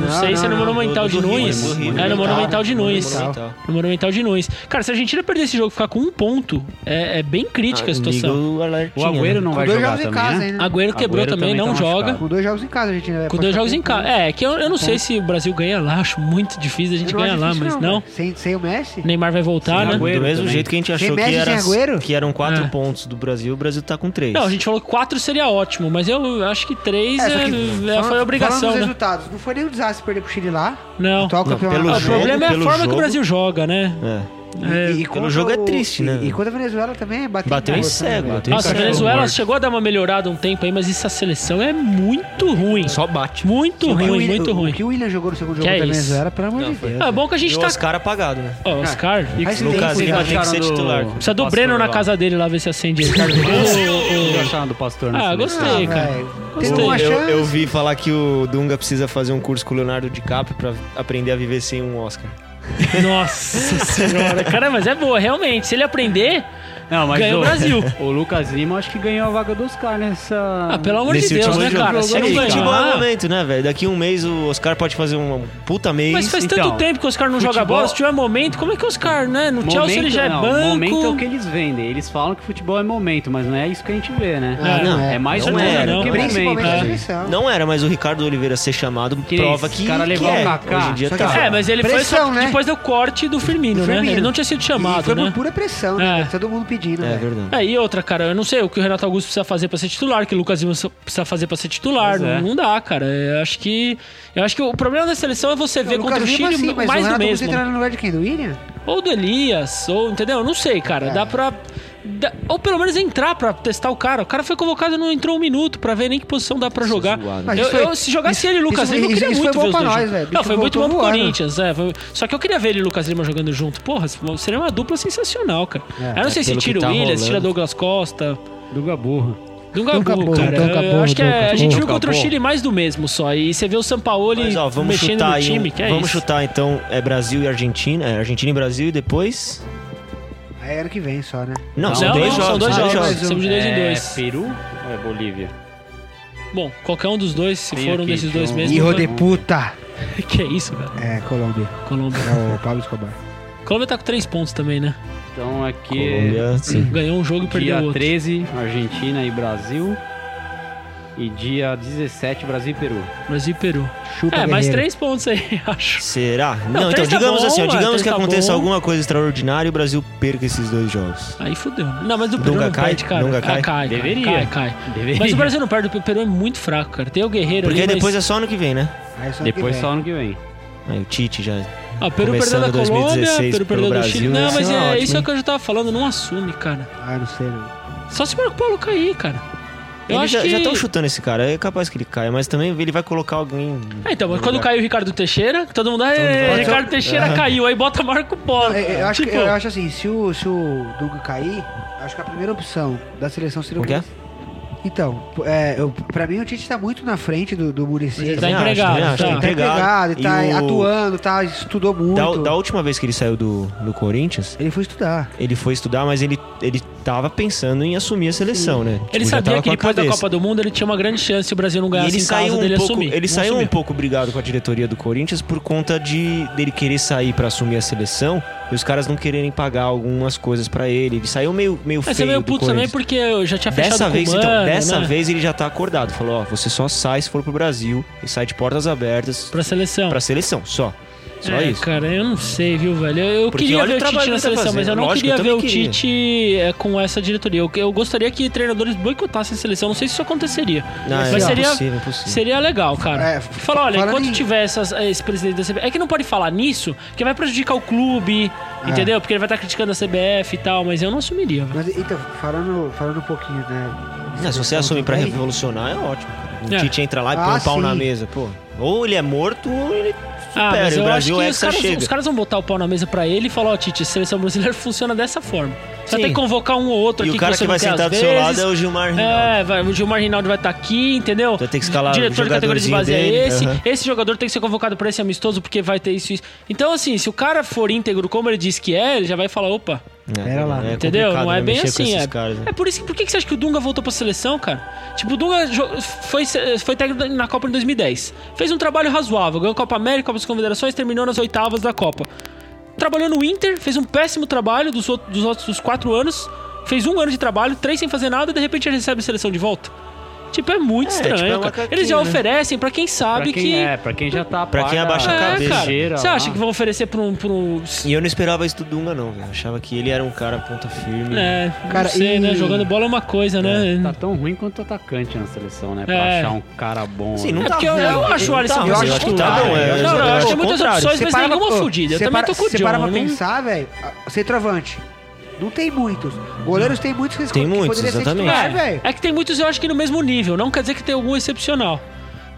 [SPEAKER 2] Não, sei se é no Monumental
[SPEAKER 1] do-
[SPEAKER 2] de
[SPEAKER 1] do Rio,
[SPEAKER 2] Nunes.
[SPEAKER 1] do Rio,
[SPEAKER 2] É no
[SPEAKER 1] Monumental.
[SPEAKER 2] Monumental de Nunes.
[SPEAKER 1] Monumental.
[SPEAKER 2] No Monumental de Nunes. Cara, se a Argentina perder esse jogo e ficar com um ponto, é, é bem crítica a
[SPEAKER 1] Ah,
[SPEAKER 2] situação.
[SPEAKER 4] O Agüero não
[SPEAKER 3] Com
[SPEAKER 4] vai
[SPEAKER 3] dois
[SPEAKER 4] jogar
[SPEAKER 3] jogos
[SPEAKER 4] também,
[SPEAKER 3] em casa
[SPEAKER 4] né?
[SPEAKER 3] ainda.
[SPEAKER 2] Agüero quebrou
[SPEAKER 4] Agüero
[SPEAKER 2] também,
[SPEAKER 4] também
[SPEAKER 2] não
[SPEAKER 4] tá
[SPEAKER 2] joga.
[SPEAKER 4] machucado.
[SPEAKER 3] Com dois jogos em casa, a gente ainda vai
[SPEAKER 2] Com
[SPEAKER 3] passar
[SPEAKER 2] dois jogos em
[SPEAKER 3] tempo,
[SPEAKER 2] casa.
[SPEAKER 3] né?
[SPEAKER 2] É, que eu, eu não sei se o Brasil ganha lá, acho muito difícil a gente
[SPEAKER 3] Eu não
[SPEAKER 2] ganhar
[SPEAKER 3] acho
[SPEAKER 2] lá,
[SPEAKER 3] difícil,
[SPEAKER 2] mas não.
[SPEAKER 3] cara. Sem, sem o Messi?
[SPEAKER 2] O Neymar vai voltar,
[SPEAKER 4] Sim,
[SPEAKER 2] né?
[SPEAKER 4] Agüero
[SPEAKER 1] Ah, Do mesmo
[SPEAKER 4] também.
[SPEAKER 1] jeito que a gente achou que,
[SPEAKER 3] Messi sem
[SPEAKER 1] era,
[SPEAKER 3] Agüero?
[SPEAKER 1] que eram 4
[SPEAKER 2] É.
[SPEAKER 1] pontos do Brasil, o Brasil tá com 3.
[SPEAKER 2] Não, a gente falou que 4 seria ótimo, mas eu acho que 3
[SPEAKER 3] É, só que
[SPEAKER 2] é, foi
[SPEAKER 3] falando-
[SPEAKER 2] a
[SPEAKER 3] falando
[SPEAKER 2] obrigação,
[SPEAKER 3] dos
[SPEAKER 2] né?
[SPEAKER 3] resultados, não foi nenhum desastre perder pro Chile lá.
[SPEAKER 2] Não.
[SPEAKER 3] Atual
[SPEAKER 1] Não,
[SPEAKER 3] campeão
[SPEAKER 1] Tá pelo
[SPEAKER 2] Ah, O
[SPEAKER 1] jogo,
[SPEAKER 2] problema é a
[SPEAKER 1] pelo
[SPEAKER 2] forma que o
[SPEAKER 1] jogo.
[SPEAKER 2] Brasil joga, né?
[SPEAKER 1] É.
[SPEAKER 2] É.
[SPEAKER 3] E, e
[SPEAKER 1] Pelo jogo é
[SPEAKER 3] contra o-
[SPEAKER 1] triste, né?
[SPEAKER 3] E, e contra a Venezuela também, bateu,
[SPEAKER 1] Bateu em
[SPEAKER 3] em
[SPEAKER 1] cego. bateu em
[SPEAKER 2] Nossa, a
[SPEAKER 1] cachorro
[SPEAKER 2] Venezuela
[SPEAKER 1] morto.
[SPEAKER 2] chegou a dar uma melhorada um tempo aí, mas essa seleção é muito ruim.
[SPEAKER 1] Só bate.
[SPEAKER 2] Muito
[SPEAKER 3] O que o
[SPEAKER 2] ruim,
[SPEAKER 3] Willian-
[SPEAKER 2] muito
[SPEAKER 3] o-
[SPEAKER 2] ruim.
[SPEAKER 3] O que o William jogou no segundo
[SPEAKER 2] Que
[SPEAKER 3] jogo
[SPEAKER 2] é
[SPEAKER 3] contra a
[SPEAKER 2] isso?
[SPEAKER 3] Venezuela, pelo amor de Deus.
[SPEAKER 2] Ah, é bom que a
[SPEAKER 1] E
[SPEAKER 2] gente
[SPEAKER 1] o
[SPEAKER 2] tá.
[SPEAKER 1] Oscar apagado, né?
[SPEAKER 2] Ó, Oscar.
[SPEAKER 3] Aí
[SPEAKER 1] Lucas
[SPEAKER 3] tem que-
[SPEAKER 1] Lima tem que ser
[SPEAKER 4] acharam do-
[SPEAKER 1] titular.
[SPEAKER 2] Precisa do
[SPEAKER 4] Pastor
[SPEAKER 2] Breno na
[SPEAKER 4] lá.
[SPEAKER 2] casa dele lá ver se acende ele.
[SPEAKER 4] O que
[SPEAKER 2] Ô, ô, ô.
[SPEAKER 4] acharam do Pastor?
[SPEAKER 2] Ah,
[SPEAKER 4] nessa
[SPEAKER 1] assim.
[SPEAKER 2] gostei,
[SPEAKER 4] lista?
[SPEAKER 3] Ah,
[SPEAKER 2] cara.
[SPEAKER 3] velho,
[SPEAKER 2] Gostei.
[SPEAKER 3] Teve uma
[SPEAKER 1] Eu,
[SPEAKER 3] chance.
[SPEAKER 1] eu vi falar que o Dunga precisa fazer um curso com o Leonardo DiCaprio pra aprender a viver sem um Oscar.
[SPEAKER 2] Nossa senhora. Cara, mas é boa, realmente. Se ele aprender,
[SPEAKER 4] Não, mas
[SPEAKER 2] Ganhou o Brasil.
[SPEAKER 4] O Lucas Lima acho que ganhou a vaga do Oscar nessa.
[SPEAKER 2] Ah, pelo amor de
[SPEAKER 1] Nesse
[SPEAKER 2] Deus,
[SPEAKER 4] tipo
[SPEAKER 1] último jogo.
[SPEAKER 2] né, cara? Se
[SPEAKER 1] É
[SPEAKER 2] não
[SPEAKER 1] que futebol é o
[SPEAKER 2] ganhar...
[SPEAKER 1] momento, né, velho? Daqui um mês o Oscar pode fazer um puta mês.
[SPEAKER 2] Mas faz tanto
[SPEAKER 4] Então,
[SPEAKER 2] tempo que o Oscar não joga
[SPEAKER 4] futebol-
[SPEAKER 2] bola, se tiver momento, como é que o Oscar, né? No Chelsea ele já é
[SPEAKER 4] não,
[SPEAKER 2] banco.
[SPEAKER 4] Momento é o que eles vendem. Eles falam que futebol é momento, mas não é isso que a gente vê, né?
[SPEAKER 3] Ah, não é.
[SPEAKER 4] mais
[SPEAKER 1] Não
[SPEAKER 4] momento
[SPEAKER 1] é,
[SPEAKER 4] do
[SPEAKER 1] não.
[SPEAKER 4] que
[SPEAKER 3] Principalmente
[SPEAKER 4] momento.
[SPEAKER 3] na
[SPEAKER 2] é.
[SPEAKER 3] seleção.
[SPEAKER 1] Não era, mas o Ricardo Oliveira ser chamado
[SPEAKER 4] Que
[SPEAKER 1] prova
[SPEAKER 4] esse
[SPEAKER 1] que,
[SPEAKER 4] cara
[SPEAKER 1] que
[SPEAKER 4] levou
[SPEAKER 1] é.
[SPEAKER 4] o Kaká.
[SPEAKER 1] Hoje em dia
[SPEAKER 3] Só que
[SPEAKER 1] tá.
[SPEAKER 3] assim,
[SPEAKER 2] É, mas ele foi
[SPEAKER 3] Pressão,
[SPEAKER 2] só
[SPEAKER 3] né?
[SPEAKER 2] depois do corte do Firmino, né?
[SPEAKER 3] Firmino.
[SPEAKER 2] Ele não tinha sido
[SPEAKER 3] E foi
[SPEAKER 2] chamado,
[SPEAKER 3] por
[SPEAKER 2] né?
[SPEAKER 3] pura pressão, né?
[SPEAKER 2] É.
[SPEAKER 3] Todo mundo pedindo,
[SPEAKER 1] É
[SPEAKER 3] velho.
[SPEAKER 1] verdade.
[SPEAKER 2] É, e outra, cara, eu não sei o que o Renato Augusto precisa fazer pra ser titular, o que o Lucas Lima precisa fazer pra ser titular.
[SPEAKER 4] Pois é.
[SPEAKER 2] Não, não dá, cara. Eu acho que. Eu acho que o problema da seleção é você ver
[SPEAKER 3] Não,
[SPEAKER 2] contra o
[SPEAKER 3] Lucas Lima,
[SPEAKER 2] Chile
[SPEAKER 3] sim, mas
[SPEAKER 2] mais
[SPEAKER 3] o
[SPEAKER 2] do
[SPEAKER 3] Renato Augusto
[SPEAKER 2] mesmo. né?
[SPEAKER 3] entrando no lugar de quem? Do William?
[SPEAKER 2] Ou do Elias, ou, entendeu? Eu Não sei, cara.
[SPEAKER 3] É.
[SPEAKER 2] Dá pra. dá- ou pelo menos entrar pra testar o cara. O cara foi convocado e não entrou um minuto pra ver nem que posição dá pra jogar.
[SPEAKER 1] é zoado.
[SPEAKER 3] Mas
[SPEAKER 2] Eu-
[SPEAKER 3] isso foi-
[SPEAKER 2] eu- se jogasse
[SPEAKER 3] isso-
[SPEAKER 2] ele e o Lucas
[SPEAKER 3] isso-
[SPEAKER 2] Lima, eu
[SPEAKER 3] isso-
[SPEAKER 2] queria
[SPEAKER 3] isso
[SPEAKER 2] muito
[SPEAKER 3] foi
[SPEAKER 2] ver
[SPEAKER 3] bom
[SPEAKER 2] os
[SPEAKER 3] pra
[SPEAKER 2] dois
[SPEAKER 3] nós,
[SPEAKER 2] juntos.
[SPEAKER 3] velho.
[SPEAKER 2] Não,
[SPEAKER 3] Isso
[SPEAKER 2] foi muito bom
[SPEAKER 3] voltou
[SPEAKER 2] pro
[SPEAKER 3] voando.
[SPEAKER 2] Corinthians, é. foi- Só que eu queria ver ele e o Lucas Lima jogando junto. Porra, seria uma dupla sensacional, cara.
[SPEAKER 3] É,
[SPEAKER 2] eu não sei se
[SPEAKER 1] pelo que
[SPEAKER 2] tira o
[SPEAKER 1] tá
[SPEAKER 2] Willians,
[SPEAKER 1] rolando.
[SPEAKER 2] se tira Douglas Costa.
[SPEAKER 1] é.
[SPEAKER 4] Do Gaburra.
[SPEAKER 2] Dunga
[SPEAKER 3] Dunga
[SPEAKER 2] Burro,
[SPEAKER 3] Burro,
[SPEAKER 2] cara.
[SPEAKER 5] Dunga
[SPEAKER 2] Eu
[SPEAKER 5] Burro,
[SPEAKER 2] acho que
[SPEAKER 5] Dunga
[SPEAKER 2] é- a gente
[SPEAKER 5] Burro.
[SPEAKER 2] viu contra o
[SPEAKER 1] Dunga
[SPEAKER 2] Chile mais do mesmo só. E você vê o Sampaoli
[SPEAKER 1] Mas, ó, vamos
[SPEAKER 2] mexendo
[SPEAKER 1] chutar
[SPEAKER 2] no
[SPEAKER 1] aí um-
[SPEAKER 2] time, que é
[SPEAKER 1] Vamos
[SPEAKER 2] isso.
[SPEAKER 1] chutar então, é Brasil e Argentina, é Argentina e Brasil e depois?
[SPEAKER 3] É ano que vem só, né?
[SPEAKER 1] Não,
[SPEAKER 4] Não,
[SPEAKER 1] são
[SPEAKER 4] não,
[SPEAKER 1] dois
[SPEAKER 4] não,
[SPEAKER 1] jogos,
[SPEAKER 2] são dois
[SPEAKER 1] são
[SPEAKER 2] jogos.
[SPEAKER 3] jogos.
[SPEAKER 2] Somos de dois em
[SPEAKER 4] é
[SPEAKER 2] dois.
[SPEAKER 4] Peru ou é Bolívia?
[SPEAKER 2] Bom, qualquer um dos dois, se
[SPEAKER 4] Tem
[SPEAKER 2] for um
[SPEAKER 4] aqui,
[SPEAKER 2] desses
[SPEAKER 1] é
[SPEAKER 2] dois
[SPEAKER 4] João.
[SPEAKER 2] mesmo.
[SPEAKER 3] Hijo
[SPEAKER 2] vai-
[SPEAKER 3] de puta!
[SPEAKER 2] Que é isso, velho.
[SPEAKER 3] É, Colômbia.
[SPEAKER 2] Colômbia.
[SPEAKER 3] É o Pablo Escobar.
[SPEAKER 2] Colômbia tá com três pontos também, né?
[SPEAKER 4] Então aqui
[SPEAKER 1] Colômbia, sim.
[SPEAKER 2] Ganhou um jogo e
[SPEAKER 4] é dia
[SPEAKER 2] perdeu outro.
[SPEAKER 4] 13, Argentina e Brasil. E dia 17, Brasil e Peru.
[SPEAKER 2] Brasil e Peru.
[SPEAKER 3] Chupa,
[SPEAKER 2] é, mais
[SPEAKER 3] guerreiro.
[SPEAKER 2] três pontos aí, acho.
[SPEAKER 1] Será? Não, então
[SPEAKER 2] três tá
[SPEAKER 1] digamos
[SPEAKER 2] bom,
[SPEAKER 1] assim, ó,
[SPEAKER 2] ué,
[SPEAKER 1] digamos
[SPEAKER 2] três
[SPEAKER 1] que
[SPEAKER 2] tá
[SPEAKER 1] aconteça
[SPEAKER 2] bom.
[SPEAKER 1] alguma coisa extraordinária e o Brasil perca esses dois jogos.
[SPEAKER 2] Aí fudeu. né? Não, mas o Peru
[SPEAKER 1] Dunga
[SPEAKER 2] não
[SPEAKER 1] cai?
[SPEAKER 2] perde, cara.
[SPEAKER 1] Dunga
[SPEAKER 2] Ah,
[SPEAKER 1] cai?
[SPEAKER 2] cai.
[SPEAKER 4] Deveria.
[SPEAKER 2] Cai, cai.
[SPEAKER 4] Deveria.
[SPEAKER 2] Mas o Brasil não perde, o Peru é muito fraco, cara. Tem o Guerreiro
[SPEAKER 1] Porque aí
[SPEAKER 2] ali,
[SPEAKER 1] depois
[SPEAKER 2] mas...
[SPEAKER 1] é só ano que vem, né?
[SPEAKER 3] Aí só ano que
[SPEAKER 4] Depois
[SPEAKER 3] vem.
[SPEAKER 4] só ano que vem.
[SPEAKER 1] Aí o Tite já.
[SPEAKER 2] Ah, o Peru perdeu
[SPEAKER 1] começando
[SPEAKER 2] da Colômbia,
[SPEAKER 1] 2016
[SPEAKER 2] o Peru perdeu
[SPEAKER 1] pelo
[SPEAKER 2] do Chile.
[SPEAKER 1] Brasil,
[SPEAKER 2] Não,
[SPEAKER 1] né?
[SPEAKER 2] mas
[SPEAKER 1] Isso é
[SPEAKER 2] é,
[SPEAKER 1] ótimo,
[SPEAKER 2] isso é
[SPEAKER 1] hein?
[SPEAKER 2] o que eu já tava falando, não assume, cara.
[SPEAKER 3] Ah, não sei, não.
[SPEAKER 2] Só se o Marco Paulo cair, cara. Eu
[SPEAKER 1] Eles
[SPEAKER 2] acho
[SPEAKER 1] já
[SPEAKER 2] que...
[SPEAKER 1] estão chutando esse cara, é capaz que ele caia, mas também ele vai colocar alguém.
[SPEAKER 2] Ah, então, mas
[SPEAKER 1] no
[SPEAKER 2] quando
[SPEAKER 1] lugar.
[SPEAKER 2] caiu o Ricardo Teixeira, todo mundo,
[SPEAKER 1] mundo um
[SPEAKER 2] "Ê,
[SPEAKER 1] fala,
[SPEAKER 2] Ricardo
[SPEAKER 1] É.
[SPEAKER 2] Teixeira caiu, aí bota Marco Polo.
[SPEAKER 3] É, Eu, eu acho, que-
[SPEAKER 2] Tipo,
[SPEAKER 3] eu acho assim, se o, se o Dunga cair, acho que a primeira opção da seleção seria o
[SPEAKER 1] Por quê?
[SPEAKER 3] Muricy. Então, é, eu, pra mim o Tite tá muito na frente do, do Muricy. né?
[SPEAKER 2] Ele
[SPEAKER 1] Eu
[SPEAKER 2] tá
[SPEAKER 1] também acho,
[SPEAKER 2] empregado,
[SPEAKER 1] também acho,
[SPEAKER 2] tá.
[SPEAKER 3] tá empregado,
[SPEAKER 1] E
[SPEAKER 3] ele tá
[SPEAKER 1] o-
[SPEAKER 3] atuando, tá, estudou muito.
[SPEAKER 1] Da, da última vez que ele saiu do, do Corinthians,
[SPEAKER 3] Ele foi estudar.
[SPEAKER 1] ele foi estudar, mas ele, ele tava pensando em assumir a seleção, né? Tipo,
[SPEAKER 2] Ele
[SPEAKER 1] já
[SPEAKER 2] sabia
[SPEAKER 1] tava
[SPEAKER 2] que
[SPEAKER 1] com a
[SPEAKER 2] depois da
[SPEAKER 1] cabeça.
[SPEAKER 2] Copa do Mundo ele tinha uma grande chance se o Brasil não
[SPEAKER 1] E
[SPEAKER 2] ganhasse
[SPEAKER 1] ele
[SPEAKER 2] em casa
[SPEAKER 1] saiu, um
[SPEAKER 2] dele
[SPEAKER 1] pouco,
[SPEAKER 2] assumir.
[SPEAKER 1] ele
[SPEAKER 2] Não
[SPEAKER 1] saiu um
[SPEAKER 2] assumiu.
[SPEAKER 1] pouco brigado com a diretoria do Corinthians por conta de dele querer sair pra assumir a seleção e os caras não quererem pagar algumas coisas pra ele. Ele saiu meio, meio
[SPEAKER 2] Mas você
[SPEAKER 1] feio
[SPEAKER 2] veio
[SPEAKER 1] do
[SPEAKER 2] puto também
[SPEAKER 1] Corinthians.
[SPEAKER 2] porque eu já tinha fechado
[SPEAKER 1] Dessa
[SPEAKER 2] com
[SPEAKER 1] vez,
[SPEAKER 2] o Mano,
[SPEAKER 1] então, dessa
[SPEAKER 2] né?
[SPEAKER 1] vez ele já tá acordado. Falou, ó, você só sai se for pro Brasil e sai de portas abertas
[SPEAKER 2] Pra seleção.
[SPEAKER 1] pra seleção, só. Só
[SPEAKER 2] é,
[SPEAKER 1] isso.
[SPEAKER 2] cara, eu não sei, viu, velho? Eu, eu
[SPEAKER 1] Porque
[SPEAKER 2] queria
[SPEAKER 1] olha
[SPEAKER 2] ver
[SPEAKER 1] o
[SPEAKER 2] o
[SPEAKER 1] trabalho
[SPEAKER 2] Tite
[SPEAKER 1] que
[SPEAKER 2] na
[SPEAKER 1] ele tá
[SPEAKER 2] seleção, mas eu
[SPEAKER 1] fazendo.
[SPEAKER 2] não
[SPEAKER 1] Lógico, eu
[SPEAKER 2] queria ver
[SPEAKER 1] também
[SPEAKER 2] o
[SPEAKER 1] queria.
[SPEAKER 2] Tite é, com essa diretoria. Eu, eu gostaria que treinadores boicotassem a seleção. Não sei se isso aconteceria.
[SPEAKER 1] Não, é
[SPEAKER 2] mas seria,
[SPEAKER 1] impossível, impossível.
[SPEAKER 2] seria legal, cara.
[SPEAKER 3] É,
[SPEAKER 2] Falar, olha,
[SPEAKER 3] fala
[SPEAKER 2] enquanto
[SPEAKER 3] nisso.
[SPEAKER 2] tiver essas- esse presidente da CBF... É que não pode falar nisso, que vai prejudicar o clube, entendeu? Porque ele vai estar criticando a CBF e tal, mas eu não assumiria, velho.
[SPEAKER 3] Mas então, falando, falando um pouquinho, né?
[SPEAKER 1] Não, se você assume pra
[SPEAKER 3] também,
[SPEAKER 1] revolucionar, é ótimo. cara. O
[SPEAKER 2] É.
[SPEAKER 1] Tite entra lá e põe
[SPEAKER 3] Ah,
[SPEAKER 1] um pau na
[SPEAKER 3] sim.
[SPEAKER 1] mesa, pô. Ou ele é morto ou ele
[SPEAKER 2] Ah,
[SPEAKER 1] supera.
[SPEAKER 2] mas
[SPEAKER 1] e o
[SPEAKER 2] eu acho que
[SPEAKER 1] Brasil é
[SPEAKER 2] os
[SPEAKER 1] essa
[SPEAKER 2] caras,
[SPEAKER 1] chega.
[SPEAKER 2] os caras vão botar o pau na mesa pra ele e falar, ó, Tite, seleção brasileira funciona dessa forma. Você
[SPEAKER 1] Sim.
[SPEAKER 2] vai ter que convocar um ou outro
[SPEAKER 1] E
[SPEAKER 2] aqui
[SPEAKER 1] o cara
[SPEAKER 2] você
[SPEAKER 1] que
[SPEAKER 2] não
[SPEAKER 1] vai
[SPEAKER 2] quer
[SPEAKER 1] sentar
[SPEAKER 2] às
[SPEAKER 1] do seu lado
[SPEAKER 2] vezes.
[SPEAKER 1] é o Gilmar Rinaldo.
[SPEAKER 2] É, vai, o Gilmar Rinaldo vai estar aqui, entendeu?
[SPEAKER 1] Vai ter que escalar o
[SPEAKER 2] Diretor de categoria de base
[SPEAKER 1] jogadorzinho dele,
[SPEAKER 2] é
[SPEAKER 1] né?
[SPEAKER 2] esse.
[SPEAKER 1] aham.
[SPEAKER 2] Esse jogador tem que ser convocado pra esse amistoso porque vai ter isso e isso. Então, assim, se o cara for íntegro como ele diz que é, ele já vai falar, opa,
[SPEAKER 1] É,
[SPEAKER 3] Pera lá.
[SPEAKER 1] é
[SPEAKER 2] entendeu?
[SPEAKER 1] complicado,
[SPEAKER 2] Não é
[SPEAKER 1] né,
[SPEAKER 2] bem
[SPEAKER 1] mexer com
[SPEAKER 2] assim.
[SPEAKER 1] esses
[SPEAKER 2] É,
[SPEAKER 1] caras, né?
[SPEAKER 2] é por isso que por que que você acha que o Dunga voltou pra seleção, cara? Tipo, o Dunga jo- foi, foi técnico na Copa em 2010. Fez um trabalho razoável, ganhou a Copa América, Copa das Confederações, terminou nas oitavas da Copa. Trabalhou no Inter, fez um péssimo trabalho dos, outros- dos outros dos quatro anos. Fez um ano de trabalho, três sem fazer nada, e de repente ele recebe a seleção de volta. Tipo, é muito
[SPEAKER 1] É,
[SPEAKER 2] estranho,
[SPEAKER 1] tipo, é uma
[SPEAKER 2] cara.
[SPEAKER 1] caquinha,
[SPEAKER 2] Eles já
[SPEAKER 1] né?
[SPEAKER 2] oferecem pra quem
[SPEAKER 4] Pra
[SPEAKER 2] sabe
[SPEAKER 4] quem,
[SPEAKER 2] que.
[SPEAKER 4] é, pra quem já tá
[SPEAKER 1] Pra quem
[SPEAKER 4] paga-
[SPEAKER 1] abaixa a
[SPEAKER 2] É,
[SPEAKER 1] cabeça.
[SPEAKER 2] cara.
[SPEAKER 4] Cheira
[SPEAKER 2] Você
[SPEAKER 4] lá.
[SPEAKER 2] acha que vão oferecer pra um. Pra um...
[SPEAKER 1] E eu não esperava isso do Dunga, não, velho. Eu Achava que ele era um cara ponta firme.
[SPEAKER 2] É,
[SPEAKER 3] Cara,
[SPEAKER 2] não sei,
[SPEAKER 3] e-
[SPEAKER 2] né? Jogando bola é uma coisa, né?
[SPEAKER 4] Tá tão ruim quanto atacante na seleção, né? Pra
[SPEAKER 2] É.
[SPEAKER 4] achar um cara bom.
[SPEAKER 1] Sim,
[SPEAKER 4] né?
[SPEAKER 1] não
[SPEAKER 2] É
[SPEAKER 1] tá
[SPEAKER 2] porque eu,
[SPEAKER 1] ruim.
[SPEAKER 2] eu acho o Alisson
[SPEAKER 1] Não,
[SPEAKER 3] eu
[SPEAKER 2] Wilson
[SPEAKER 3] acho que
[SPEAKER 2] titular.
[SPEAKER 3] tá bom, é,
[SPEAKER 2] não,
[SPEAKER 3] eu-
[SPEAKER 1] eu
[SPEAKER 2] não, eu acho
[SPEAKER 1] acho
[SPEAKER 2] que tem muitas
[SPEAKER 1] contrário.
[SPEAKER 2] opções, mas
[SPEAKER 3] para-
[SPEAKER 2] nenhuma
[SPEAKER 3] ô,
[SPEAKER 2] fudida. Eu
[SPEAKER 3] você
[SPEAKER 2] também
[SPEAKER 3] para-
[SPEAKER 2] tô com o né?
[SPEAKER 3] você
[SPEAKER 2] John.
[SPEAKER 3] para pra
[SPEAKER 2] não-
[SPEAKER 3] pensar, velho. a- Centroavante. Não tem muitos. Goleiros tem muitos que eles-
[SPEAKER 1] Tem
[SPEAKER 3] que
[SPEAKER 1] muitos,
[SPEAKER 3] poderia ser
[SPEAKER 1] exatamente.
[SPEAKER 3] titular,
[SPEAKER 2] É,
[SPEAKER 3] velho.
[SPEAKER 2] é que tem muitos, eu acho que no mesmo nível. Não quer dizer que tem algum excepcional.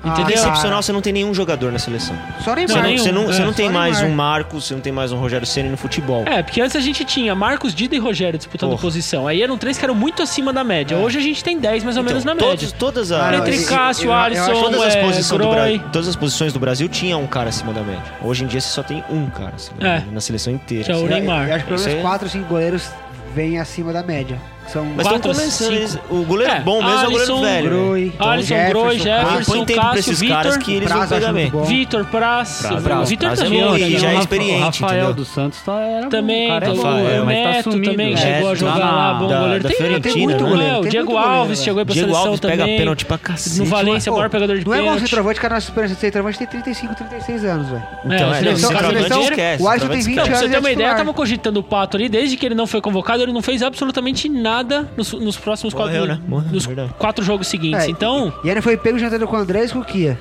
[SPEAKER 1] Porque
[SPEAKER 2] Entendeu?
[SPEAKER 3] Ah,
[SPEAKER 1] é excepcional, você não tem nenhum jogador na seleção. Você
[SPEAKER 3] Só Neymar.
[SPEAKER 1] não, você não-
[SPEAKER 2] nenhum,
[SPEAKER 1] você
[SPEAKER 2] é,
[SPEAKER 1] não tem
[SPEAKER 3] só
[SPEAKER 1] mais
[SPEAKER 3] Neymar.
[SPEAKER 1] um Marcos, você não tem mais um Rogério Ceni no futebol.
[SPEAKER 2] É, porque antes a gente tinha Marcos, Dida e Rogério disputando
[SPEAKER 1] Porra. É.
[SPEAKER 2] posição. Aí eram três que eram muito acima da média. Hoje a gente tem 10 mais ou
[SPEAKER 1] Então,
[SPEAKER 2] menos na
[SPEAKER 1] todos-
[SPEAKER 2] média.
[SPEAKER 1] Todas
[SPEAKER 3] Ah,
[SPEAKER 1] as...
[SPEAKER 3] não,
[SPEAKER 2] Entre
[SPEAKER 3] esse-
[SPEAKER 2] Cássio,
[SPEAKER 3] eu- eu acho-
[SPEAKER 2] Alisson,
[SPEAKER 1] Todas as,
[SPEAKER 2] é,
[SPEAKER 1] posições do
[SPEAKER 2] Groy.
[SPEAKER 1] Bra- todas as posições do Brasil tinha um cara acima da média. Hoje em dia você só tem um cara acima
[SPEAKER 2] É.
[SPEAKER 1] da média, na seleção inteira.
[SPEAKER 2] Que é o
[SPEAKER 1] Assim,
[SPEAKER 2] Neymar.
[SPEAKER 3] Eu acho que pelo
[SPEAKER 1] Isso
[SPEAKER 3] menos
[SPEAKER 1] aí-
[SPEAKER 3] 4, 5 goleiros vem acima da média. São
[SPEAKER 1] Mas estão
[SPEAKER 2] Quatro,
[SPEAKER 1] começando. eles-
[SPEAKER 2] cinco.
[SPEAKER 1] O goleiro
[SPEAKER 2] É,
[SPEAKER 1] bom mesmo é o goleiro
[SPEAKER 2] Alisson,
[SPEAKER 1] velho. né?
[SPEAKER 3] Groi, Tom
[SPEAKER 2] Alisson Groi,
[SPEAKER 3] Cássio,
[SPEAKER 1] Põe- Põe
[SPEAKER 2] Jefferson,
[SPEAKER 1] tempo pra
[SPEAKER 2] Cássio,
[SPEAKER 1] esses caras
[SPEAKER 2] Vitor,
[SPEAKER 1] que eles vão
[SPEAKER 3] Prazo,
[SPEAKER 1] pegar
[SPEAKER 3] acho
[SPEAKER 1] bem.
[SPEAKER 3] muito bom.
[SPEAKER 2] Vitor Praz.
[SPEAKER 1] Praz,
[SPEAKER 2] o Vitor
[SPEAKER 1] Praz é
[SPEAKER 2] também.
[SPEAKER 1] bom,
[SPEAKER 2] olha,
[SPEAKER 1] e
[SPEAKER 2] já
[SPEAKER 1] já é
[SPEAKER 2] é um-
[SPEAKER 1] experiente,
[SPEAKER 4] O Rafael
[SPEAKER 1] entendeu?
[SPEAKER 4] dos Santos tá, era bom,
[SPEAKER 2] Também,
[SPEAKER 4] cara, é
[SPEAKER 2] então,
[SPEAKER 4] bom,
[SPEAKER 1] Rafael,
[SPEAKER 2] o
[SPEAKER 1] mas
[SPEAKER 4] tá
[SPEAKER 2] Neto
[SPEAKER 4] sumido,
[SPEAKER 2] também
[SPEAKER 4] né?
[SPEAKER 2] chegou
[SPEAKER 1] É,
[SPEAKER 2] a jogar
[SPEAKER 1] tá na-
[SPEAKER 2] lá, bom
[SPEAKER 1] da-
[SPEAKER 2] goleiro.
[SPEAKER 1] da
[SPEAKER 2] Tem, tem
[SPEAKER 1] Fiorentina,
[SPEAKER 2] muito
[SPEAKER 1] né?
[SPEAKER 2] goleiro.
[SPEAKER 3] Tem
[SPEAKER 2] o Diego
[SPEAKER 3] muito goleiro,
[SPEAKER 2] Alves
[SPEAKER 3] velho.
[SPEAKER 2] chegou aí pra
[SPEAKER 1] Diego
[SPEAKER 2] seleção
[SPEAKER 1] Alves
[SPEAKER 2] também.
[SPEAKER 1] pega pênalti pra cacete.
[SPEAKER 2] No Valência,
[SPEAKER 3] Pô,
[SPEAKER 2] o maior pegador de
[SPEAKER 3] Não é igual o
[SPEAKER 2] pênalti.
[SPEAKER 3] centroavante que a nossa esperança de centroavante tem 35, 36 anos, velho.
[SPEAKER 1] Então, é,
[SPEAKER 2] É, não,
[SPEAKER 1] não,
[SPEAKER 2] seleção-
[SPEAKER 1] centroavante
[SPEAKER 2] a seleção-
[SPEAKER 1] esquece,
[SPEAKER 3] o Alisson
[SPEAKER 1] centroavante
[SPEAKER 3] tem 20
[SPEAKER 1] esquece.
[SPEAKER 2] Não, pra você ter
[SPEAKER 3] Thiago
[SPEAKER 2] uma
[SPEAKER 3] é
[SPEAKER 2] ideia, eu
[SPEAKER 3] titular.
[SPEAKER 2] tava cogitando o Pato ali, desde que ele não foi convocado, ele não fez absolutamente nada nos, nos próximos
[SPEAKER 1] Morreu,
[SPEAKER 2] quatro,
[SPEAKER 1] né? Morreu,
[SPEAKER 2] nos
[SPEAKER 1] verdade.
[SPEAKER 2] quatro jogos seguintes.
[SPEAKER 3] É,
[SPEAKER 2] então,
[SPEAKER 3] E ele foi pego jantando com o Andrés e com o Kia.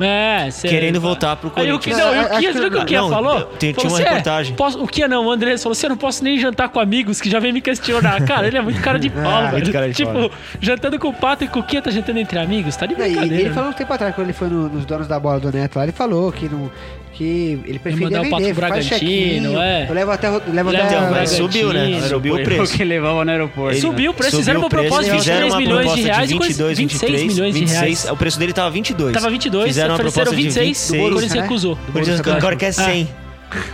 [SPEAKER 2] é... cê-
[SPEAKER 1] Querendo voltar pro
[SPEAKER 2] Aí o que
[SPEAKER 1] Corinthians.
[SPEAKER 2] não, e o Kia,
[SPEAKER 3] Acho que-
[SPEAKER 2] sabe o que o Kia
[SPEAKER 1] não,
[SPEAKER 2] falou?
[SPEAKER 1] tem- tinha
[SPEAKER 2] Falou,
[SPEAKER 1] uma
[SPEAKER 2] "Cê, é
[SPEAKER 1] reportagem."
[SPEAKER 2] posso- o Kia não, o André falou assim, eu não posso nem jantar com amigos que já vem me questionar. Cara, ele é muito cara de pau,
[SPEAKER 1] muito
[SPEAKER 2] velho.
[SPEAKER 1] Ah, cara de
[SPEAKER 2] tipo,
[SPEAKER 1] pau. né?
[SPEAKER 2] jantando com o Pato e com o Kia tá jantando entre amigos? Tá de
[SPEAKER 3] E
[SPEAKER 2] brincadeira.
[SPEAKER 3] ele
[SPEAKER 2] né?
[SPEAKER 3] falou um tempo atrás, quando ele foi no- nos donos da bola do Neto lá, ele falou que, não, que ele preferia
[SPEAKER 2] mandar o Pato
[SPEAKER 3] vender,
[SPEAKER 2] pro
[SPEAKER 3] faz
[SPEAKER 2] Bragantino,
[SPEAKER 3] chequinho,
[SPEAKER 2] é.
[SPEAKER 3] Eu levo até... Eu
[SPEAKER 2] Leva
[SPEAKER 3] levo até
[SPEAKER 2] até
[SPEAKER 1] Então,
[SPEAKER 2] o
[SPEAKER 1] mas subiu, né?
[SPEAKER 2] Bragantino,
[SPEAKER 1] Subiu o
[SPEAKER 4] Foi
[SPEAKER 1] preço.
[SPEAKER 4] o que levava no aeroporto.
[SPEAKER 1] Ele-
[SPEAKER 2] Subiu o preço,
[SPEAKER 1] subiu
[SPEAKER 2] fizeram uma
[SPEAKER 1] preço,
[SPEAKER 2] proposta de
[SPEAKER 1] fizeram
[SPEAKER 2] 23
[SPEAKER 1] uma
[SPEAKER 2] milhões de
[SPEAKER 1] proposta
[SPEAKER 2] reais e coisa-
[SPEAKER 1] 22,
[SPEAKER 2] 26 milhões de
[SPEAKER 1] 26,
[SPEAKER 2] reais.
[SPEAKER 1] O preço dele tava 22.
[SPEAKER 2] Tava 22,
[SPEAKER 1] Fizeram uma
[SPEAKER 2] ofereceram
[SPEAKER 1] proposta de
[SPEAKER 2] 26, o
[SPEAKER 1] 26.
[SPEAKER 2] Corinthians
[SPEAKER 3] né?
[SPEAKER 2] recusou.
[SPEAKER 1] O Corinthians agora quer 100.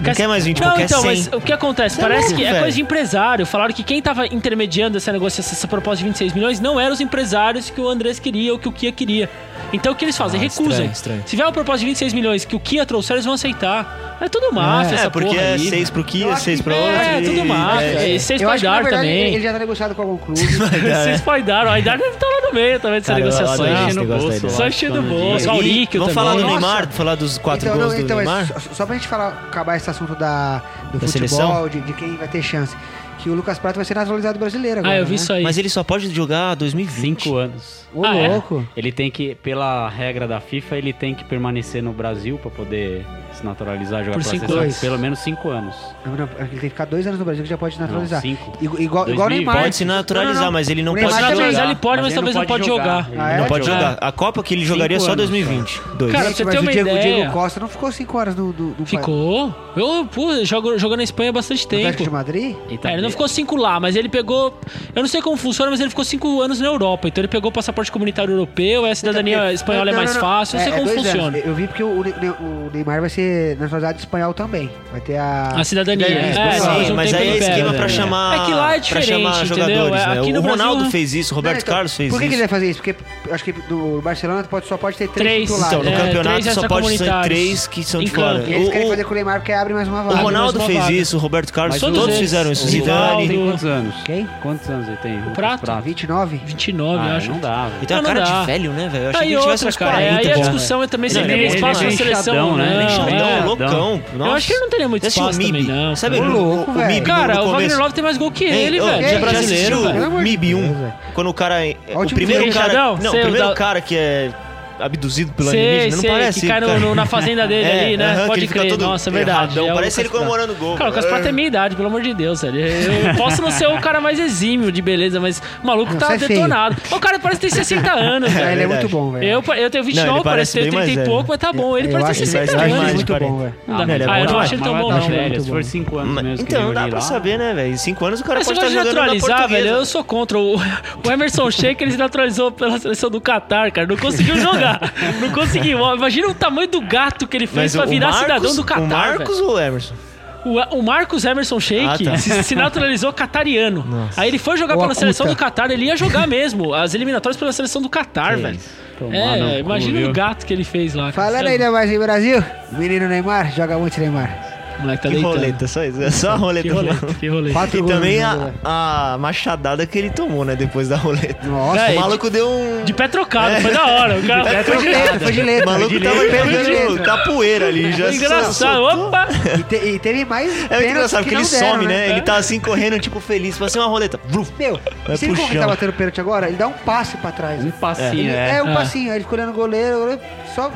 [SPEAKER 1] Não quer mais 20,
[SPEAKER 2] não,
[SPEAKER 1] pô, quer
[SPEAKER 2] então,
[SPEAKER 1] 100.
[SPEAKER 2] mas o que acontece?
[SPEAKER 1] Você é
[SPEAKER 2] Parece
[SPEAKER 1] louco,
[SPEAKER 2] que é
[SPEAKER 1] velho.
[SPEAKER 2] coisa de empresário. Falaram que quem tava intermediando essa negociação, essa proposta de 26 milhões, não eram os empresários que o Andrés queria ou que o Kia queria. Então o que eles fazem?
[SPEAKER 1] Ah,
[SPEAKER 2] Recusam.
[SPEAKER 1] estranho, estranho.
[SPEAKER 2] Se vier uma proposta de 26 milhões que o Kia trouxer, eles vão aceitar. É tudo máfia,
[SPEAKER 1] É,
[SPEAKER 2] essa
[SPEAKER 1] porque
[SPEAKER 2] porra
[SPEAKER 1] é
[SPEAKER 2] aí.
[SPEAKER 1] 6 pro
[SPEAKER 3] Eu
[SPEAKER 1] Kia,
[SPEAKER 3] acho
[SPEAKER 1] 6
[SPEAKER 3] que-
[SPEAKER 1] pro outro.
[SPEAKER 2] É,
[SPEAKER 1] e-
[SPEAKER 2] tudo máfia.
[SPEAKER 1] é,
[SPEAKER 2] E vocês
[SPEAKER 3] Eu acho que, na
[SPEAKER 2] pagaram
[SPEAKER 3] verdade,
[SPEAKER 2] também.
[SPEAKER 3] ele, ele já tá negociado com algum clube.
[SPEAKER 2] Vocês paidaram. A Idar deve estar lá no meio também dessa
[SPEAKER 1] é. Cara, eu
[SPEAKER 2] negociação.
[SPEAKER 3] Tá
[SPEAKER 1] adoro esse
[SPEAKER 4] enchendo o
[SPEAKER 1] negócio da
[SPEAKER 4] bolso.
[SPEAKER 1] ideia.
[SPEAKER 2] Só enchendo o bolso.
[SPEAKER 1] E
[SPEAKER 2] Ó, o Níquel
[SPEAKER 1] vamos
[SPEAKER 2] também.
[SPEAKER 1] falar do
[SPEAKER 2] Nossa.
[SPEAKER 1] Neymar, falar dos 4
[SPEAKER 3] não,
[SPEAKER 1] gols do
[SPEAKER 3] então, é
[SPEAKER 1] Neymar.
[SPEAKER 3] só, só pra gente falar, acabar esse assunto da, do
[SPEAKER 1] Da
[SPEAKER 3] futebol,
[SPEAKER 1] seleção?
[SPEAKER 3] De, de quem vai ter chance. Que o Lucas Prato vai ser naturalizado brasileiro agora,
[SPEAKER 2] Ah, eu vi
[SPEAKER 3] né?
[SPEAKER 2] isso aí.
[SPEAKER 1] Mas ele só pode jogar 2020.
[SPEAKER 4] Cinco anos.
[SPEAKER 3] Ô,
[SPEAKER 2] Ah, é?
[SPEAKER 3] louco.
[SPEAKER 4] Ele tem que, pela regra da FIFA, ele tem que permanecer no Brasil pra poder se naturalizar, jogar
[SPEAKER 2] Por
[SPEAKER 4] pela
[SPEAKER 2] cinco
[SPEAKER 4] seleção.
[SPEAKER 3] anos.
[SPEAKER 4] Pelo menos cinco anos.
[SPEAKER 3] Não, não, ele tem que ficar dois anos no Brasil que já pode naturalizar.
[SPEAKER 4] Não, cinco.
[SPEAKER 3] Igu- Igual, igual o
[SPEAKER 4] 2000,
[SPEAKER 3] Neymar.
[SPEAKER 1] Pode se naturalizar,
[SPEAKER 3] Não, não, não.
[SPEAKER 1] mas ele não
[SPEAKER 3] O
[SPEAKER 1] pode
[SPEAKER 3] Neymar
[SPEAKER 1] jogar.
[SPEAKER 3] também,
[SPEAKER 2] ele pode, mas talvez não pode jogar.
[SPEAKER 4] Ele
[SPEAKER 3] Ah, é?
[SPEAKER 1] Não pode
[SPEAKER 3] É.
[SPEAKER 1] jogar. A Copa que ele jogaria
[SPEAKER 4] Cinco
[SPEAKER 1] só
[SPEAKER 4] anos,
[SPEAKER 1] 2020. Dois.
[SPEAKER 2] Cara, pra
[SPEAKER 3] Gente,
[SPEAKER 2] você
[SPEAKER 3] mas
[SPEAKER 2] ter
[SPEAKER 3] o
[SPEAKER 2] uma
[SPEAKER 3] Diego,
[SPEAKER 2] ideia-
[SPEAKER 3] o Diego Costa não ficou cinco horas no, no, no
[SPEAKER 2] Ficou. Eu, pô, jogo, jogou na Espanha há bastante
[SPEAKER 3] no Atlético
[SPEAKER 2] tempo.
[SPEAKER 3] de Madrid?
[SPEAKER 4] E
[SPEAKER 2] É, ele não ficou cinco lá, mas ele pegou. Eu não sei como funciona, mas ele ficou cinco anos na Europa. Então ele pegou o passaporte comunitário europeu, aí a cidadania
[SPEAKER 3] Porque-
[SPEAKER 2] espanhola
[SPEAKER 3] Não,
[SPEAKER 2] é
[SPEAKER 3] não,
[SPEAKER 2] mais
[SPEAKER 3] não.
[SPEAKER 2] fácil, não sei
[SPEAKER 3] É, é
[SPEAKER 2] como
[SPEAKER 3] dois
[SPEAKER 2] funciona.
[SPEAKER 3] anos. Eu vi porque o, Ne- o Neymar vai ser nacionalidade espanhol também. Vai ter a...
[SPEAKER 2] A cidadania. É,
[SPEAKER 1] Ah. Mas,
[SPEAKER 2] não,
[SPEAKER 3] espanhola.
[SPEAKER 2] mas
[SPEAKER 1] sim,
[SPEAKER 2] um
[SPEAKER 1] mas
[SPEAKER 2] tempo
[SPEAKER 1] aí é
[SPEAKER 2] ele pega,
[SPEAKER 1] esquema
[SPEAKER 4] né?
[SPEAKER 1] pra chamar.
[SPEAKER 2] É que lá é
[SPEAKER 1] pra
[SPEAKER 2] diferente,
[SPEAKER 1] chamar
[SPEAKER 2] entendeu?
[SPEAKER 1] jogadores,
[SPEAKER 2] É,
[SPEAKER 1] né?
[SPEAKER 2] aqui no
[SPEAKER 1] O Ronaldo
[SPEAKER 2] Brasil-
[SPEAKER 1] fez isso, o Roberto
[SPEAKER 3] Não, então,
[SPEAKER 1] Carlos fez
[SPEAKER 3] Por que, que
[SPEAKER 1] isso.
[SPEAKER 3] ele vai fazer isso? Porque eu acho que do Barcelona pode, só pode ter
[SPEAKER 2] Três.
[SPEAKER 3] três, titulares. né?
[SPEAKER 1] Então, no
[SPEAKER 2] É, três
[SPEAKER 1] campeonato só pode ser
[SPEAKER 2] extracomunitários.
[SPEAKER 1] três que são
[SPEAKER 2] Em
[SPEAKER 1] de fora.
[SPEAKER 2] campo.
[SPEAKER 3] E eles querem
[SPEAKER 1] O-
[SPEAKER 3] fazer com o Neymar porque abre mais uma
[SPEAKER 1] O, o
[SPEAKER 3] vaga.
[SPEAKER 1] Ronaldo
[SPEAKER 2] mais uma
[SPEAKER 1] fez
[SPEAKER 2] vaga.
[SPEAKER 1] isso, o Roberto Carlos,
[SPEAKER 4] Mas
[SPEAKER 1] todos,
[SPEAKER 2] todos eles.
[SPEAKER 1] fizeram isso.
[SPEAKER 2] O
[SPEAKER 1] Zidane.
[SPEAKER 2] Rivaldo.
[SPEAKER 4] tem quantos anos?
[SPEAKER 3] Quem?
[SPEAKER 4] é Quantos anos ele tem? O
[SPEAKER 2] Prato?
[SPEAKER 3] 29?
[SPEAKER 2] 29, eu
[SPEAKER 4] Ah,
[SPEAKER 2] acho.
[SPEAKER 4] não dá, velho.
[SPEAKER 1] Ele tem uma
[SPEAKER 2] Não, não
[SPEAKER 1] cara
[SPEAKER 2] dá.
[SPEAKER 1] de velho, né, velho? Eu achei que
[SPEAKER 2] Aí
[SPEAKER 1] ele tivesse
[SPEAKER 2] outra,
[SPEAKER 1] uns
[SPEAKER 2] cara. Aí
[SPEAKER 1] 40.
[SPEAKER 2] a
[SPEAKER 1] já.
[SPEAKER 2] discussão é também se
[SPEAKER 1] Ele
[SPEAKER 2] ele
[SPEAKER 1] é
[SPEAKER 2] teria
[SPEAKER 1] bom,
[SPEAKER 2] espaço
[SPEAKER 1] ele
[SPEAKER 2] na
[SPEAKER 1] é
[SPEAKER 2] seleção,
[SPEAKER 4] inchadão, né?
[SPEAKER 2] né?
[SPEAKER 4] Ele é
[SPEAKER 1] Não,
[SPEAKER 4] inchadão,
[SPEAKER 2] É.
[SPEAKER 1] é
[SPEAKER 4] louco.
[SPEAKER 1] loucão.
[SPEAKER 2] Eu acho que ele não teria muito
[SPEAKER 1] Você assistiu
[SPEAKER 2] espaço
[SPEAKER 1] o
[SPEAKER 2] também,
[SPEAKER 1] MIB?
[SPEAKER 2] não.
[SPEAKER 1] Sabe,
[SPEAKER 3] Ô,
[SPEAKER 1] o-
[SPEAKER 3] louco,
[SPEAKER 1] o
[SPEAKER 3] velho.
[SPEAKER 1] MIB no-
[SPEAKER 2] Cara,
[SPEAKER 1] no
[SPEAKER 2] o Wagner
[SPEAKER 1] um começo.
[SPEAKER 2] Love tem mais gol que
[SPEAKER 1] Hein,
[SPEAKER 2] ele,
[SPEAKER 1] ô,
[SPEAKER 2] velho.
[SPEAKER 1] já
[SPEAKER 2] Ele é
[SPEAKER 1] assistiu
[SPEAKER 2] brasileiro,
[SPEAKER 1] o
[SPEAKER 3] Pelo
[SPEAKER 2] velho.
[SPEAKER 3] amor de
[SPEAKER 1] MIB 1.
[SPEAKER 3] Deus, velho.
[SPEAKER 1] Quando o cara. é,
[SPEAKER 3] Olha o
[SPEAKER 1] O primeiro
[SPEAKER 2] time dele.
[SPEAKER 1] cara.
[SPEAKER 2] Fechadão?
[SPEAKER 1] Não, o
[SPEAKER 2] Sei, o
[SPEAKER 1] primeiro
[SPEAKER 2] da-
[SPEAKER 1] cara que é abduzido pelo
[SPEAKER 2] Sei,
[SPEAKER 1] alienígena. Não
[SPEAKER 2] sei,
[SPEAKER 1] parece.
[SPEAKER 2] que cai no-
[SPEAKER 1] cara.
[SPEAKER 2] no- na fazenda dele
[SPEAKER 1] É,
[SPEAKER 2] ali, né?
[SPEAKER 1] aham, que
[SPEAKER 2] Pode
[SPEAKER 1] ele fica
[SPEAKER 2] crer,
[SPEAKER 1] todo
[SPEAKER 2] nossa, é verdade.
[SPEAKER 1] erradão,
[SPEAKER 2] é o
[SPEAKER 1] Parece ele
[SPEAKER 2] Lucas Prato.
[SPEAKER 1] comemorando o gol.
[SPEAKER 2] Cara, o Lucas Prato é
[SPEAKER 1] Ah.
[SPEAKER 2] minha idade, pelo amor de Deus, velho. Eu posso não ser o cara mais exímio de beleza, mas o maluco
[SPEAKER 3] Não,
[SPEAKER 2] tá
[SPEAKER 3] sai feio.
[SPEAKER 2] detonado. O cara parece ter 60 anos,
[SPEAKER 3] Ah, ele é
[SPEAKER 2] velho.
[SPEAKER 1] verdade.
[SPEAKER 3] muito bom, velho.
[SPEAKER 2] Eu, eu tenho 29,
[SPEAKER 1] Não, ele parece
[SPEAKER 2] parece ter
[SPEAKER 1] bem mais
[SPEAKER 2] 30 e
[SPEAKER 1] velho.
[SPEAKER 2] pouco, mas tá bom. Ele
[SPEAKER 3] Eu
[SPEAKER 2] parece
[SPEAKER 3] acho
[SPEAKER 2] ter
[SPEAKER 3] que ele
[SPEAKER 2] 60
[SPEAKER 3] faz
[SPEAKER 2] anos.
[SPEAKER 3] mais de
[SPEAKER 2] muito
[SPEAKER 1] 40.
[SPEAKER 3] bom, velho.
[SPEAKER 2] Não,
[SPEAKER 1] ele é
[SPEAKER 2] ah, eu
[SPEAKER 1] bom
[SPEAKER 2] não
[SPEAKER 1] demais.
[SPEAKER 2] achei ele tão
[SPEAKER 4] Mas
[SPEAKER 2] bom,
[SPEAKER 4] vai dar
[SPEAKER 2] não.
[SPEAKER 4] tá velho,
[SPEAKER 2] velho.
[SPEAKER 4] Se for cinco anos
[SPEAKER 1] Mas-
[SPEAKER 4] mesmo que
[SPEAKER 1] Então,
[SPEAKER 4] ele
[SPEAKER 1] não dá
[SPEAKER 4] jogue
[SPEAKER 1] pra
[SPEAKER 4] lá.
[SPEAKER 1] saber, né, velho? Em cinco anos o cara
[SPEAKER 2] Esse
[SPEAKER 1] pode
[SPEAKER 2] negócio
[SPEAKER 1] estar
[SPEAKER 2] de
[SPEAKER 1] jogando na
[SPEAKER 2] naturalizar, velho, eu
[SPEAKER 1] portuguesa.
[SPEAKER 2] sou contra. O, o Emerson Sheik, ele se naturalizou pela seleção do Qatar, cara. Não conseguiu jogar. Não conseguiu. Ó, Imagina o tamanho do gato que ele fez pra
[SPEAKER 1] o
[SPEAKER 2] um virar
[SPEAKER 1] Marcos-
[SPEAKER 2] cidadão do Qatar.
[SPEAKER 1] O Marcos ou o Emerson?
[SPEAKER 2] O, o Marcos Emerson Sheik
[SPEAKER 1] Ah, tá.
[SPEAKER 2] se, se naturalizou catariano.
[SPEAKER 1] Nossa.
[SPEAKER 2] Aí ele foi jogar
[SPEAKER 3] Ou
[SPEAKER 2] pela
[SPEAKER 3] a
[SPEAKER 2] seleção do
[SPEAKER 3] Cuta.
[SPEAKER 2] Catar, ele ia jogar mesmo. As eliminatórias pela seleção do Catar,
[SPEAKER 1] Que
[SPEAKER 2] velho.
[SPEAKER 4] Tomar no
[SPEAKER 2] É,
[SPEAKER 4] cu,
[SPEAKER 2] imagina
[SPEAKER 4] viu?
[SPEAKER 2] o gato que ele fez lá. cara.
[SPEAKER 3] Falando
[SPEAKER 2] Sério,
[SPEAKER 3] ainda mais em Brasil, menino Neymar, joga muito Neymar.
[SPEAKER 2] o Moleque, tá
[SPEAKER 1] que
[SPEAKER 2] deitando.
[SPEAKER 1] roleta, só isso. É só a roleta.
[SPEAKER 2] Que roleta, que roleta.
[SPEAKER 3] Quatro
[SPEAKER 1] E
[SPEAKER 3] gols
[SPEAKER 1] também
[SPEAKER 3] no jogo,
[SPEAKER 1] a,
[SPEAKER 3] né, velho.
[SPEAKER 1] a machadada que ele tomou, né? Depois da roleta.
[SPEAKER 3] Nossa,
[SPEAKER 2] É,
[SPEAKER 1] o maluco deu um.
[SPEAKER 2] De pé trocado, foi da hora. O cara
[SPEAKER 3] foi de letra, foi de
[SPEAKER 1] né? O
[SPEAKER 3] letra.
[SPEAKER 1] maluco
[SPEAKER 3] Foi de
[SPEAKER 1] tava
[SPEAKER 2] né?
[SPEAKER 3] letra, foi de
[SPEAKER 1] pegando
[SPEAKER 3] letra.
[SPEAKER 1] capoeira ali. Já
[SPEAKER 2] Foi engraçado.
[SPEAKER 1] soltou.
[SPEAKER 2] Opa!
[SPEAKER 3] E, te- e teve mais
[SPEAKER 1] É muito
[SPEAKER 3] pênalti
[SPEAKER 1] engraçado porque
[SPEAKER 3] não
[SPEAKER 1] ele
[SPEAKER 3] deram,
[SPEAKER 1] some, né? Ele tá assim correndo, tipo, feliz. Passei uma roleta. Vruf.
[SPEAKER 3] Meu,
[SPEAKER 1] Vai
[SPEAKER 3] se ele
[SPEAKER 1] pro
[SPEAKER 3] for que
[SPEAKER 1] chão.
[SPEAKER 3] tá batendo pênalti agora, ele dá um passe pra trás.
[SPEAKER 4] Um
[SPEAKER 3] velho.
[SPEAKER 4] passinho,
[SPEAKER 3] É,
[SPEAKER 4] é.
[SPEAKER 3] um
[SPEAKER 2] É.
[SPEAKER 3] passinho, aí ele ficou olhando o goleiro, o goleiro só...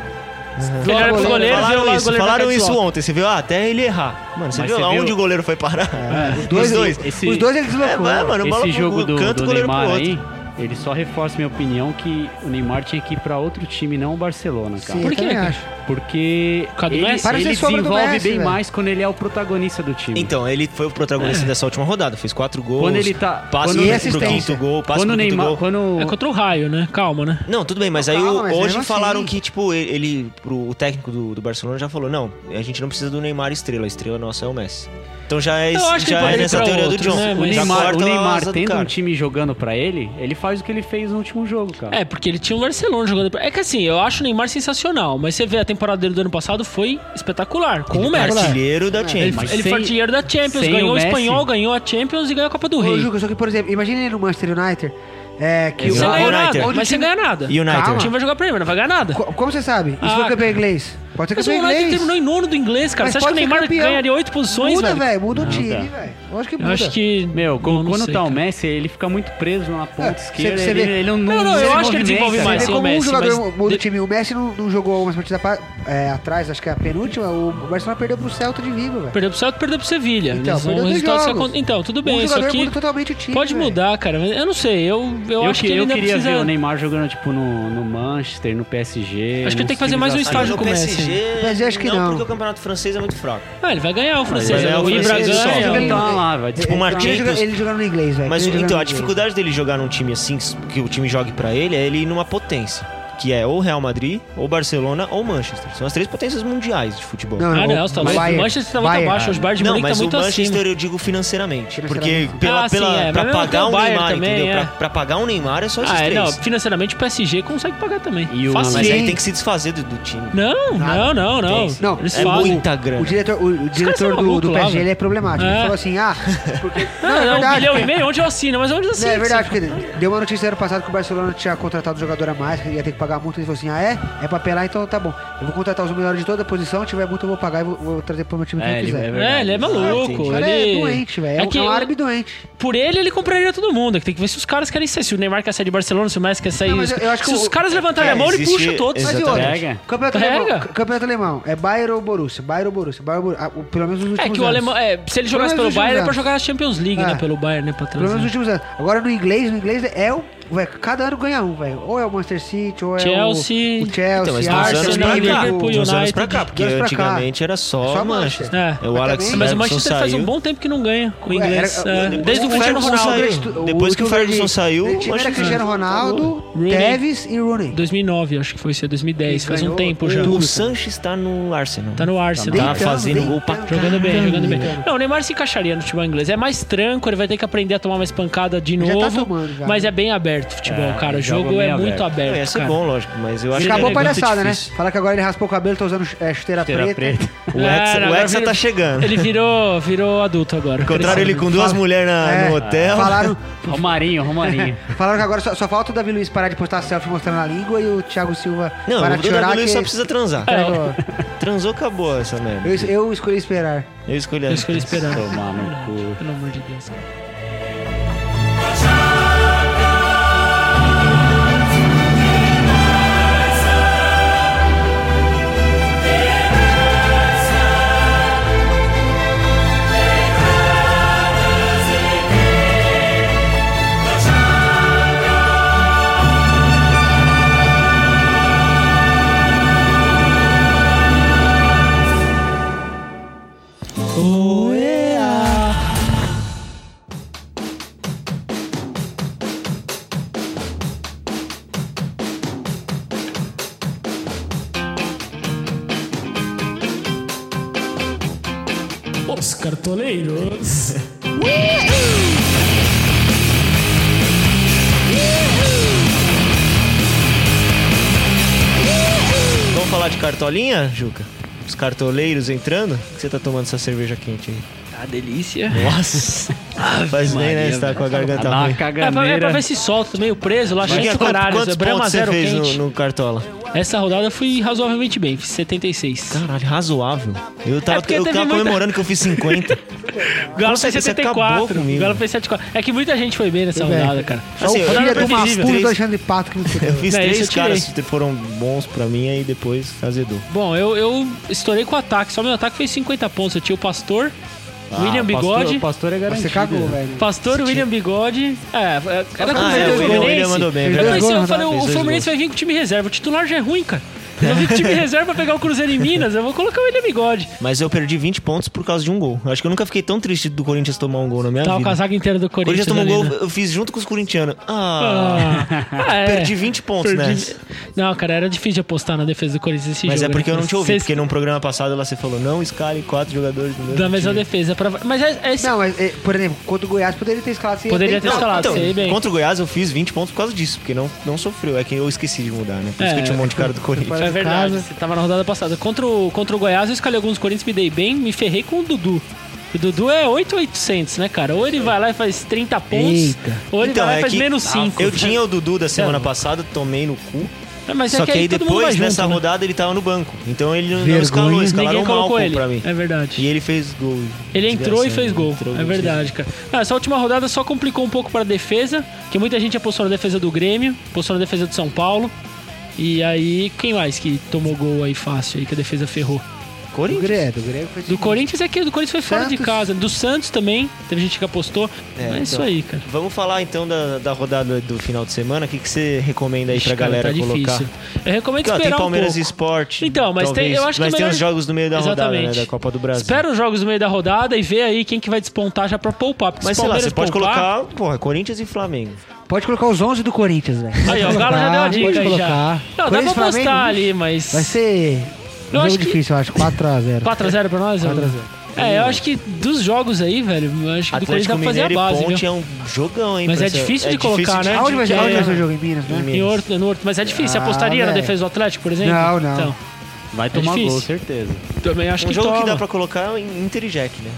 [SPEAKER 2] Ele olha pro goleiro, viu lá o
[SPEAKER 1] Falaram isso,
[SPEAKER 2] goleiro
[SPEAKER 1] falaram
[SPEAKER 2] vai
[SPEAKER 1] isso
[SPEAKER 2] deslocar.
[SPEAKER 1] ontem. Você viu? Ah, até ele errar. Mano, você
[SPEAKER 4] Mas
[SPEAKER 1] viu
[SPEAKER 4] você
[SPEAKER 1] lá
[SPEAKER 4] viu?
[SPEAKER 1] onde o goleiro foi parar? Os dois,
[SPEAKER 4] Esse-
[SPEAKER 1] dois.
[SPEAKER 4] esse-
[SPEAKER 3] Os dois ele deslocou.
[SPEAKER 1] É, vai, mano, bola
[SPEAKER 4] Esse
[SPEAKER 1] pro
[SPEAKER 4] jogo do,
[SPEAKER 1] canto,
[SPEAKER 4] do
[SPEAKER 1] goleiro pro
[SPEAKER 4] Neymar
[SPEAKER 1] outro.
[SPEAKER 4] aí, ele só reforça minha opinião que o Neymar tinha que ir pra outro time, não o Barcelona, cara.
[SPEAKER 3] Sim,
[SPEAKER 2] Por
[SPEAKER 3] eu
[SPEAKER 2] quê?
[SPEAKER 3] também acho.
[SPEAKER 4] Porque
[SPEAKER 2] Por causa do
[SPEAKER 4] ele,
[SPEAKER 2] Messi?
[SPEAKER 3] Parece
[SPEAKER 4] ele
[SPEAKER 3] que sobra do
[SPEAKER 4] desenvolve
[SPEAKER 3] Messi,
[SPEAKER 4] bem
[SPEAKER 3] velho.
[SPEAKER 4] mais quando ele é o protagonista do time.
[SPEAKER 1] Então, ele foi o protagonista dessa última rodada, fez quatro gols.
[SPEAKER 4] É. Quando ele tá-
[SPEAKER 1] Passa
[SPEAKER 4] quando-
[SPEAKER 3] E
[SPEAKER 1] pro
[SPEAKER 3] assistência.
[SPEAKER 1] quinto gol, passa
[SPEAKER 4] quando o
[SPEAKER 1] pro quinto
[SPEAKER 4] Neymar,
[SPEAKER 1] gol.
[SPEAKER 4] quando
[SPEAKER 2] É contra o raio, né? Calma, né?
[SPEAKER 1] Não, tudo bem, mas aí
[SPEAKER 3] Calma,
[SPEAKER 1] o-
[SPEAKER 3] mas
[SPEAKER 1] hoje
[SPEAKER 3] mesmo
[SPEAKER 1] falaram
[SPEAKER 3] assim.
[SPEAKER 1] que, tipo, ele, ele- pro, o técnico do, do Barcelona já falou: não, a gente não precisa do Neymar estrela, a estrela nossa é o Messi. Então já é,
[SPEAKER 2] Eu acho que
[SPEAKER 1] já
[SPEAKER 2] pode
[SPEAKER 1] é
[SPEAKER 2] ir
[SPEAKER 1] nessa
[SPEAKER 2] pra
[SPEAKER 1] teoria
[SPEAKER 2] outros,
[SPEAKER 1] do John.
[SPEAKER 2] né,
[SPEAKER 1] Já
[SPEAKER 4] O
[SPEAKER 2] mas-
[SPEAKER 4] Neymar,
[SPEAKER 1] corta
[SPEAKER 4] o
[SPEAKER 1] a
[SPEAKER 4] Neymar
[SPEAKER 1] asa do
[SPEAKER 4] tendo
[SPEAKER 1] cara.
[SPEAKER 4] um time jogando pra ele, ele faz o que ele fez no último jogo, cara.
[SPEAKER 2] É, porque ele tinha um Barcelona jogando. pra- É que assim, eu acho o Neymar sensacional, mas você vê a temporada dele do ano passado foi espetacular, com o Messi.
[SPEAKER 1] é Artilheiro da Champions.
[SPEAKER 2] é, Ele,
[SPEAKER 4] mas
[SPEAKER 2] ele
[SPEAKER 4] sem-
[SPEAKER 2] foi artilheiro da Champions,
[SPEAKER 4] sem
[SPEAKER 2] ganhou
[SPEAKER 4] o
[SPEAKER 2] o
[SPEAKER 4] Messi-
[SPEAKER 2] espanhol, ganhou a Champions e ganhou a Copa do
[SPEAKER 3] Ô,
[SPEAKER 2] Rei.
[SPEAKER 3] Juca, só que, por exemplo, imagina ele no Manchester United. É, que
[SPEAKER 1] Ele
[SPEAKER 2] Você
[SPEAKER 1] Exato.
[SPEAKER 2] não
[SPEAKER 1] jogou
[SPEAKER 2] ganhou
[SPEAKER 1] United.
[SPEAKER 2] nada,
[SPEAKER 1] Onde
[SPEAKER 2] mas você ganha nada.
[SPEAKER 1] United.
[SPEAKER 2] O time
[SPEAKER 3] Calma.
[SPEAKER 2] vai jogar Premier, não vai ganhar nada.
[SPEAKER 3] Co- Como você sabe? Isso
[SPEAKER 2] Ah,
[SPEAKER 3] foi campeão
[SPEAKER 2] cara.
[SPEAKER 3] inglês. Pode ser
[SPEAKER 2] Mas o
[SPEAKER 3] campeão
[SPEAKER 2] United
[SPEAKER 3] inglês.
[SPEAKER 2] terminou em nono do inglês, cara.
[SPEAKER 3] é Mas
[SPEAKER 2] você acha que o
[SPEAKER 3] pode ser
[SPEAKER 2] Neymar
[SPEAKER 3] campeão.
[SPEAKER 2] ganharia oito posições,
[SPEAKER 3] muda,
[SPEAKER 2] velho?
[SPEAKER 3] velho. Muda o
[SPEAKER 4] Não,
[SPEAKER 3] time,
[SPEAKER 4] tá.
[SPEAKER 3] velho. Eu acho que
[SPEAKER 2] Eu
[SPEAKER 3] muda.
[SPEAKER 2] acho que...
[SPEAKER 4] Meu,
[SPEAKER 2] Não, não
[SPEAKER 4] quando
[SPEAKER 2] sei,
[SPEAKER 4] tá o
[SPEAKER 2] cara.
[SPEAKER 4] Messi, ele fica muito preso na ponta
[SPEAKER 3] É,
[SPEAKER 4] esquerda.
[SPEAKER 3] cê- cê
[SPEAKER 4] ele,
[SPEAKER 3] vê-
[SPEAKER 4] ele um não,
[SPEAKER 2] Não, não,
[SPEAKER 4] se
[SPEAKER 2] eu acho que ele
[SPEAKER 4] movimenta,
[SPEAKER 2] desenvolve
[SPEAKER 4] cara.
[SPEAKER 3] Você
[SPEAKER 2] mais,
[SPEAKER 3] vê
[SPEAKER 2] sim,
[SPEAKER 3] como
[SPEAKER 2] o Messi,
[SPEAKER 3] um jogador
[SPEAKER 2] mas-
[SPEAKER 3] muda
[SPEAKER 2] de-
[SPEAKER 3] o time. O Messi não, não jogou umas partidas pa- é, atrás, acho que é a penúltima. O Barcelona perdeu pro Celta de Vigo, velho.
[SPEAKER 2] Perdeu pro Celta, perdeu pro Sevilha.
[SPEAKER 3] Então,
[SPEAKER 2] Eles vão-
[SPEAKER 3] perdeu
[SPEAKER 2] o
[SPEAKER 3] dois
[SPEAKER 2] resultado só
[SPEAKER 3] jogos.
[SPEAKER 2] con- Então, tudo
[SPEAKER 3] um
[SPEAKER 2] bem, só
[SPEAKER 3] jogador né?
[SPEAKER 2] que
[SPEAKER 3] muda totalmente o time,
[SPEAKER 2] pode
[SPEAKER 3] velho.
[SPEAKER 2] mudar, cara. Eu não sei, eu, eu,
[SPEAKER 4] Eu,
[SPEAKER 2] acho
[SPEAKER 4] que-
[SPEAKER 2] que, ele
[SPEAKER 4] eu
[SPEAKER 2] ainda
[SPEAKER 4] queria
[SPEAKER 2] precisa...
[SPEAKER 4] ver o
[SPEAKER 1] né?
[SPEAKER 4] Neymar jogando, tipo, no, no Manchester, no PSG.
[SPEAKER 2] Acho que ele
[SPEAKER 4] nos
[SPEAKER 2] tem que fazer mais um
[SPEAKER 4] times
[SPEAKER 1] Ah, mas
[SPEAKER 2] estágio
[SPEAKER 1] no
[SPEAKER 2] com
[SPEAKER 4] assim.
[SPEAKER 2] o Messi.
[SPEAKER 1] PSG,
[SPEAKER 3] Mas eu acho que não.
[SPEAKER 1] porque o campeonato francês é muito fraco.
[SPEAKER 2] Ah, ele vai ganhar o francês.
[SPEAKER 1] vai
[SPEAKER 4] é
[SPEAKER 1] ganhar
[SPEAKER 2] O,
[SPEAKER 1] o
[SPEAKER 2] Ibra
[SPEAKER 1] francês, só.
[SPEAKER 2] ganha.
[SPEAKER 4] Ele
[SPEAKER 3] Ele-
[SPEAKER 4] tá lá, vai
[SPEAKER 1] Tipo, o
[SPEAKER 3] Ele,
[SPEAKER 4] disputar.
[SPEAKER 2] né?
[SPEAKER 1] Marquinhos...
[SPEAKER 3] joga- ele jogando no inglês, velho.
[SPEAKER 1] Mas
[SPEAKER 3] É, Ele jogando
[SPEAKER 1] então,
[SPEAKER 3] no
[SPEAKER 1] a
[SPEAKER 3] inglês.
[SPEAKER 1] dificuldade dele jogar num time assim, que o time jogue pra ele, é ele ir numa potência. Que é ou Real Madrid, ou Barcelona, ou Manchester. São as três potências mundiais de futebol.
[SPEAKER 3] Não,
[SPEAKER 2] Ah,
[SPEAKER 3] não,
[SPEAKER 2] não, você tá
[SPEAKER 3] o
[SPEAKER 2] louco. O
[SPEAKER 3] Bayern-
[SPEAKER 2] Manchester tá muito
[SPEAKER 3] Bayern.
[SPEAKER 2] abaixo, os Bayern de
[SPEAKER 1] Não,
[SPEAKER 2] Munique tá
[SPEAKER 1] mas
[SPEAKER 2] muito
[SPEAKER 1] o Manchester
[SPEAKER 2] acima.
[SPEAKER 1] eu digo financeiramente. Porque
[SPEAKER 3] Financeiramente.
[SPEAKER 1] pela,
[SPEAKER 2] Ah, sim,
[SPEAKER 1] pela,
[SPEAKER 2] é,
[SPEAKER 1] pra
[SPEAKER 2] mas
[SPEAKER 1] pagar
[SPEAKER 2] o
[SPEAKER 1] o
[SPEAKER 2] Bayern
[SPEAKER 1] Neymar,
[SPEAKER 2] também,
[SPEAKER 1] entendeu?
[SPEAKER 2] é.
[SPEAKER 1] Pra, pra pagar o Neymar é só esses
[SPEAKER 2] Ah, é,
[SPEAKER 1] três.
[SPEAKER 2] não, financeiramente o PSG consegue pagar também.
[SPEAKER 4] E o-
[SPEAKER 1] Mas
[SPEAKER 2] Facinho.
[SPEAKER 3] Sim.
[SPEAKER 1] aí tem que se desfazer do, do time.
[SPEAKER 2] Não, não, não, não.
[SPEAKER 1] Tem.
[SPEAKER 3] Não,
[SPEAKER 2] Eles
[SPEAKER 1] é
[SPEAKER 2] fazem.
[SPEAKER 1] muita grana.
[SPEAKER 3] O diretor, o, o diretor
[SPEAKER 2] são
[SPEAKER 3] do,
[SPEAKER 2] malucos
[SPEAKER 3] do
[SPEAKER 2] lá,
[SPEAKER 3] PSG
[SPEAKER 2] velho.
[SPEAKER 3] ele é problemático.
[SPEAKER 2] É.
[SPEAKER 3] Ele falou assim: ah, porque.
[SPEAKER 2] Não, não, um bilhão
[SPEAKER 3] porque-
[SPEAKER 2] e meio, onde eu assino? Mas onde eu
[SPEAKER 3] Não,
[SPEAKER 2] assino?
[SPEAKER 3] é verdade, porque deu uma notícia ano passado que o Barcelona tinha contratado um jogador a mais, que ia ter que pagar a multa. Ele falou assim: ah, é? É pra apelar, então tá bom. Eu vou contratar os melhores de toda posição, tiver multa eu vou pagar e vou, vou trazer pro meu time quem
[SPEAKER 4] É,
[SPEAKER 3] eu
[SPEAKER 4] ele-
[SPEAKER 3] quiser.
[SPEAKER 4] é
[SPEAKER 2] É,
[SPEAKER 4] verdade.
[SPEAKER 2] ele é
[SPEAKER 1] entendi.
[SPEAKER 2] maluco.
[SPEAKER 3] O cara
[SPEAKER 2] ele...
[SPEAKER 3] é doente, velho. É,
[SPEAKER 2] É
[SPEAKER 3] um-
[SPEAKER 2] que
[SPEAKER 3] é um
[SPEAKER 2] eu-
[SPEAKER 3] árabe doente.
[SPEAKER 2] Por ele, ele compraria todo mundo. É que Tem que ver se os caras querem sair. Se o Neymar quer sair de Barcelona, se o Messi quer sair.
[SPEAKER 3] Não, mas
[SPEAKER 2] se
[SPEAKER 3] eu- eu acho que
[SPEAKER 2] se os
[SPEAKER 3] o-
[SPEAKER 2] caras levantarem
[SPEAKER 1] é,
[SPEAKER 2] a mão, ele
[SPEAKER 1] existe-
[SPEAKER 2] puxa todos.
[SPEAKER 1] exato.
[SPEAKER 3] Mas e outra?
[SPEAKER 4] Pega.
[SPEAKER 3] Campeonato
[SPEAKER 2] Pega.
[SPEAKER 3] alemão, campeonato alemão. É Bayern ou Borussia? Bayern ou Borussia? Bayern ou Borussia? Ah, o- pelo menos nos últimos
[SPEAKER 2] É que o
[SPEAKER 3] anos.
[SPEAKER 2] alemão. É, se ele jogasse pelo
[SPEAKER 3] Pelo menos
[SPEAKER 2] Bayern, era pra
[SPEAKER 3] os
[SPEAKER 2] jogar a Champions League,
[SPEAKER 3] É.
[SPEAKER 2] né? Pelo Bayern, né? Pra
[SPEAKER 3] Pelo menos nos
[SPEAKER 2] trazer.
[SPEAKER 3] últimos anos. Agora no inglês, no inglês é o. Véio, cada ano ganha um, velho. Ou é o Manchester City, ou é
[SPEAKER 2] Chelsea.
[SPEAKER 3] o, É, o Chelsea,
[SPEAKER 1] Então, mas de uns anos
[SPEAKER 3] Arsenal,
[SPEAKER 1] pra cá.
[SPEAKER 2] Liverpool,
[SPEAKER 1] De uns anos
[SPEAKER 2] United,
[SPEAKER 1] pra cá, porque
[SPEAKER 3] dois pra cá.
[SPEAKER 1] antigamente era só,
[SPEAKER 3] Só
[SPEAKER 1] Manchester.
[SPEAKER 2] Manchester.
[SPEAKER 1] É, o
[SPEAKER 3] Mas
[SPEAKER 1] Alex
[SPEAKER 3] também-
[SPEAKER 2] Mas
[SPEAKER 1] Ferguson
[SPEAKER 2] o Manchester
[SPEAKER 1] saiu.
[SPEAKER 2] faz um bom tempo que não ganha com o
[SPEAKER 3] Era-
[SPEAKER 2] inglês.
[SPEAKER 3] era-
[SPEAKER 2] é,
[SPEAKER 3] depois
[SPEAKER 2] desde o
[SPEAKER 1] que o
[SPEAKER 2] Cristiano
[SPEAKER 1] Ferguson
[SPEAKER 2] Ronaldo.
[SPEAKER 1] saiu. Depois que o Ferguson saiu,
[SPEAKER 3] O time era
[SPEAKER 1] Manchester-
[SPEAKER 3] Cristiano Ronaldo,
[SPEAKER 2] Rooney.
[SPEAKER 3] Tevez e Rooney.
[SPEAKER 2] 2009, acho que foi isso. é 2010.
[SPEAKER 3] Ele
[SPEAKER 2] Faz um
[SPEAKER 3] ganhou
[SPEAKER 2] tempo
[SPEAKER 3] tudo.
[SPEAKER 2] já.
[SPEAKER 1] O Sanches tá no Arsenal.
[SPEAKER 2] Tá no Arsenal.
[SPEAKER 1] Tá
[SPEAKER 3] Deitando,
[SPEAKER 1] fazendo gol pra
[SPEAKER 3] deitando,
[SPEAKER 2] Jogando bem,
[SPEAKER 3] deitando,
[SPEAKER 2] jogando bem.
[SPEAKER 3] deitando.
[SPEAKER 2] Não, o Neymar se encaixaria no futebol inglês. É mais tranco, ele vai ter que aprender a tomar mais pancada de
[SPEAKER 3] Já
[SPEAKER 2] novo.
[SPEAKER 3] tá tomando, já.
[SPEAKER 2] Mas é bem aberto o futebol,
[SPEAKER 4] É,
[SPEAKER 2] cara. O
[SPEAKER 4] ele joga
[SPEAKER 2] jogo é
[SPEAKER 4] bem
[SPEAKER 2] muito
[SPEAKER 4] aberto.
[SPEAKER 2] aberto.
[SPEAKER 1] Não, ia ser
[SPEAKER 2] cara.
[SPEAKER 1] bom, logístico, mas eu acho que
[SPEAKER 3] Acabou a
[SPEAKER 1] é muito
[SPEAKER 3] palhaçada, né?
[SPEAKER 1] difícil.
[SPEAKER 3] Fala que agora ele raspou o cabelo, tá usando é, chuteira,
[SPEAKER 4] Chuteira
[SPEAKER 3] preta.
[SPEAKER 1] O
[SPEAKER 2] É,
[SPEAKER 1] Hexa, o
[SPEAKER 2] agora
[SPEAKER 1] Hexa
[SPEAKER 2] vira-
[SPEAKER 1] tá chegando.
[SPEAKER 2] Ele virou, virou adulto agora.
[SPEAKER 1] Encontraram ele com duas
[SPEAKER 3] Fala-
[SPEAKER 1] mulheres na-
[SPEAKER 3] É,
[SPEAKER 1] Ah, no hotel.
[SPEAKER 3] Falaram,
[SPEAKER 4] Romarinho, Romarinho.
[SPEAKER 3] falaram que agora só, só falta o Davi Luiz parar de postar selfie mostrando a língua e o Thiago Silva
[SPEAKER 1] Não,
[SPEAKER 3] parar
[SPEAKER 1] o
[SPEAKER 3] de chorar.
[SPEAKER 1] Dona
[SPEAKER 3] Que
[SPEAKER 1] Luiz só precisa transar.
[SPEAKER 2] É.
[SPEAKER 3] Entregou.
[SPEAKER 1] Transou, acabou essa merda.
[SPEAKER 3] eu, eu escolhi esperar.
[SPEAKER 1] Eu escolhi
[SPEAKER 2] Eu
[SPEAKER 1] essa.
[SPEAKER 2] escolhi esperar.
[SPEAKER 4] Tomar no cu.
[SPEAKER 2] Pelo amor de Deus, cara.
[SPEAKER 5] Os cartoleiros.
[SPEAKER 1] Vamos falar de cartolinha, Juca? Os cartoleiros entrando? Por que você tá tomando essa cerveja quente aí?
[SPEAKER 2] Tá delícia.
[SPEAKER 1] Nossa! Faz bem, né? Você tá com a garganta
[SPEAKER 4] Dá uma
[SPEAKER 1] ruim.
[SPEAKER 2] É pra, é pra
[SPEAKER 4] caganeira.
[SPEAKER 2] ver se solta, meio preso lá, cheio
[SPEAKER 1] Diga,
[SPEAKER 2] de
[SPEAKER 1] quanto-
[SPEAKER 2] caralho.
[SPEAKER 1] quantos
[SPEAKER 2] Brahma
[SPEAKER 1] pontos você
[SPEAKER 2] zero
[SPEAKER 1] fez
[SPEAKER 2] quente.
[SPEAKER 1] no, no Cartola?
[SPEAKER 2] Essa rodada eu fui razoavelmente bem, fiz 76.
[SPEAKER 1] Caralho, razoável. Eu
[SPEAKER 2] É
[SPEAKER 1] tava,
[SPEAKER 2] porque
[SPEAKER 1] eu
[SPEAKER 2] teve
[SPEAKER 1] tava
[SPEAKER 2] muita-
[SPEAKER 1] comemorando que eu fiz 50.
[SPEAKER 2] Galo
[SPEAKER 1] Nossa,
[SPEAKER 2] fez
[SPEAKER 1] você acabou
[SPEAKER 2] 74.
[SPEAKER 1] comigo.
[SPEAKER 2] Galo fez 74. É que muita gente foi bem nessa
[SPEAKER 3] Foi bem.
[SPEAKER 2] rodada, cara.
[SPEAKER 3] Só o
[SPEAKER 1] Assim, eu-
[SPEAKER 3] filho
[SPEAKER 1] eu
[SPEAKER 3] de
[SPEAKER 1] fiz
[SPEAKER 3] uma puta
[SPEAKER 1] três-
[SPEAKER 3] do Alexandre Pato que me fudeu.
[SPEAKER 1] Eu fiz
[SPEAKER 2] Não,
[SPEAKER 1] três
[SPEAKER 2] isso eu tirei.
[SPEAKER 1] caras que foram bons pra mim e depois azedou.
[SPEAKER 2] Bom, eu, eu estourei com o ataque. Só meu ataque fez 50 pontos. Eu tinha o Pastor,
[SPEAKER 1] Ah,
[SPEAKER 2] William Bigode.
[SPEAKER 4] O pastor é garantido.
[SPEAKER 3] Você cagou, velho.
[SPEAKER 2] Pastor, William Bigode. É, é- era com
[SPEAKER 1] Ah,
[SPEAKER 2] certeza
[SPEAKER 1] é, o William,
[SPEAKER 2] o
[SPEAKER 1] William
[SPEAKER 2] Fluminense.
[SPEAKER 1] mandou bem, é
[SPEAKER 3] Fez
[SPEAKER 2] Eu
[SPEAKER 1] verdade.
[SPEAKER 2] pensei,
[SPEAKER 3] dois
[SPEAKER 2] eu
[SPEAKER 3] gols,
[SPEAKER 2] falei,
[SPEAKER 1] Fez
[SPEAKER 2] o
[SPEAKER 1] dois
[SPEAKER 2] Fluminense vai vir com o time reserva. O titular já é ruim, cara. Eu vim com o time reserva pegar o Cruzeiro em Minas. Eu vou colocar o William Bigode.
[SPEAKER 1] Mas eu perdi 20 pontos por causa de um gol. Acho que eu nunca fiquei tão triste do Corinthians tomar um gol na minha
[SPEAKER 2] Tá o
[SPEAKER 1] vida.
[SPEAKER 2] casaco inteiro do
[SPEAKER 1] O Corinthians
[SPEAKER 2] Corinthians.
[SPEAKER 1] tomou um
[SPEAKER 2] ali,
[SPEAKER 1] gol,
[SPEAKER 2] né?
[SPEAKER 1] eu fiz junto com os corintianos. Ah,
[SPEAKER 2] Ah, né? é.
[SPEAKER 1] perdi 20 pontos
[SPEAKER 2] Perdi-
[SPEAKER 1] nessa.
[SPEAKER 2] Não, cara, era difícil de apostar na defesa do Corinthians esse
[SPEAKER 1] Mas é
[SPEAKER 2] jogo.
[SPEAKER 1] porque
[SPEAKER 2] né?
[SPEAKER 1] eu não te ouvi,
[SPEAKER 2] Vocês-
[SPEAKER 1] porque num programa passado lá você falou, não escale quatro jogadores do mesmo
[SPEAKER 2] Da mesma
[SPEAKER 1] time.
[SPEAKER 2] defesa. Pra... Mas é, é esse...
[SPEAKER 3] Não, mas, eh, por exemplo, contra o Goiás poderia ter escalado sem
[SPEAKER 2] Poderia ter
[SPEAKER 3] Não,
[SPEAKER 2] escalado,
[SPEAKER 1] então,
[SPEAKER 2] sei bem.
[SPEAKER 1] contra o Goiás eu fiz 20 pontos por causa disso, porque não, não sofreu. É que eu esqueci de mudar, né? Por isso
[SPEAKER 2] É,
[SPEAKER 1] que eu tinha um monte de cara do Corinthians.
[SPEAKER 3] fora
[SPEAKER 2] É
[SPEAKER 3] de
[SPEAKER 2] verdade,
[SPEAKER 3] casa.
[SPEAKER 2] você tava na rodada passada. Contra o, contra o Goiás, eu escalei alguns Corinthians, me dei bem, me ferrei com o Dudu. O Dudu é 8,800, né, cara? Ou ele vai lá e faz 30 pontos,
[SPEAKER 3] Eita.
[SPEAKER 2] ou ele
[SPEAKER 1] Então,
[SPEAKER 2] vai lá e
[SPEAKER 1] é
[SPEAKER 2] faz
[SPEAKER 1] que
[SPEAKER 2] menos 5.
[SPEAKER 1] Eu tinha o Dudu da semana
[SPEAKER 2] É.
[SPEAKER 1] passada, tomei no cu.
[SPEAKER 2] É, mas é
[SPEAKER 1] Só que aí
[SPEAKER 2] todo mundo vai
[SPEAKER 1] depois,
[SPEAKER 2] junto,
[SPEAKER 1] nessa
[SPEAKER 2] né?
[SPEAKER 1] rodada, ele tava no banco. Então ele não
[SPEAKER 3] Vergonha.
[SPEAKER 1] escalou,
[SPEAKER 2] Ninguém
[SPEAKER 1] escalaram mal
[SPEAKER 2] colocou ele.
[SPEAKER 1] pra mim.
[SPEAKER 2] É verdade.
[SPEAKER 1] E ele fez gol. né?
[SPEAKER 2] Ele entrou e fez gol.
[SPEAKER 1] Entrou e
[SPEAKER 2] É
[SPEAKER 1] fez
[SPEAKER 2] verdade, cara. Ah, essa última rodada só complicou um pouco para a defesa, que muita gente apostou na defesa do Grêmio, apostou na defesa do São Paulo. E aí, quem mais que tomou gol aí fácil aí que a defesa ferrou?
[SPEAKER 3] Do
[SPEAKER 1] Corinthians.
[SPEAKER 3] Grêmio, do Grêmio foi
[SPEAKER 2] Do Corinthians é que do Corinthians foi fora de
[SPEAKER 3] Santos.
[SPEAKER 2] casa, do Santos também, teve gente que apostou.
[SPEAKER 1] É,
[SPEAKER 2] Mas é
[SPEAKER 1] então.
[SPEAKER 2] isso aí, cara.
[SPEAKER 1] Vamos falar então da, da rodada do final de semana. O que, que você recomenda aí
[SPEAKER 2] Ixi,
[SPEAKER 1] pra
[SPEAKER 2] cara,
[SPEAKER 1] galera
[SPEAKER 2] tá
[SPEAKER 1] colocar?
[SPEAKER 2] difícil. Eu recomendo
[SPEAKER 1] Porque, ó, tem
[SPEAKER 2] esperar um
[SPEAKER 1] Palmeiras
[SPEAKER 2] pouco.
[SPEAKER 1] e Sport.
[SPEAKER 2] Então, mas tem- eu acho que
[SPEAKER 1] mas
[SPEAKER 2] é
[SPEAKER 1] tem
[SPEAKER 2] melhor-
[SPEAKER 1] os jogos no meio da rodada, né?
[SPEAKER 2] Exatamente.
[SPEAKER 1] Da Copa do Brasil.
[SPEAKER 2] Espera os jogos no meio da rodada e vê aí quem que vai despontar já pra poupar. Porque
[SPEAKER 1] Mas
[SPEAKER 2] se
[SPEAKER 1] sei lá,
[SPEAKER 2] Palmeiras
[SPEAKER 1] você pode
[SPEAKER 2] poupar,
[SPEAKER 1] colocar, porra, Corinthians e Flamengo.
[SPEAKER 3] Pode colocar os 11 do Corinthians, velho.
[SPEAKER 2] Aí, ó, o Galo já deu a
[SPEAKER 3] Pode
[SPEAKER 2] dica aí já.
[SPEAKER 3] colocar.
[SPEAKER 2] Não, dá pra
[SPEAKER 3] Corinthians,
[SPEAKER 2] apostar
[SPEAKER 3] Flamengo,
[SPEAKER 2] ali, mas.
[SPEAKER 3] Vai ser um
[SPEAKER 2] Eu acho
[SPEAKER 3] jogo
[SPEAKER 2] que-
[SPEAKER 3] difícil, eu acho. 4x0.
[SPEAKER 2] 4x0 pra nós?
[SPEAKER 3] 4x0.
[SPEAKER 2] É, eu acho que dos jogos aí, velho, eu acho que do Corinthians dá
[SPEAKER 1] Atlético
[SPEAKER 2] pra fazer a
[SPEAKER 1] Mineiro e
[SPEAKER 2] base,
[SPEAKER 1] Ponte
[SPEAKER 2] viu?
[SPEAKER 1] é um jogão, hein?
[SPEAKER 2] Mas
[SPEAKER 1] pra
[SPEAKER 2] é
[SPEAKER 1] ser-
[SPEAKER 2] difícil de colocar, né?
[SPEAKER 3] Aonde vai
[SPEAKER 1] É
[SPEAKER 2] que-
[SPEAKER 3] ser aonde vai ser o jogo? Em Minas, né?
[SPEAKER 1] Em Minas.
[SPEAKER 2] Em Horto, no Horto, mas é difícil. Você
[SPEAKER 3] Ah,
[SPEAKER 2] apostaria na
[SPEAKER 3] velho.
[SPEAKER 2] defesa do Atlético, por exemplo?
[SPEAKER 3] Não, não.
[SPEAKER 2] Então,
[SPEAKER 4] Vai tomar
[SPEAKER 2] difícil.
[SPEAKER 4] gol, certeza.
[SPEAKER 2] também acho
[SPEAKER 1] Um
[SPEAKER 2] que
[SPEAKER 1] jogo
[SPEAKER 2] toma.
[SPEAKER 1] que dá pra colocar é Inter e Jack, né?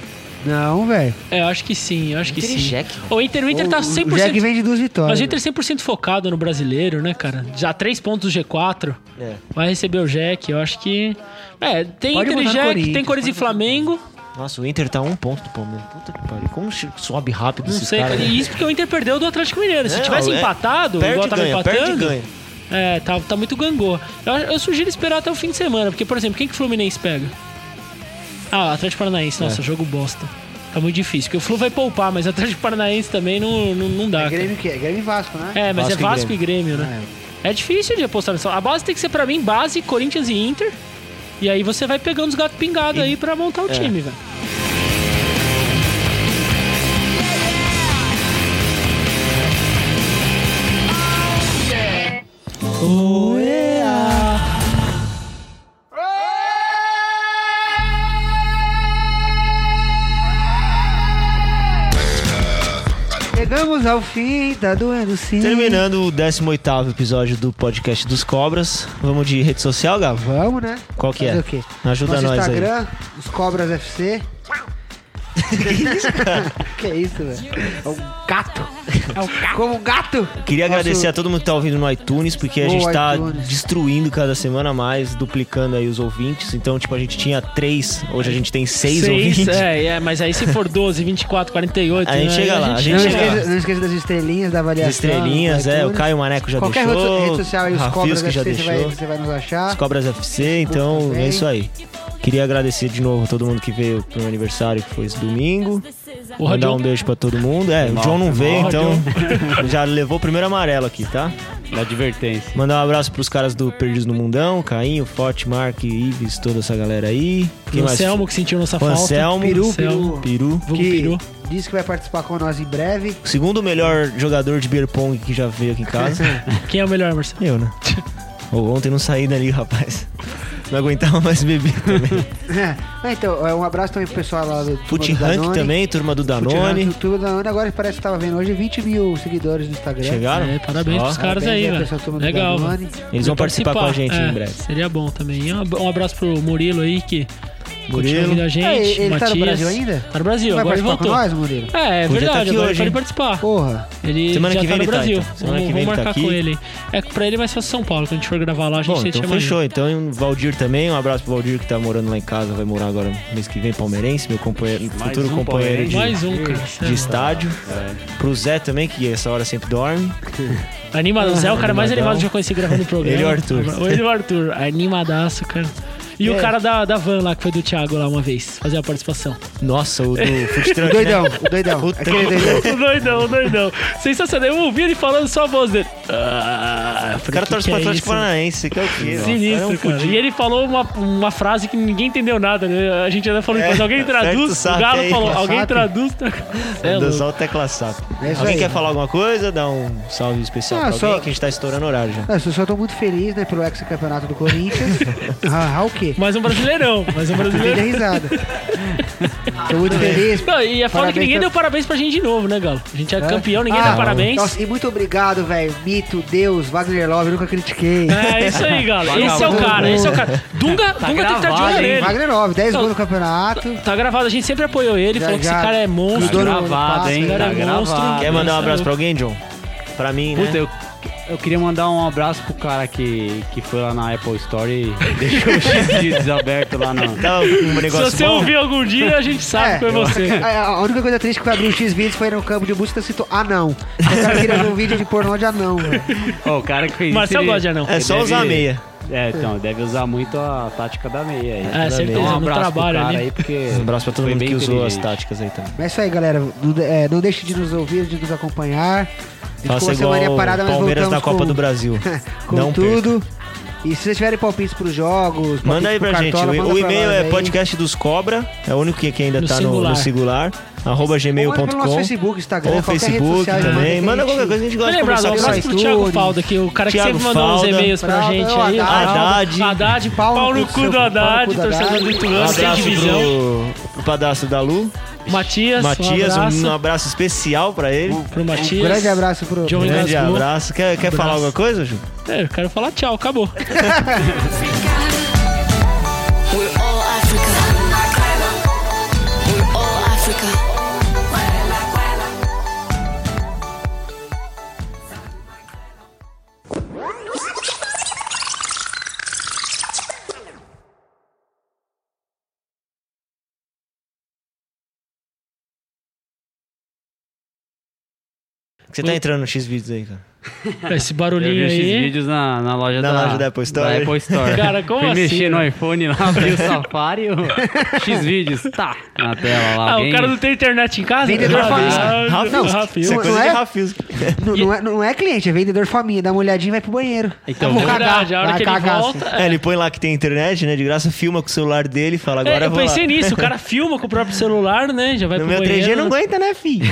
[SPEAKER 3] Não, velho.
[SPEAKER 2] É, eu acho que sim, eu acho que
[SPEAKER 1] Inter e
[SPEAKER 2] sim.
[SPEAKER 1] Jack,
[SPEAKER 2] O Inter, o Inter tá
[SPEAKER 3] O Jack
[SPEAKER 2] 100%...
[SPEAKER 3] vem de duas vitórias.
[SPEAKER 2] Mas o Inter é 100% focado no brasileiro, né, cara? Já três pontos do G4,
[SPEAKER 1] É.
[SPEAKER 2] vai receber o Jack, eu acho que... É, tem
[SPEAKER 3] Pode
[SPEAKER 2] Inter e
[SPEAKER 3] botar no
[SPEAKER 2] Jack, tem
[SPEAKER 3] Corinthians,
[SPEAKER 2] Corinthians e Flamengo,
[SPEAKER 1] Nossa, o Inter tá a um ponto do Palmeiras. Puta que pariu. Como che- sobe rápido
[SPEAKER 2] não
[SPEAKER 1] esses
[SPEAKER 2] sei,
[SPEAKER 1] caras.
[SPEAKER 2] cara.
[SPEAKER 1] né?
[SPEAKER 2] E isso porque o Inter perdeu do Atlético Mineiro. Se
[SPEAKER 1] É,
[SPEAKER 2] tivesse
[SPEAKER 1] é,
[SPEAKER 2] empatado, igual
[SPEAKER 1] Perde e
[SPEAKER 2] tava
[SPEAKER 1] ganha,
[SPEAKER 2] empatando...
[SPEAKER 1] perde e ganha.
[SPEAKER 2] É, tá, tá muito gangô. Eu, eu sugiro esperar até o fim de semana, porque, por exemplo, quem que o Fluminense pega? Ah, Atlético Paranaense. Nossa,
[SPEAKER 1] É.
[SPEAKER 2] jogo bosta. Tá muito difícil, porque o Flu vai poupar, mas Atlético Paranaense também não, não, não dá.
[SPEAKER 3] É
[SPEAKER 2] cara. É,
[SPEAKER 3] Grêmio que é? Grêmio e Vasco, né?
[SPEAKER 2] mas é
[SPEAKER 1] Vasco e
[SPEAKER 2] Vasco e Grêmio, né? É. difícil de apostar nessa. A base tem que ser, pra mim, base Corinthians e Inter. E aí você vai pegando os gatos pingados aí pra montar o
[SPEAKER 1] é.
[SPEAKER 2] time, velho. É.
[SPEAKER 3] Chegamos ao fim, tá doendo sim.
[SPEAKER 1] Terminando o 18 episódio do podcast dos Cobras. Vamos de rede social, Gabo?
[SPEAKER 3] Vamos, né?
[SPEAKER 1] Qual que
[SPEAKER 3] Fazer
[SPEAKER 1] é?
[SPEAKER 3] o quê?
[SPEAKER 1] Ajuda
[SPEAKER 3] Nosso
[SPEAKER 1] nós aí.
[SPEAKER 3] Instagram, os Cobras FC. que isso, velho? É um gato. É um gato. Como um gato.
[SPEAKER 1] Queria
[SPEAKER 3] Nosso-
[SPEAKER 1] agradecer a todo mundo que tá ouvindo no iTunes, porque a
[SPEAKER 3] Boa,
[SPEAKER 1] gente tá
[SPEAKER 3] iTunes.
[SPEAKER 1] destruindo cada semana mais, duplicando aí os ouvintes. Então, tipo, a gente tinha três, hoje a gente tem seis, ouvintes.
[SPEAKER 2] é, é, mas aí se for 12, 24, 48...
[SPEAKER 1] A gente
[SPEAKER 2] né,
[SPEAKER 1] chega lá, a
[SPEAKER 3] Não
[SPEAKER 1] gente chega lá.
[SPEAKER 3] esqueça, não esqueça das estrelinhas, da avaliação.
[SPEAKER 1] As estrelinhas,
[SPEAKER 3] do
[SPEAKER 1] é. O
[SPEAKER 3] iTunes.
[SPEAKER 1] Caio Maneco já
[SPEAKER 3] Qualquer
[SPEAKER 1] deixou.
[SPEAKER 3] outra rede social aí, os
[SPEAKER 1] Rafios
[SPEAKER 3] Cobras
[SPEAKER 1] que já
[SPEAKER 3] FC, você vai,
[SPEAKER 1] deixou.
[SPEAKER 3] você vai nos
[SPEAKER 1] As
[SPEAKER 3] achar.
[SPEAKER 1] Cobras FC, então
[SPEAKER 3] também.
[SPEAKER 1] é isso aí. Queria agradecer de novo a todo mundo que veio pro meu aniversário, que foi esse domingo.
[SPEAKER 2] Porra,
[SPEAKER 1] Mandar
[SPEAKER 2] John.
[SPEAKER 1] um beijo pra todo mundo. É, o
[SPEAKER 4] mal,
[SPEAKER 1] John não
[SPEAKER 4] foi
[SPEAKER 1] veio,
[SPEAKER 2] mal,
[SPEAKER 1] então já levou o primeiro amarelo aqui, tá?
[SPEAKER 4] Da advertência.
[SPEAKER 1] Mandar um abraço pros caras do Perdidos no Mundão, Cainho, Forte, Mark, Ives, toda essa galera aí.
[SPEAKER 2] O Anselmo que sentiu nossa
[SPEAKER 1] O
[SPEAKER 2] falta.
[SPEAKER 1] Anselmo.
[SPEAKER 2] Peru,
[SPEAKER 1] Peru.
[SPEAKER 2] Peru.
[SPEAKER 1] um Peru.
[SPEAKER 2] Vulgo
[SPEAKER 3] que
[SPEAKER 2] Peru.
[SPEAKER 3] disse que vai participar com nós em breve.
[SPEAKER 1] O segundo melhor jogador de beer pong que já veio aqui em casa.
[SPEAKER 2] Quem é o melhor, Marcelo?
[SPEAKER 1] Eu, né? Ô, ontem não saí dali, rapaz. Não aguentava mais beber também.
[SPEAKER 3] Ah, então, é, um abraço também pro pessoal lá do Turma
[SPEAKER 1] Foot
[SPEAKER 3] do
[SPEAKER 1] Rank
[SPEAKER 3] Danone.
[SPEAKER 1] também, turma do
[SPEAKER 3] Foot
[SPEAKER 1] Danone.
[SPEAKER 3] Rank, Turma do Danone, agora parece que tava vendo hoje 20 mil seguidores no Instagram.
[SPEAKER 1] Chegaram?
[SPEAKER 2] É, parabéns
[SPEAKER 1] Ó,
[SPEAKER 2] pros caras
[SPEAKER 3] Parabéns né,
[SPEAKER 2] aí,
[SPEAKER 3] pessoal do
[SPEAKER 2] velho.
[SPEAKER 3] Turma do
[SPEAKER 2] Legal. velho.
[SPEAKER 3] Danone.
[SPEAKER 1] Eles vão
[SPEAKER 2] Vai
[SPEAKER 1] participar, com a gente
[SPEAKER 2] é,
[SPEAKER 1] em breve.
[SPEAKER 2] Seria bom também. E Um um abraço pro Murilo aí, que continua ouvindo a gente.
[SPEAKER 3] Ah, ele- ele tá
[SPEAKER 2] Matias.
[SPEAKER 3] no Brasil ainda?
[SPEAKER 2] Tá no Brasil,
[SPEAKER 3] Não vai
[SPEAKER 2] agora ele
[SPEAKER 3] participar
[SPEAKER 2] voltou.
[SPEAKER 3] com nós, Murilo?
[SPEAKER 2] É, é
[SPEAKER 1] Podia tá
[SPEAKER 2] verdade,
[SPEAKER 1] aqui
[SPEAKER 2] agora
[SPEAKER 1] hoje,
[SPEAKER 2] ele pode
[SPEAKER 1] hein?
[SPEAKER 2] participar.
[SPEAKER 3] Porra.
[SPEAKER 2] Ele
[SPEAKER 1] Semana
[SPEAKER 2] já
[SPEAKER 1] que vem
[SPEAKER 2] tá
[SPEAKER 1] ele
[SPEAKER 2] no
[SPEAKER 1] tá,
[SPEAKER 2] Brasil.
[SPEAKER 1] então. Semana
[SPEAKER 2] vamos,
[SPEAKER 1] que vem
[SPEAKER 2] vamos
[SPEAKER 1] ele tá
[SPEAKER 2] marcar com
[SPEAKER 1] aqui.
[SPEAKER 2] ele. É que pra ele é mais fácil São Paulo. Quando a gente for gravar lá, a gente
[SPEAKER 1] Bom,
[SPEAKER 2] se
[SPEAKER 1] então
[SPEAKER 2] chama ele.
[SPEAKER 1] fechou. Então, o Valdir também. Um abraço pro Valdir que tá morando lá em casa. Vai morar agora mês que vem, palmeirense. Meu companheiro, futuro
[SPEAKER 4] um
[SPEAKER 1] companheiro de,
[SPEAKER 2] Mais um, cara.
[SPEAKER 1] de estádio. Pro Zé também, que essa hora sempre dorme.
[SPEAKER 2] Animado, o Zé é o cara mais
[SPEAKER 1] Animadão.
[SPEAKER 2] animado que eu já conheci gravando o programa.
[SPEAKER 1] Ele e o Arthur.
[SPEAKER 2] Ele e o Arthur. Animadaço, cara. E o
[SPEAKER 1] É.
[SPEAKER 2] cara da, da van lá, que foi do Thiago lá uma vez, fazer a participação.
[SPEAKER 1] Nossa, o do food
[SPEAKER 3] O
[SPEAKER 1] truck, né?
[SPEAKER 3] doidão, o doidão. Aquele doidão.
[SPEAKER 2] O doidão, o doidão. Sensacional. Eu ouvi ele falando só a voz dele. Ah, eu falei,
[SPEAKER 1] O cara
[SPEAKER 2] "Que
[SPEAKER 1] torce
[SPEAKER 2] que
[SPEAKER 1] pro
[SPEAKER 2] é
[SPEAKER 1] Atlético
[SPEAKER 2] isso?"
[SPEAKER 1] Paranaense, que é o quê? Nossa,
[SPEAKER 2] Sinistro,
[SPEAKER 1] é um
[SPEAKER 2] cara. E
[SPEAKER 1] fudido.
[SPEAKER 2] ele falou uma, uma frase que ninguém entendeu nada, né? A gente ainda falou, mas alguém
[SPEAKER 1] aperta o
[SPEAKER 2] traduz? O
[SPEAKER 1] saco
[SPEAKER 2] Galo
[SPEAKER 1] aí,
[SPEAKER 2] falou,
[SPEAKER 1] o
[SPEAKER 2] alguém
[SPEAKER 3] saco.
[SPEAKER 2] traduz? É
[SPEAKER 1] Vamos
[SPEAKER 2] louco.
[SPEAKER 1] Dançar o tecla sapo.
[SPEAKER 3] É isso
[SPEAKER 1] Alguém
[SPEAKER 3] aí.
[SPEAKER 1] quer falar alguma coisa? Dá um salve especial
[SPEAKER 3] Ah,
[SPEAKER 1] pra alguém
[SPEAKER 3] só-
[SPEAKER 1] que a gente tá estourando horário já.
[SPEAKER 3] Ah, Eu só- só tô muito feliz, né, pelo ex-campeonato do Corinthians. ah, ah, o quê?
[SPEAKER 2] Mais um brasileirão, mais um
[SPEAKER 3] Dei
[SPEAKER 2] brasileiro.
[SPEAKER 3] risada. tô muito feliz.
[SPEAKER 2] Não, e é foda
[SPEAKER 3] Parabéns
[SPEAKER 2] que ninguém
[SPEAKER 3] pra-
[SPEAKER 2] deu parabéns pra gente de novo, né, Galo? A gente é,
[SPEAKER 3] É?
[SPEAKER 2] campeão, ninguém
[SPEAKER 1] tá
[SPEAKER 3] Ah,
[SPEAKER 2] dá parabéns.
[SPEAKER 3] Nossa, e muito obrigado, velho. Mito, Deus, Wagner Love, eu nunca critiquei.
[SPEAKER 2] É isso aí, Galo. Esse é o
[SPEAKER 3] Vagabundo.
[SPEAKER 2] cara, esse é o cara. Dunga, Dunga tem que estar de
[SPEAKER 4] gravado,
[SPEAKER 2] olho
[SPEAKER 4] hein?
[SPEAKER 1] É.
[SPEAKER 2] nele.
[SPEAKER 3] Wagner Love, 10
[SPEAKER 2] Não.
[SPEAKER 3] gols no campeonato.
[SPEAKER 2] Tá gravado, a gente sempre apoiou ele,
[SPEAKER 3] Já,
[SPEAKER 2] falou que
[SPEAKER 3] já.
[SPEAKER 2] esse cara é
[SPEAKER 3] Os
[SPEAKER 2] monstro.
[SPEAKER 3] dois-
[SPEAKER 4] Tá Gravado, hein?
[SPEAKER 2] Esse cara
[SPEAKER 4] Tá
[SPEAKER 2] é monstro.
[SPEAKER 4] gravado.
[SPEAKER 2] Ah,
[SPEAKER 1] Quer mandar um
[SPEAKER 2] isso,
[SPEAKER 1] abraço
[SPEAKER 2] né?
[SPEAKER 1] pra alguém, John? Pra mim, né?
[SPEAKER 2] É.
[SPEAKER 4] Puta, eu, eu queria mandar um abraço pro cara que, que foi lá na Apple Store e deixou o chip de desaberto lá na.
[SPEAKER 1] Dá um negócio
[SPEAKER 2] Se você
[SPEAKER 1] bom?
[SPEAKER 2] ouvir algum dia, a gente sabe
[SPEAKER 3] É,
[SPEAKER 2] que foi você.
[SPEAKER 3] A a única coisa triste que foi abrir o X-Vídeos foi no campo de busca e citou anão. O cara queria ver um vídeo de pornô de anão, velho.
[SPEAKER 4] Ó, o cara que fez
[SPEAKER 2] Marcelo
[SPEAKER 4] isso.
[SPEAKER 2] gosta de anão.
[SPEAKER 1] É só
[SPEAKER 4] Deve-
[SPEAKER 1] usar a meia.
[SPEAKER 4] É, então, deve usar muito a tática da meia aí.
[SPEAKER 2] É, certeza,
[SPEAKER 4] Então, um
[SPEAKER 2] no
[SPEAKER 4] abraço pro
[SPEAKER 2] trabalho
[SPEAKER 4] cara
[SPEAKER 2] ali.
[SPEAKER 4] aí, porque.
[SPEAKER 1] Um abraço pra todo
[SPEAKER 4] foi
[SPEAKER 1] mundo
[SPEAKER 4] bem
[SPEAKER 1] que usou as
[SPEAKER 4] inteligente.
[SPEAKER 1] táticas aí também.
[SPEAKER 3] Mas é isso aí, galera. Não, de- é, não deixe de nos ouvir, de nos acompanhar. De
[SPEAKER 1] Faça igual o Palmeiras da Copa do Brasil.
[SPEAKER 3] com
[SPEAKER 1] Não
[SPEAKER 3] tudo. E se vocês tiverem palpites pros jogos, palpites
[SPEAKER 1] Manda aí
[SPEAKER 3] pro
[SPEAKER 1] pra gente.
[SPEAKER 3] Cartola,
[SPEAKER 1] O,
[SPEAKER 3] manda
[SPEAKER 1] o
[SPEAKER 3] pra
[SPEAKER 1] e-mail
[SPEAKER 3] nós
[SPEAKER 1] é
[SPEAKER 3] aí.
[SPEAKER 1] podcast dos cobra. É o único que, que ainda
[SPEAKER 2] No
[SPEAKER 1] tá no- no,
[SPEAKER 2] singular.
[SPEAKER 1] singular. Arroba
[SPEAKER 3] Ou manda pelo nosso
[SPEAKER 1] gmail.com.
[SPEAKER 3] Facebook, Instagram,
[SPEAKER 1] Ou
[SPEAKER 3] qualquer rede
[SPEAKER 1] Facebook
[SPEAKER 3] social, manda aí
[SPEAKER 1] também.
[SPEAKER 3] que
[SPEAKER 1] Manda
[SPEAKER 3] a gente-
[SPEAKER 1] qualquer coisa, a gente
[SPEAKER 2] Foi
[SPEAKER 1] gosta de
[SPEAKER 2] lembrado,
[SPEAKER 1] conversar
[SPEAKER 2] um
[SPEAKER 1] com
[SPEAKER 3] nós.
[SPEAKER 2] abraço
[SPEAKER 1] vocês.
[SPEAKER 2] pro
[SPEAKER 3] iTunes.
[SPEAKER 2] Thiago Falda, que o cara
[SPEAKER 1] Thiago
[SPEAKER 2] que sempre mandou uns
[SPEAKER 1] Falda,
[SPEAKER 2] e-mails pra
[SPEAKER 3] Fralda,
[SPEAKER 2] gente
[SPEAKER 3] o
[SPEAKER 2] aí.
[SPEAKER 1] Haddad.
[SPEAKER 2] Haddad, pau, no cu do Haddad,
[SPEAKER 3] Pau no cu do
[SPEAKER 2] torcedor
[SPEAKER 3] Haddad.
[SPEAKER 2] do
[SPEAKER 1] Um
[SPEAKER 2] Ituano, sem
[SPEAKER 1] abraço
[SPEAKER 2] divisão.
[SPEAKER 1] pro, pro padastro da Lu.
[SPEAKER 2] Matias,
[SPEAKER 1] Matias,
[SPEAKER 2] um abraço
[SPEAKER 1] um abraço especial pra ele.
[SPEAKER 2] pro Matias.
[SPEAKER 3] Um grande abraço pro...
[SPEAKER 2] John
[SPEAKER 1] Um grande
[SPEAKER 2] engasgou.
[SPEAKER 1] abraço. Quer, quer falar alguma coisa, Ju?
[SPEAKER 2] É, eu quero falar tchau, acabou.
[SPEAKER 6] We're all Africa. We're all Africa.
[SPEAKER 1] Você tá entrando no X-Vídeos aí, cara.
[SPEAKER 2] Esse
[SPEAKER 4] Eu vi
[SPEAKER 2] barulhinho
[SPEAKER 4] esses
[SPEAKER 2] aí.
[SPEAKER 4] vídeos na, na loja
[SPEAKER 1] Na
[SPEAKER 4] da,
[SPEAKER 1] loja da Apple Store.
[SPEAKER 4] da Apple Store.
[SPEAKER 2] Cara, como
[SPEAKER 4] Fui
[SPEAKER 2] assim,
[SPEAKER 4] mexer no
[SPEAKER 2] velho?
[SPEAKER 4] iPhone lá, abri o Safari, o X vídeos, tá, na tela lá.
[SPEAKER 2] Ah,
[SPEAKER 4] alguém...
[SPEAKER 2] o cara não tem internet em casa?
[SPEAKER 3] Vendedor
[SPEAKER 2] Ah,
[SPEAKER 3] família.
[SPEAKER 2] ah,
[SPEAKER 1] Rafios.
[SPEAKER 2] Rafios.
[SPEAKER 1] Isso é
[SPEAKER 3] Não
[SPEAKER 1] coisa
[SPEAKER 3] é?
[SPEAKER 1] de Rafios.
[SPEAKER 3] Não, não é, não é cliente, é vendedor faminha. Dá uma olhadinha e vai pro banheiro.
[SPEAKER 4] Então,
[SPEAKER 3] Eu vou
[SPEAKER 4] vou-
[SPEAKER 3] cagar.
[SPEAKER 2] é Verdade, a hora
[SPEAKER 3] Vai
[SPEAKER 2] que ele
[SPEAKER 3] cagar,
[SPEAKER 2] volta.
[SPEAKER 1] É, ele põe lá que tem internet, né? De graça, filma com o celular dele e fala,
[SPEAKER 2] É,
[SPEAKER 1] agora
[SPEAKER 2] eu
[SPEAKER 1] vou lá.
[SPEAKER 2] pensei nisso, o cara filma com o próprio celular, né? Já vai
[SPEAKER 1] No
[SPEAKER 2] pro
[SPEAKER 1] meu 3G
[SPEAKER 2] banheiro.
[SPEAKER 1] não aguenta, né, filho?